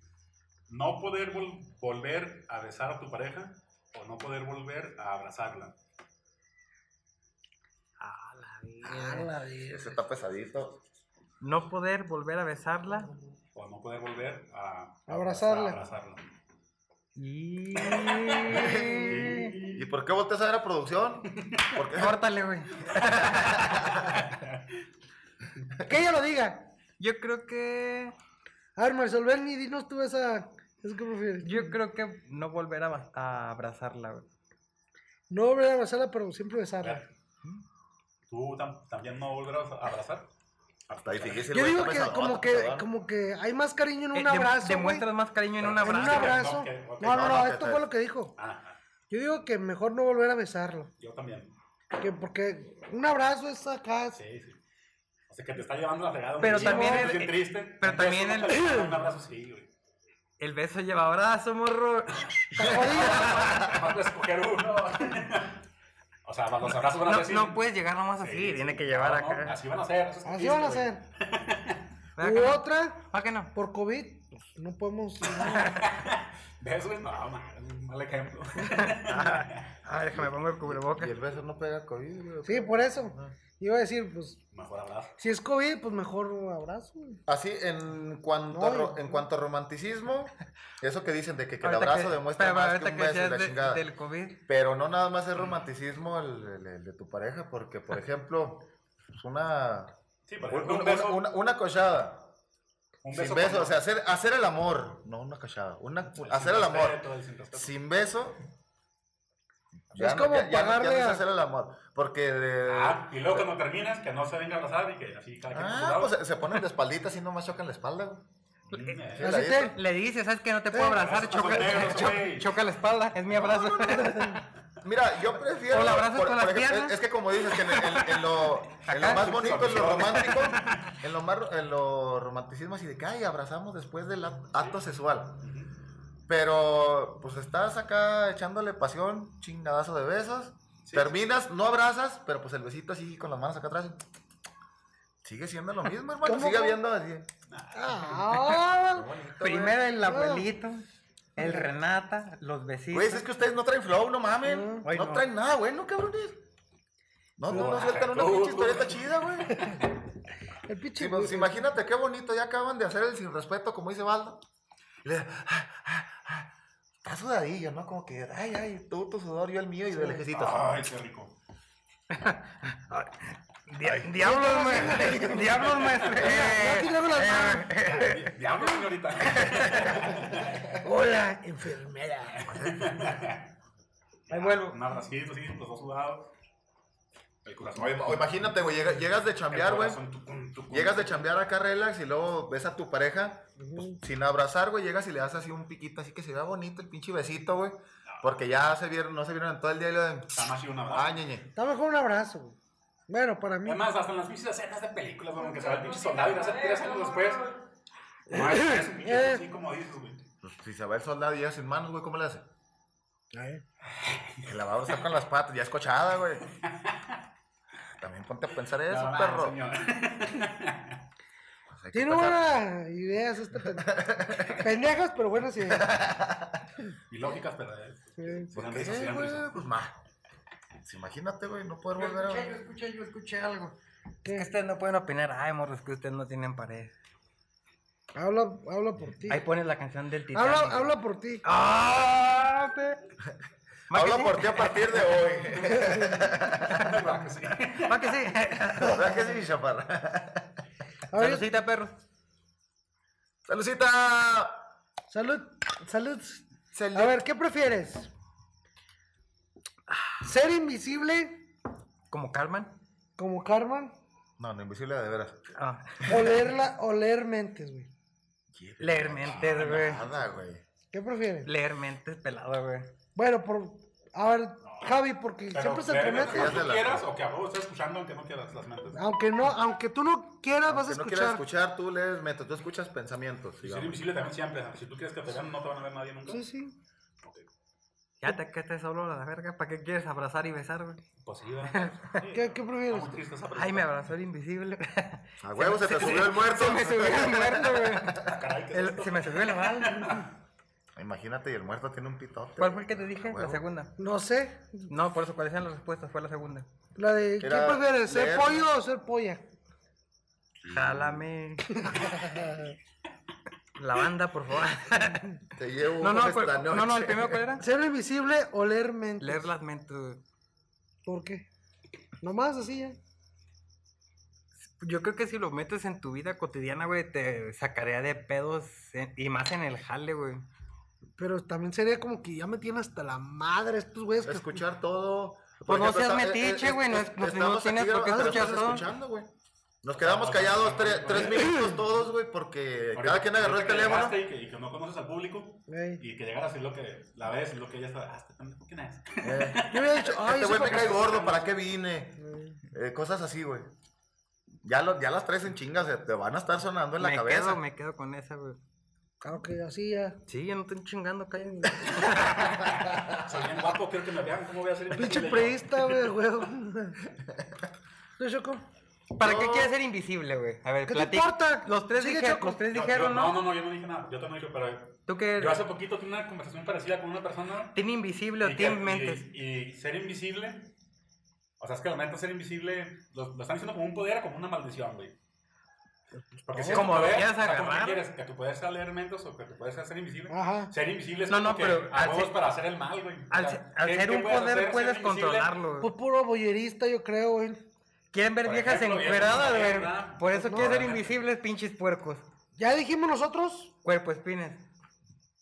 [SPEAKER 2] ¿No poder vol- volver a besar a tu pareja o no poder volver a abrazarla?
[SPEAKER 3] Ah, la
[SPEAKER 4] Ah,
[SPEAKER 3] vida.
[SPEAKER 4] la vida.
[SPEAKER 1] Ese está pesadito.
[SPEAKER 3] No poder volver a besarla.
[SPEAKER 2] ¿O no poder volver a
[SPEAKER 4] Abrazarla.
[SPEAKER 2] a abrazarla?
[SPEAKER 3] Y.
[SPEAKER 1] ¿Y por qué volteas a ver a producción? Porque
[SPEAKER 3] Córtale, güey.
[SPEAKER 4] Que ella lo diga.
[SPEAKER 3] Yo creo que.
[SPEAKER 4] A ver, Marisol Berni, dinos tú esa. Es que prefieres.
[SPEAKER 3] Yo creo que no volver a, ba- a abrazarla, güey.
[SPEAKER 4] No volver a besarla, pero siempre besarla.
[SPEAKER 2] ¿Tú tam- también no volver a abrazar?
[SPEAKER 1] está difícil.
[SPEAKER 4] Yo
[SPEAKER 1] güey,
[SPEAKER 4] digo
[SPEAKER 1] está
[SPEAKER 4] que
[SPEAKER 1] pesadota,
[SPEAKER 4] como que,
[SPEAKER 1] pesadona.
[SPEAKER 4] como que hay más cariño en
[SPEAKER 3] Eh,
[SPEAKER 4] un
[SPEAKER 3] de-
[SPEAKER 4] abrazo. güey.
[SPEAKER 3] Demuestras más cariño en un
[SPEAKER 2] En un
[SPEAKER 4] En un
[SPEAKER 3] abrazo. güey.
[SPEAKER 4] abrazo.
[SPEAKER 2] Ok, ok,
[SPEAKER 4] No, no,
[SPEAKER 1] no,
[SPEAKER 4] no,
[SPEAKER 1] que
[SPEAKER 4] esto
[SPEAKER 1] te-
[SPEAKER 4] fue lo que dijo.
[SPEAKER 2] Ah, ah,
[SPEAKER 4] Yo digo que mejor no volver a besarlo.
[SPEAKER 2] yo también.
[SPEAKER 4] Que porque un abrazo es acá.
[SPEAKER 2] Sí, sí. O sea, que te está llevando la fregada. un
[SPEAKER 3] Pero
[SPEAKER 2] chingo,
[SPEAKER 3] también
[SPEAKER 2] te
[SPEAKER 3] el- eh,
[SPEAKER 2] sientes triste.
[SPEAKER 3] pero
[SPEAKER 2] Un beso,
[SPEAKER 3] también
[SPEAKER 2] no
[SPEAKER 3] el- eh,
[SPEAKER 2] te lo dan, Un abrazo, sí, güey.
[SPEAKER 3] El beso lleva abrazo, morro.
[SPEAKER 4] Está jodido.
[SPEAKER 2] Vas a escoger uno. O sea, los abrazos van a
[SPEAKER 3] No,
[SPEAKER 2] ser así.
[SPEAKER 3] no puedes llegar nomás
[SPEAKER 2] Sí,
[SPEAKER 3] así,
[SPEAKER 2] sí.
[SPEAKER 3] tiene que llevar
[SPEAKER 2] No, no,
[SPEAKER 3] acá.
[SPEAKER 2] así van a ser. eso es
[SPEAKER 4] Así
[SPEAKER 2] triste,
[SPEAKER 4] van a
[SPEAKER 2] güey.
[SPEAKER 4] ser.
[SPEAKER 3] ¿Verdad
[SPEAKER 4] U
[SPEAKER 3] que no?
[SPEAKER 4] otra,
[SPEAKER 3] ¿Para qué no?
[SPEAKER 4] por COVID, pues, no podemos.
[SPEAKER 2] ¿Ves, güey? No, man, es un mal ejemplo.
[SPEAKER 3] Ay, Ah, déjame pongo el
[SPEAKER 1] Y
[SPEAKER 3] cubrebocas.
[SPEAKER 1] el beso no pega COVID, güey.
[SPEAKER 4] Sí, por eso. Iba a decir, pues,
[SPEAKER 2] Mejor abrazo.
[SPEAKER 4] si es COVID, pues mejor abrazo. güey.
[SPEAKER 1] Así, en cuanto,
[SPEAKER 4] No,
[SPEAKER 1] a ro-
[SPEAKER 4] yo-
[SPEAKER 1] en cuanto a romanticismo, eso que dicen de que, que el
[SPEAKER 3] Ahorita
[SPEAKER 1] abrazo
[SPEAKER 3] que-
[SPEAKER 1] demuestra
[SPEAKER 3] pero
[SPEAKER 1] más que
[SPEAKER 3] ahorita
[SPEAKER 1] un beso y
[SPEAKER 3] decías
[SPEAKER 1] la
[SPEAKER 3] de-
[SPEAKER 1] chingada.
[SPEAKER 3] del COVID.
[SPEAKER 1] Pero no nada más es romanticismo el, el- el de tu pareja, porque, por ejemplo, pues, una,
[SPEAKER 2] Sí, por
[SPEAKER 1] una,
[SPEAKER 2] ejemplo, un beso.
[SPEAKER 1] una- una cochada,
[SPEAKER 2] un
[SPEAKER 1] sin
[SPEAKER 2] beso
[SPEAKER 1] beso,
[SPEAKER 2] con- Pues,
[SPEAKER 1] o sea, hacer, hacer el amor, no una cochada, una,
[SPEAKER 2] sin
[SPEAKER 1] hacer el amor
[SPEAKER 2] respeto, sin respeto.
[SPEAKER 1] sin beso.
[SPEAKER 4] Es
[SPEAKER 1] no-
[SPEAKER 4] como
[SPEAKER 1] no- no
[SPEAKER 4] pagarle
[SPEAKER 1] es
[SPEAKER 4] a-
[SPEAKER 1] hacer el amor, porque de...
[SPEAKER 2] Ah, y
[SPEAKER 3] eh,
[SPEAKER 2] luego cuando terminas, que no se venga a abrazar y que así cada quien por su
[SPEAKER 1] Ah,
[SPEAKER 2] lado.
[SPEAKER 1] pues se- se ponen de espaldita y nomás chocan la espalda. güey.
[SPEAKER 2] Mm, eh,
[SPEAKER 1] Sí,
[SPEAKER 4] Así
[SPEAKER 1] la-
[SPEAKER 4] te-
[SPEAKER 3] Le dices, ¿sabes que No te puedo abrazar,
[SPEAKER 2] abrazos
[SPEAKER 3] choca,
[SPEAKER 2] solteros,
[SPEAKER 3] cho-
[SPEAKER 2] güey.
[SPEAKER 3] choca la espalda, es mi abrazo.
[SPEAKER 1] Mira, yo prefiero.
[SPEAKER 3] O la abrazas con las
[SPEAKER 1] ejemplo,
[SPEAKER 3] piernas.
[SPEAKER 1] Es, es que como dices, que en, en- en lo, en lo
[SPEAKER 3] Acá.
[SPEAKER 1] más bonito, en lo romántico, en lo, más, ro- en lo romanticismo, así de que, ay, abrazamos después del act- acto sexual. Pero, pues estás acá echándole pasión, chingadazo de besos.
[SPEAKER 2] Sí.
[SPEAKER 1] Terminas, no abrazas, pero pues el besito así con las manos acá atrás. Sigue siendo lo mismo, hermano.
[SPEAKER 4] ¿Cómo,
[SPEAKER 1] Sigue
[SPEAKER 4] cómo?
[SPEAKER 1] habiendo así.
[SPEAKER 4] Ah,
[SPEAKER 1] Qué bonito, güey.
[SPEAKER 3] Primero el
[SPEAKER 4] Claro.
[SPEAKER 3] abuelito. El Renata, los besitos.
[SPEAKER 1] Güey, si es que ustedes no traen flow, no mamen.
[SPEAKER 3] Mm, güey,
[SPEAKER 1] no,
[SPEAKER 3] no.
[SPEAKER 1] traen nada, güey, no cabrones. No, no, no sueltan una
[SPEAKER 2] Tú.
[SPEAKER 1] pinche historieta chida, güey.
[SPEAKER 4] El pinche.
[SPEAKER 1] Sí, pues, imagínate qué bonito, ya acaban de hacer el sin respeto, como dice Baldo. Y le- "Ah, está sudadillo, ¿no? Como que, ay, ay, tú tu sudor, yo el mío y de lejecitos.
[SPEAKER 2] Ay, qué rico.
[SPEAKER 3] Dia- diablos, maestro. diablos, maestro. Eh,
[SPEAKER 4] aquí traigo las
[SPEAKER 3] eh,
[SPEAKER 4] manos.
[SPEAKER 3] eh,
[SPEAKER 2] Di- Diablo, señorita.
[SPEAKER 4] Hola, enfermera.
[SPEAKER 3] Ahí vuelvo.
[SPEAKER 2] Un abracito, sí, los dos sudados. El corazón.
[SPEAKER 1] O, ima- o imagínate, güey, llega- llegas de chambear,
[SPEAKER 2] El
[SPEAKER 1] güey.
[SPEAKER 2] corazón, tucum, tucum.
[SPEAKER 1] Llegas de chambear acá relax y luego ves a tu pareja pues, sin abrazar, güey, llegas y le das así un piquito, así que se vea bonito el pinche besito, güey. Porque ya se vieron, no se vieron en todo el día y lo de...
[SPEAKER 2] Está más chido un abrazo.
[SPEAKER 1] Ah, ñeñe.
[SPEAKER 4] Está mejor un abrazo, güey. Bueno, para mí.
[SPEAKER 2] Además, hasta en las pinches escenas de películas, güey, que se va el pinche soldado y hace tres años después. No, es un
[SPEAKER 1] Eh.
[SPEAKER 2] pinche así como dices, güey.
[SPEAKER 1] Pues, si se va el soldado y ya sin manos, güey, ¿cómo le hace?
[SPEAKER 4] Ay,
[SPEAKER 1] Que la va a abrazar con las patas, ya es cochada, güey. También ponte a pensar eso,
[SPEAKER 2] No,
[SPEAKER 1] perro.
[SPEAKER 2] señor.
[SPEAKER 1] Pues hay que
[SPEAKER 4] Tiene
[SPEAKER 1] pensar-
[SPEAKER 4] buenas ideas este pendejo. Pendejas, pero buenas ideas.
[SPEAKER 2] Y lógicas, pero. eh,
[SPEAKER 4] Sí.
[SPEAKER 1] ¿Por
[SPEAKER 2] eran
[SPEAKER 1] qué,
[SPEAKER 2] risas, eran
[SPEAKER 1] güey?
[SPEAKER 2] risas.
[SPEAKER 1] Pues ma. Pues, imagínate, güey, no poder
[SPEAKER 5] Yo
[SPEAKER 1] volver
[SPEAKER 5] escuché, yo
[SPEAKER 1] a.
[SPEAKER 5] escuché, yo escuché algo.
[SPEAKER 3] Es que ustedes no pueden opinar. Ay, morros, que ustedes no tienen pared.
[SPEAKER 4] Habla, habla por ti.
[SPEAKER 3] Ahí pones la canción del titán.
[SPEAKER 4] Habla, habla por ti.
[SPEAKER 3] ¡Ah! pe- Más que
[SPEAKER 1] Habla
[SPEAKER 3] sí,
[SPEAKER 1] por ti a partir de hoy.
[SPEAKER 2] ¿Verdad que sí?
[SPEAKER 3] Más que sí.
[SPEAKER 1] ¿Verdad que sí, chaparra?
[SPEAKER 4] A ver,
[SPEAKER 3] Saludcita, perros.
[SPEAKER 1] ¡Salucita!
[SPEAKER 4] salud, salud.
[SPEAKER 1] Salud.
[SPEAKER 4] A ver, ¿qué prefieres? ¿Ser invisible
[SPEAKER 3] Como Carmen.
[SPEAKER 4] como Carmen
[SPEAKER 1] No, no, invisible de veras.
[SPEAKER 3] Ah,
[SPEAKER 4] o leer, la- o leer mentes, güey?
[SPEAKER 3] leer mentes, güey.
[SPEAKER 1] Nada, güey.
[SPEAKER 4] ¿Qué prefieres?
[SPEAKER 3] Leer mentes pelado, güey.
[SPEAKER 4] Bueno, por. A ver, Javi, porque
[SPEAKER 2] Pero
[SPEAKER 4] siempre se
[SPEAKER 2] verga,
[SPEAKER 4] promete.
[SPEAKER 1] ya
[SPEAKER 2] aunque
[SPEAKER 1] se
[SPEAKER 2] tú
[SPEAKER 1] la- Ah,
[SPEAKER 2] quieras o que a vos estés escuchando aunque no quieras las mentes.
[SPEAKER 4] Aunque no, aunque tú no
[SPEAKER 3] Ah,
[SPEAKER 4] quieras, vas a
[SPEAKER 1] Si no quieres
[SPEAKER 4] escuchar.
[SPEAKER 1] escuchar, tú lees metas, tú escuchas pensamientos.
[SPEAKER 2] Y ser
[SPEAKER 1] digamos.
[SPEAKER 2] invisible también siempre. Si tú quieres que te vean, no te van a ver nadie nunca.
[SPEAKER 4] Sí, sí.
[SPEAKER 2] Ok.
[SPEAKER 3] Ya te quedaste solo a la verga. ¿Para qué quieres abrazar y besar, güey?
[SPEAKER 2] Pues sí, ¿verdad? Sí.
[SPEAKER 4] ¿Qué, qué
[SPEAKER 2] Está
[SPEAKER 4] prefieres?
[SPEAKER 2] muy triste esa
[SPEAKER 3] Ay, Ah, me
[SPEAKER 2] pregunta.
[SPEAKER 3] abrazó el invisible.
[SPEAKER 1] A huevo se te subió el muerto.
[SPEAKER 3] Se me subió el muerto, güey.
[SPEAKER 2] Ah, caray, ¿qué es
[SPEAKER 3] El-
[SPEAKER 2] esto?
[SPEAKER 3] Se me subió el mal.
[SPEAKER 1] Imagínate, y el muerto tiene un pitote.
[SPEAKER 3] ¿Cuál fue el que te
[SPEAKER 1] güey.
[SPEAKER 3] dije?
[SPEAKER 1] A
[SPEAKER 3] La
[SPEAKER 1] huevo.
[SPEAKER 3] segunda.
[SPEAKER 4] No sé.
[SPEAKER 3] No, por eso, ¿cuáles eran las respuestas? Fue la segunda.
[SPEAKER 4] La de, ¿qué
[SPEAKER 1] Era
[SPEAKER 4] prefieres? ¿Ser
[SPEAKER 1] leer-
[SPEAKER 4] pollo o ser polla?
[SPEAKER 3] Jálame. La banda, por favor.
[SPEAKER 1] Te llevo
[SPEAKER 3] No,
[SPEAKER 1] unos
[SPEAKER 3] no, cuál-
[SPEAKER 1] esta noche.
[SPEAKER 3] no, no, el primero, ¿cuál era?
[SPEAKER 4] ¿Ser invisible o leer mentes?
[SPEAKER 3] Leer las mentes, güey.
[SPEAKER 4] ¿Por qué? Nomás así ya.
[SPEAKER 3] Yo creo que si lo metes en tu vida cotidiana, güey, te sacaría de pedos en- y más en el jale, güey.
[SPEAKER 4] Pero también sería como que ya me tienen hasta la madre estos güeyes. Que...
[SPEAKER 1] Escuchar todo.
[SPEAKER 3] Pues no seas
[SPEAKER 1] esta- eh,
[SPEAKER 3] metiche,
[SPEAKER 1] eh,
[SPEAKER 3] güey, no es- no- no
[SPEAKER 1] estamos
[SPEAKER 3] tienes
[SPEAKER 1] aquí
[SPEAKER 3] por qué
[SPEAKER 1] grabando,
[SPEAKER 3] escuchar
[SPEAKER 1] estás
[SPEAKER 3] todo.
[SPEAKER 1] escuchando, güey. Nos quedamos callados tres, tres minutos todos, güey, porque
[SPEAKER 2] Ahorita-
[SPEAKER 1] cada quien agarró el
[SPEAKER 2] ahorita que
[SPEAKER 1] teléfono.
[SPEAKER 2] llegaste Y que, y que no conoces al público.
[SPEAKER 4] Ey.
[SPEAKER 2] Y que llegaras y lo que la ves y lo que ella está. Ah, este pendejo, ¿Quién es?
[SPEAKER 4] Yo hubiera dicho, ay,
[SPEAKER 1] Este
[SPEAKER 4] ese
[SPEAKER 1] güey me
[SPEAKER 4] papá-
[SPEAKER 1] cae gordo, ¿para qué vine? Eh, cosas así, güey. Ya, lo- ya las traes en chingas, se te van a estar sonando en la
[SPEAKER 3] me
[SPEAKER 1] cabeza.
[SPEAKER 3] quedo, me quedo con esa, güey.
[SPEAKER 4] Ah, ok, así ya.
[SPEAKER 3] Sí, yo no estoy chingando, cállate.
[SPEAKER 2] Soy bien guapo, quiero que me vean. ¿Cómo voy a ser
[SPEAKER 4] Pinche
[SPEAKER 2] invisible yo?
[SPEAKER 4] priista, güey, güey. ¿No, Choco?
[SPEAKER 3] ¿Para qué
[SPEAKER 1] No.
[SPEAKER 3] quieres ser invisible, güey? A ver,
[SPEAKER 4] ¿Qué te
[SPEAKER 3] platica.
[SPEAKER 4] importa?
[SPEAKER 3] Los tres,
[SPEAKER 4] Sigue,
[SPEAKER 3] dije-
[SPEAKER 4] Choco.
[SPEAKER 3] los tres
[SPEAKER 2] No,
[SPEAKER 3] dijeron,
[SPEAKER 2] yo-
[SPEAKER 3] ¿no?
[SPEAKER 2] No, no, no, yo no dije nada. Yo también dije, pero.
[SPEAKER 3] ¿Tú qué?
[SPEAKER 2] Yo hace poquito tuve una conversación parecida con una persona.
[SPEAKER 3] ¿Team invisible o
[SPEAKER 2] y que-
[SPEAKER 3] team mentes?
[SPEAKER 2] y- y ser invisible. O sea, es que la meta ser invisible lo, lo están diciendo como un poder o como una maldición, güey. Porque si es
[SPEAKER 3] Como
[SPEAKER 2] tu
[SPEAKER 3] Pues,
[SPEAKER 2] poder,
[SPEAKER 3] lo quieras
[SPEAKER 2] o sea, como que
[SPEAKER 3] agarrar.
[SPEAKER 2] quieres, que tu poder sea leer mentes o que tu poder sea ser invisible.
[SPEAKER 4] Ajá.
[SPEAKER 2] Ser invisible es
[SPEAKER 3] No,
[SPEAKER 2] como
[SPEAKER 3] no,
[SPEAKER 2] que
[SPEAKER 3] pero
[SPEAKER 2] a
[SPEAKER 3] al
[SPEAKER 2] huevos
[SPEAKER 3] ser-
[SPEAKER 2] para hacer el mal, güey.
[SPEAKER 3] Al,
[SPEAKER 2] O
[SPEAKER 3] se-
[SPEAKER 2] sea,
[SPEAKER 3] al
[SPEAKER 2] ¿qué-
[SPEAKER 3] ser
[SPEAKER 2] qué
[SPEAKER 3] un poder
[SPEAKER 2] hacer
[SPEAKER 3] puedes
[SPEAKER 2] siendo invisible?
[SPEAKER 3] controlarlo,
[SPEAKER 4] Pues
[SPEAKER 3] güey.
[SPEAKER 4] puro boyerista, yo creo, güey.
[SPEAKER 3] Quieren ver
[SPEAKER 2] por
[SPEAKER 3] viejas
[SPEAKER 2] ejemplo, viejas
[SPEAKER 3] encueradas,
[SPEAKER 2] encueradas,
[SPEAKER 3] güey. Por eso
[SPEAKER 4] no.
[SPEAKER 3] quieren ser invisibles, pinches puercos.
[SPEAKER 4] Ya dijimos nosotros.
[SPEAKER 3] Cuerpo espines.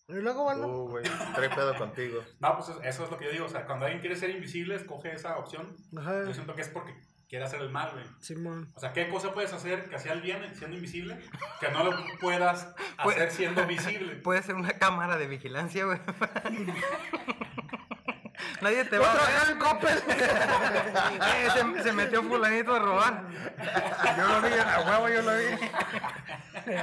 [SPEAKER 4] Y luego, bueno.
[SPEAKER 1] Tú, güey, trae pedo contigo.
[SPEAKER 2] No, pues eso es lo que yo digo. O sea, cuando alguien quiere ser invisible, escoge esa opción.
[SPEAKER 4] Ajá.
[SPEAKER 2] Yo siento que es porque quiere hacer el mal, güey.
[SPEAKER 4] Simón.
[SPEAKER 2] O sea, ¿qué cosa puedes hacer que sea el bien siendo invisible? Que no lo puedas
[SPEAKER 3] Pues-
[SPEAKER 2] hacer siendo visible.
[SPEAKER 3] Puede ser una cámara de vigilancia, güey. Nadie te
[SPEAKER 4] Yo
[SPEAKER 3] va a
[SPEAKER 4] trabajaba
[SPEAKER 3] ver.
[SPEAKER 4] en Coppel.
[SPEAKER 3] Eh, se, se metió fulanito a robar. Yo lo vi, a huevo yo lo vi.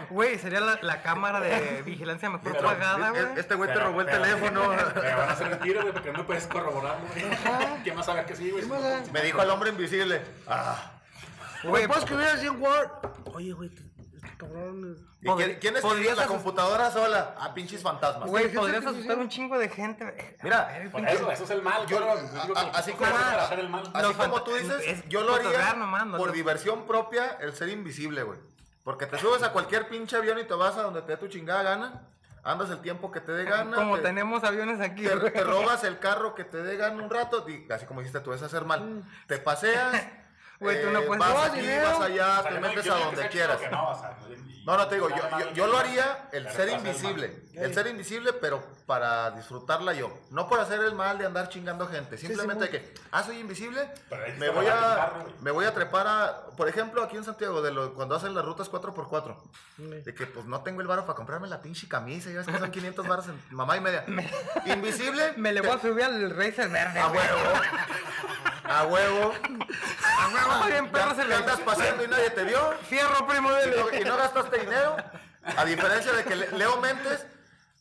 [SPEAKER 3] Güey, sería la, la cámara de vigilancia mejor
[SPEAKER 2] Pero,
[SPEAKER 3] pagada,
[SPEAKER 1] Es-
[SPEAKER 3] güey.
[SPEAKER 1] Este güey te
[SPEAKER 2] Pero-
[SPEAKER 1] robó el
[SPEAKER 2] pero-
[SPEAKER 1] teléfono.
[SPEAKER 2] Pero van a hacer el tiro, güey, porque no puedes corroborarlo, güey. ¿Quién va a saber que sí, güey?
[SPEAKER 4] ¿Quién va a saber?
[SPEAKER 1] Me dijo al hombre invisible. Ah,
[SPEAKER 3] Güey,
[SPEAKER 4] Pues que hubiera así en Word. Oye, güey, te- cabrón.
[SPEAKER 1] ¿Y quién, quién es
[SPEAKER 3] Podrías
[SPEAKER 1] la
[SPEAKER 3] asustar-
[SPEAKER 1] computadora sola? Ah, pinches fantasmas.
[SPEAKER 4] Güey,
[SPEAKER 3] Güey, podrías
[SPEAKER 4] fíjate que
[SPEAKER 3] asustar
[SPEAKER 4] sí.
[SPEAKER 3] un chingo de gente. güey.
[SPEAKER 1] Mira,
[SPEAKER 3] Eres
[SPEAKER 2] Por
[SPEAKER 3] pinche-
[SPEAKER 2] eso, eso es el mal,
[SPEAKER 1] Yo-
[SPEAKER 2] cabrón. Yo
[SPEAKER 1] a-
[SPEAKER 2] digo,
[SPEAKER 1] a-
[SPEAKER 2] ¿cómo
[SPEAKER 1] así
[SPEAKER 2] se
[SPEAKER 1] como-
[SPEAKER 2] hace para hacer el mal?
[SPEAKER 1] Así
[SPEAKER 3] Los
[SPEAKER 1] como
[SPEAKER 3] fanta-
[SPEAKER 1] tú dices,
[SPEAKER 3] es
[SPEAKER 1] yo lo haría
[SPEAKER 3] fotografiar nomás, no
[SPEAKER 1] por
[SPEAKER 3] te-
[SPEAKER 1] diversión propia el ser invisible, güey. Porque te subes a cualquier pinche avión y te vas a donde te dé tu chingada gana. Andas el tiempo que te dé gana.
[SPEAKER 3] Como
[SPEAKER 1] te,
[SPEAKER 3] tenemos aviones aquí.
[SPEAKER 1] te-
[SPEAKER 3] güey.
[SPEAKER 1] te robas el carro que te dé gana un rato. y así como dijiste tú, es hacer mal. Te paseas.
[SPEAKER 3] Mm.
[SPEAKER 1] eh,
[SPEAKER 3] Güey, tú no puedes-
[SPEAKER 1] vas
[SPEAKER 3] No,
[SPEAKER 1] aquí,
[SPEAKER 3] dinero.
[SPEAKER 1] vas allá, Ah, te
[SPEAKER 2] Pero no,
[SPEAKER 1] metes
[SPEAKER 2] yo
[SPEAKER 1] a
[SPEAKER 2] digo que
[SPEAKER 1] donde
[SPEAKER 2] sea
[SPEAKER 1] quieras.
[SPEAKER 2] chido que no, o sea, y-
[SPEAKER 1] No, no te digo, yo,
[SPEAKER 2] nada más
[SPEAKER 1] yo, yo lo haría el ser
[SPEAKER 2] Pero para hacer
[SPEAKER 1] invisible.
[SPEAKER 2] mal.
[SPEAKER 1] El ser invisible, pero para disfrutarla yo. No por hacer el mal de andar chingando gente. Simplemente
[SPEAKER 4] sí,
[SPEAKER 1] que, ah, soy invisible,
[SPEAKER 2] Pero ahí
[SPEAKER 1] me
[SPEAKER 2] está
[SPEAKER 1] voy,
[SPEAKER 2] la
[SPEAKER 1] a,
[SPEAKER 2] ventaja, güey.
[SPEAKER 1] me voy a trepar a. Por ejemplo, aquí en Santiago, de lo- cuando hacen las rutas 4x4,
[SPEAKER 4] güey.
[SPEAKER 1] de que pues no tengo el varo para comprarme la pinche camisa. Ya ves que son 500 varos en mamá y media. Invisible.
[SPEAKER 3] Me le
[SPEAKER 1] te-
[SPEAKER 3] voy a subir al Racer Verde.
[SPEAKER 1] A
[SPEAKER 3] güey.
[SPEAKER 1] huevo. A huevo.
[SPEAKER 3] A huevo, bien perro se
[SPEAKER 1] Ya,
[SPEAKER 3] le
[SPEAKER 1] ya andas paseando y nadie te vio.
[SPEAKER 3] Fierro, primo
[SPEAKER 1] Y no,
[SPEAKER 3] de
[SPEAKER 1] y no gastaste dinero. A diferencia de que Le- Leo Mentes.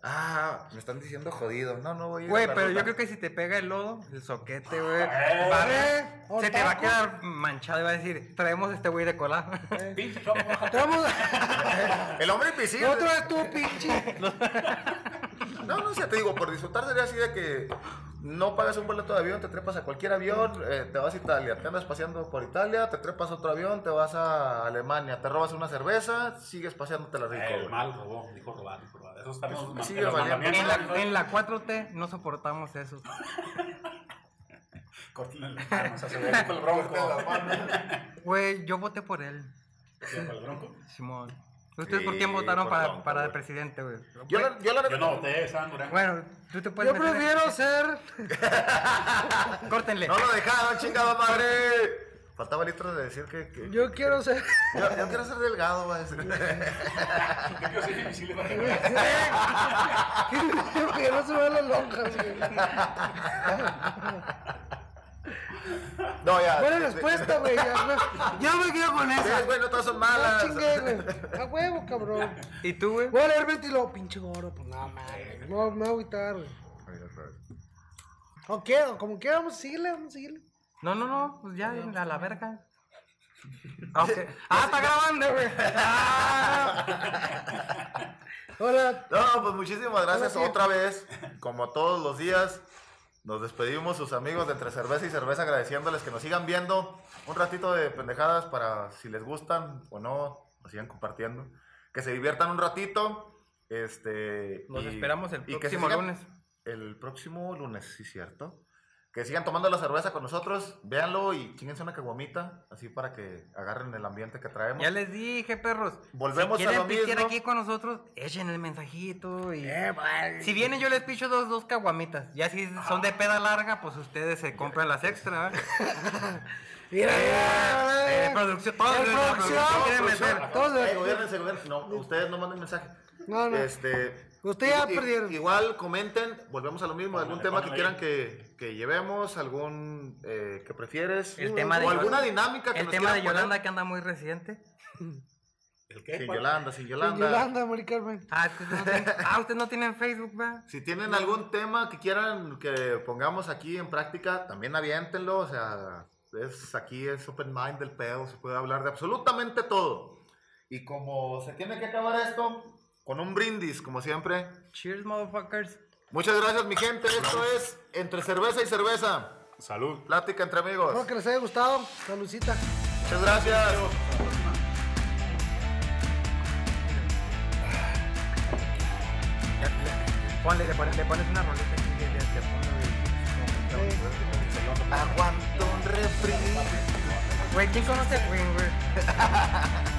[SPEAKER 1] Ah, me están diciendo jodido. No, no voy a ir.
[SPEAKER 3] Güey, pero yo creo que si te pega el lodo, el soquete, güey,
[SPEAKER 2] Eh,
[SPEAKER 3] barre,
[SPEAKER 4] eh,
[SPEAKER 3] se te va a
[SPEAKER 4] otaku.
[SPEAKER 3] quedar manchado y va a decir, traemos este güey de cola.
[SPEAKER 2] Pinche chavo, baja.
[SPEAKER 4] Vamos
[SPEAKER 1] El hombre invisible.
[SPEAKER 4] Otra vez tú, pinche.
[SPEAKER 1] No, no sé, te digo, por disfrutar sería así de que no pagas un boleto de avión, te trepas a cualquier avión, eh, te vas a Italia, te andas paseando por Italia, te trepas a otro avión, te vas a Alemania, te robas una cerveza, sigues paseándote la rico.
[SPEAKER 2] El
[SPEAKER 1] güey.
[SPEAKER 2] Eh, mal robó, dijo robar, dijo robar. Eso está en los-
[SPEAKER 1] Sí,
[SPEAKER 2] en los
[SPEAKER 1] valiendo.
[SPEAKER 2] mandamientos.
[SPEAKER 3] En la, en la 4T no soportamos eso.
[SPEAKER 2] Córtenle las manos, o sea, se ve con el bronco.
[SPEAKER 3] Güey, yo voté por él,
[SPEAKER 2] ¿Sí, con el bronco?
[SPEAKER 3] Simón. ¿Ustedes
[SPEAKER 1] Sí,
[SPEAKER 3] por quién votaron
[SPEAKER 1] por
[SPEAKER 3] para,
[SPEAKER 1] Trump,
[SPEAKER 3] para
[SPEAKER 1] güey.
[SPEAKER 3] el presidente, güey?
[SPEAKER 1] Yo la, yo la-
[SPEAKER 2] Yo no voté, estaban durando.
[SPEAKER 3] Bueno, tú te puedes
[SPEAKER 4] Yo
[SPEAKER 3] meter en-
[SPEAKER 4] prefiero ser.
[SPEAKER 3] Córtenle.
[SPEAKER 1] no lo dejaron, chingada madre. Faltaba litros de decir que. que-
[SPEAKER 4] Yo quiero ser.
[SPEAKER 1] yo, yo quiero ser delgado, va a decir.
[SPEAKER 2] Yo quiero ser invisible para que veas.
[SPEAKER 4] que no se vean las lonjas, güey.
[SPEAKER 1] No, ya.
[SPEAKER 4] Buena
[SPEAKER 1] de- de-
[SPEAKER 4] respuesta, güey. Ya, güey. Ya me quedo con
[SPEAKER 1] Sí,
[SPEAKER 4] esa.
[SPEAKER 1] güey, no todas son
[SPEAKER 4] No
[SPEAKER 1] malas.
[SPEAKER 4] chingue, güey. A huevo, cabrón.
[SPEAKER 3] ¿Y tú, güey?
[SPEAKER 4] Voy a leer 20 y luego, pinche gordo. Pues no, madre. No, me voy a agüitar, güey. O quiero, como quiera, vamos a seguirle, vamos a seguirle.
[SPEAKER 3] No, no, no, pues ya, a la verga. Ah, ok. Ah, está grabando, güey. Ah.
[SPEAKER 4] Hola,
[SPEAKER 1] No, pues muchísimas gracias
[SPEAKER 4] Ahora sí.
[SPEAKER 1] otra vez. Como todos los días, nos despedimos sus amigos de Entre Cerveza y Cerveza agradeciéndoles que nos sigan viendo. Un ratito de pendejadas para si les gustan o no, nos sigan compartiendo. Que se diviertan un ratito. Este,
[SPEAKER 3] Nos
[SPEAKER 1] y-
[SPEAKER 3] esperamos el
[SPEAKER 1] y que se
[SPEAKER 3] próximo
[SPEAKER 1] sigan-
[SPEAKER 3] lunes.
[SPEAKER 1] El próximo lunes, sí, cierto. Que sigan tomando la cerveza con nosotros, véanlo y chinguense una caguamita, así para que agarren el ambiente que traemos.
[SPEAKER 3] Ya les dije, perros.
[SPEAKER 1] Volvemos
[SPEAKER 3] si
[SPEAKER 1] a lo
[SPEAKER 3] quieren pistear
[SPEAKER 1] mismo.
[SPEAKER 3] aquí con nosotros, echen el mensajito y... Si vienen yo les picho dos, dos caguamitas. Ya si son de peda larga, pues ustedes se compran las extra. ¿verdad?
[SPEAKER 4] mira,
[SPEAKER 3] Eh,
[SPEAKER 4] mira, mira.
[SPEAKER 3] producción, todo
[SPEAKER 4] Eh,
[SPEAKER 3] el
[SPEAKER 4] producción,
[SPEAKER 3] quieren
[SPEAKER 1] Producción,
[SPEAKER 3] meter.
[SPEAKER 4] Todos de-
[SPEAKER 1] eh, gobiernense, gobiernense. No, ustedes no manden mensaje.
[SPEAKER 4] No, no.
[SPEAKER 1] Este,
[SPEAKER 4] Ustedes ya
[SPEAKER 1] i- i-
[SPEAKER 4] perdieron.
[SPEAKER 1] Igual comenten, volvemos a lo mismo, algún
[SPEAKER 2] Pónganle,
[SPEAKER 1] tema que quieran
[SPEAKER 2] pónganle
[SPEAKER 1] que, que llevemos, algún eh, que prefieres,
[SPEAKER 3] El tema de
[SPEAKER 1] o alguna
[SPEAKER 3] Yolanda.
[SPEAKER 1] dinámica que
[SPEAKER 3] El
[SPEAKER 1] nos
[SPEAKER 3] tema de
[SPEAKER 1] quieran poner.
[SPEAKER 3] Yolanda que anda muy reciente.
[SPEAKER 2] ¿El qué?
[SPEAKER 1] Sin
[SPEAKER 2] ¿Cuál?
[SPEAKER 1] Yolanda, sin Yolanda.
[SPEAKER 4] Yolanda. Yolanda, Mari Carmen.
[SPEAKER 3] Ah, es que ustedes no tienen, ah, ustedes no tienen Facebook, ¿verdad?
[SPEAKER 1] Si tienen algún tema que quieran que pongamos aquí en práctica, también aviéntenlo. O sea, es, aquí es open mind del pedo, se puede hablar de absolutamente todo. Y como se tiene que acabar esto, con un brindis, como siempre.
[SPEAKER 3] Cheers, motherfuckers.
[SPEAKER 1] Muchas gracias, mi gente. Esto es Entre Cerveza y Cerveza.
[SPEAKER 2] Salud.
[SPEAKER 1] Plática entre amigos.
[SPEAKER 4] Espero que les haya gustado. Salucita.
[SPEAKER 1] Muchas gracias.
[SPEAKER 3] Ponle, le pones, le pones una roleta aquí de, de, de fondo, güey.
[SPEAKER 1] Aguanto un refri.
[SPEAKER 3] Güey, ¿quién conoce a Queen, güey?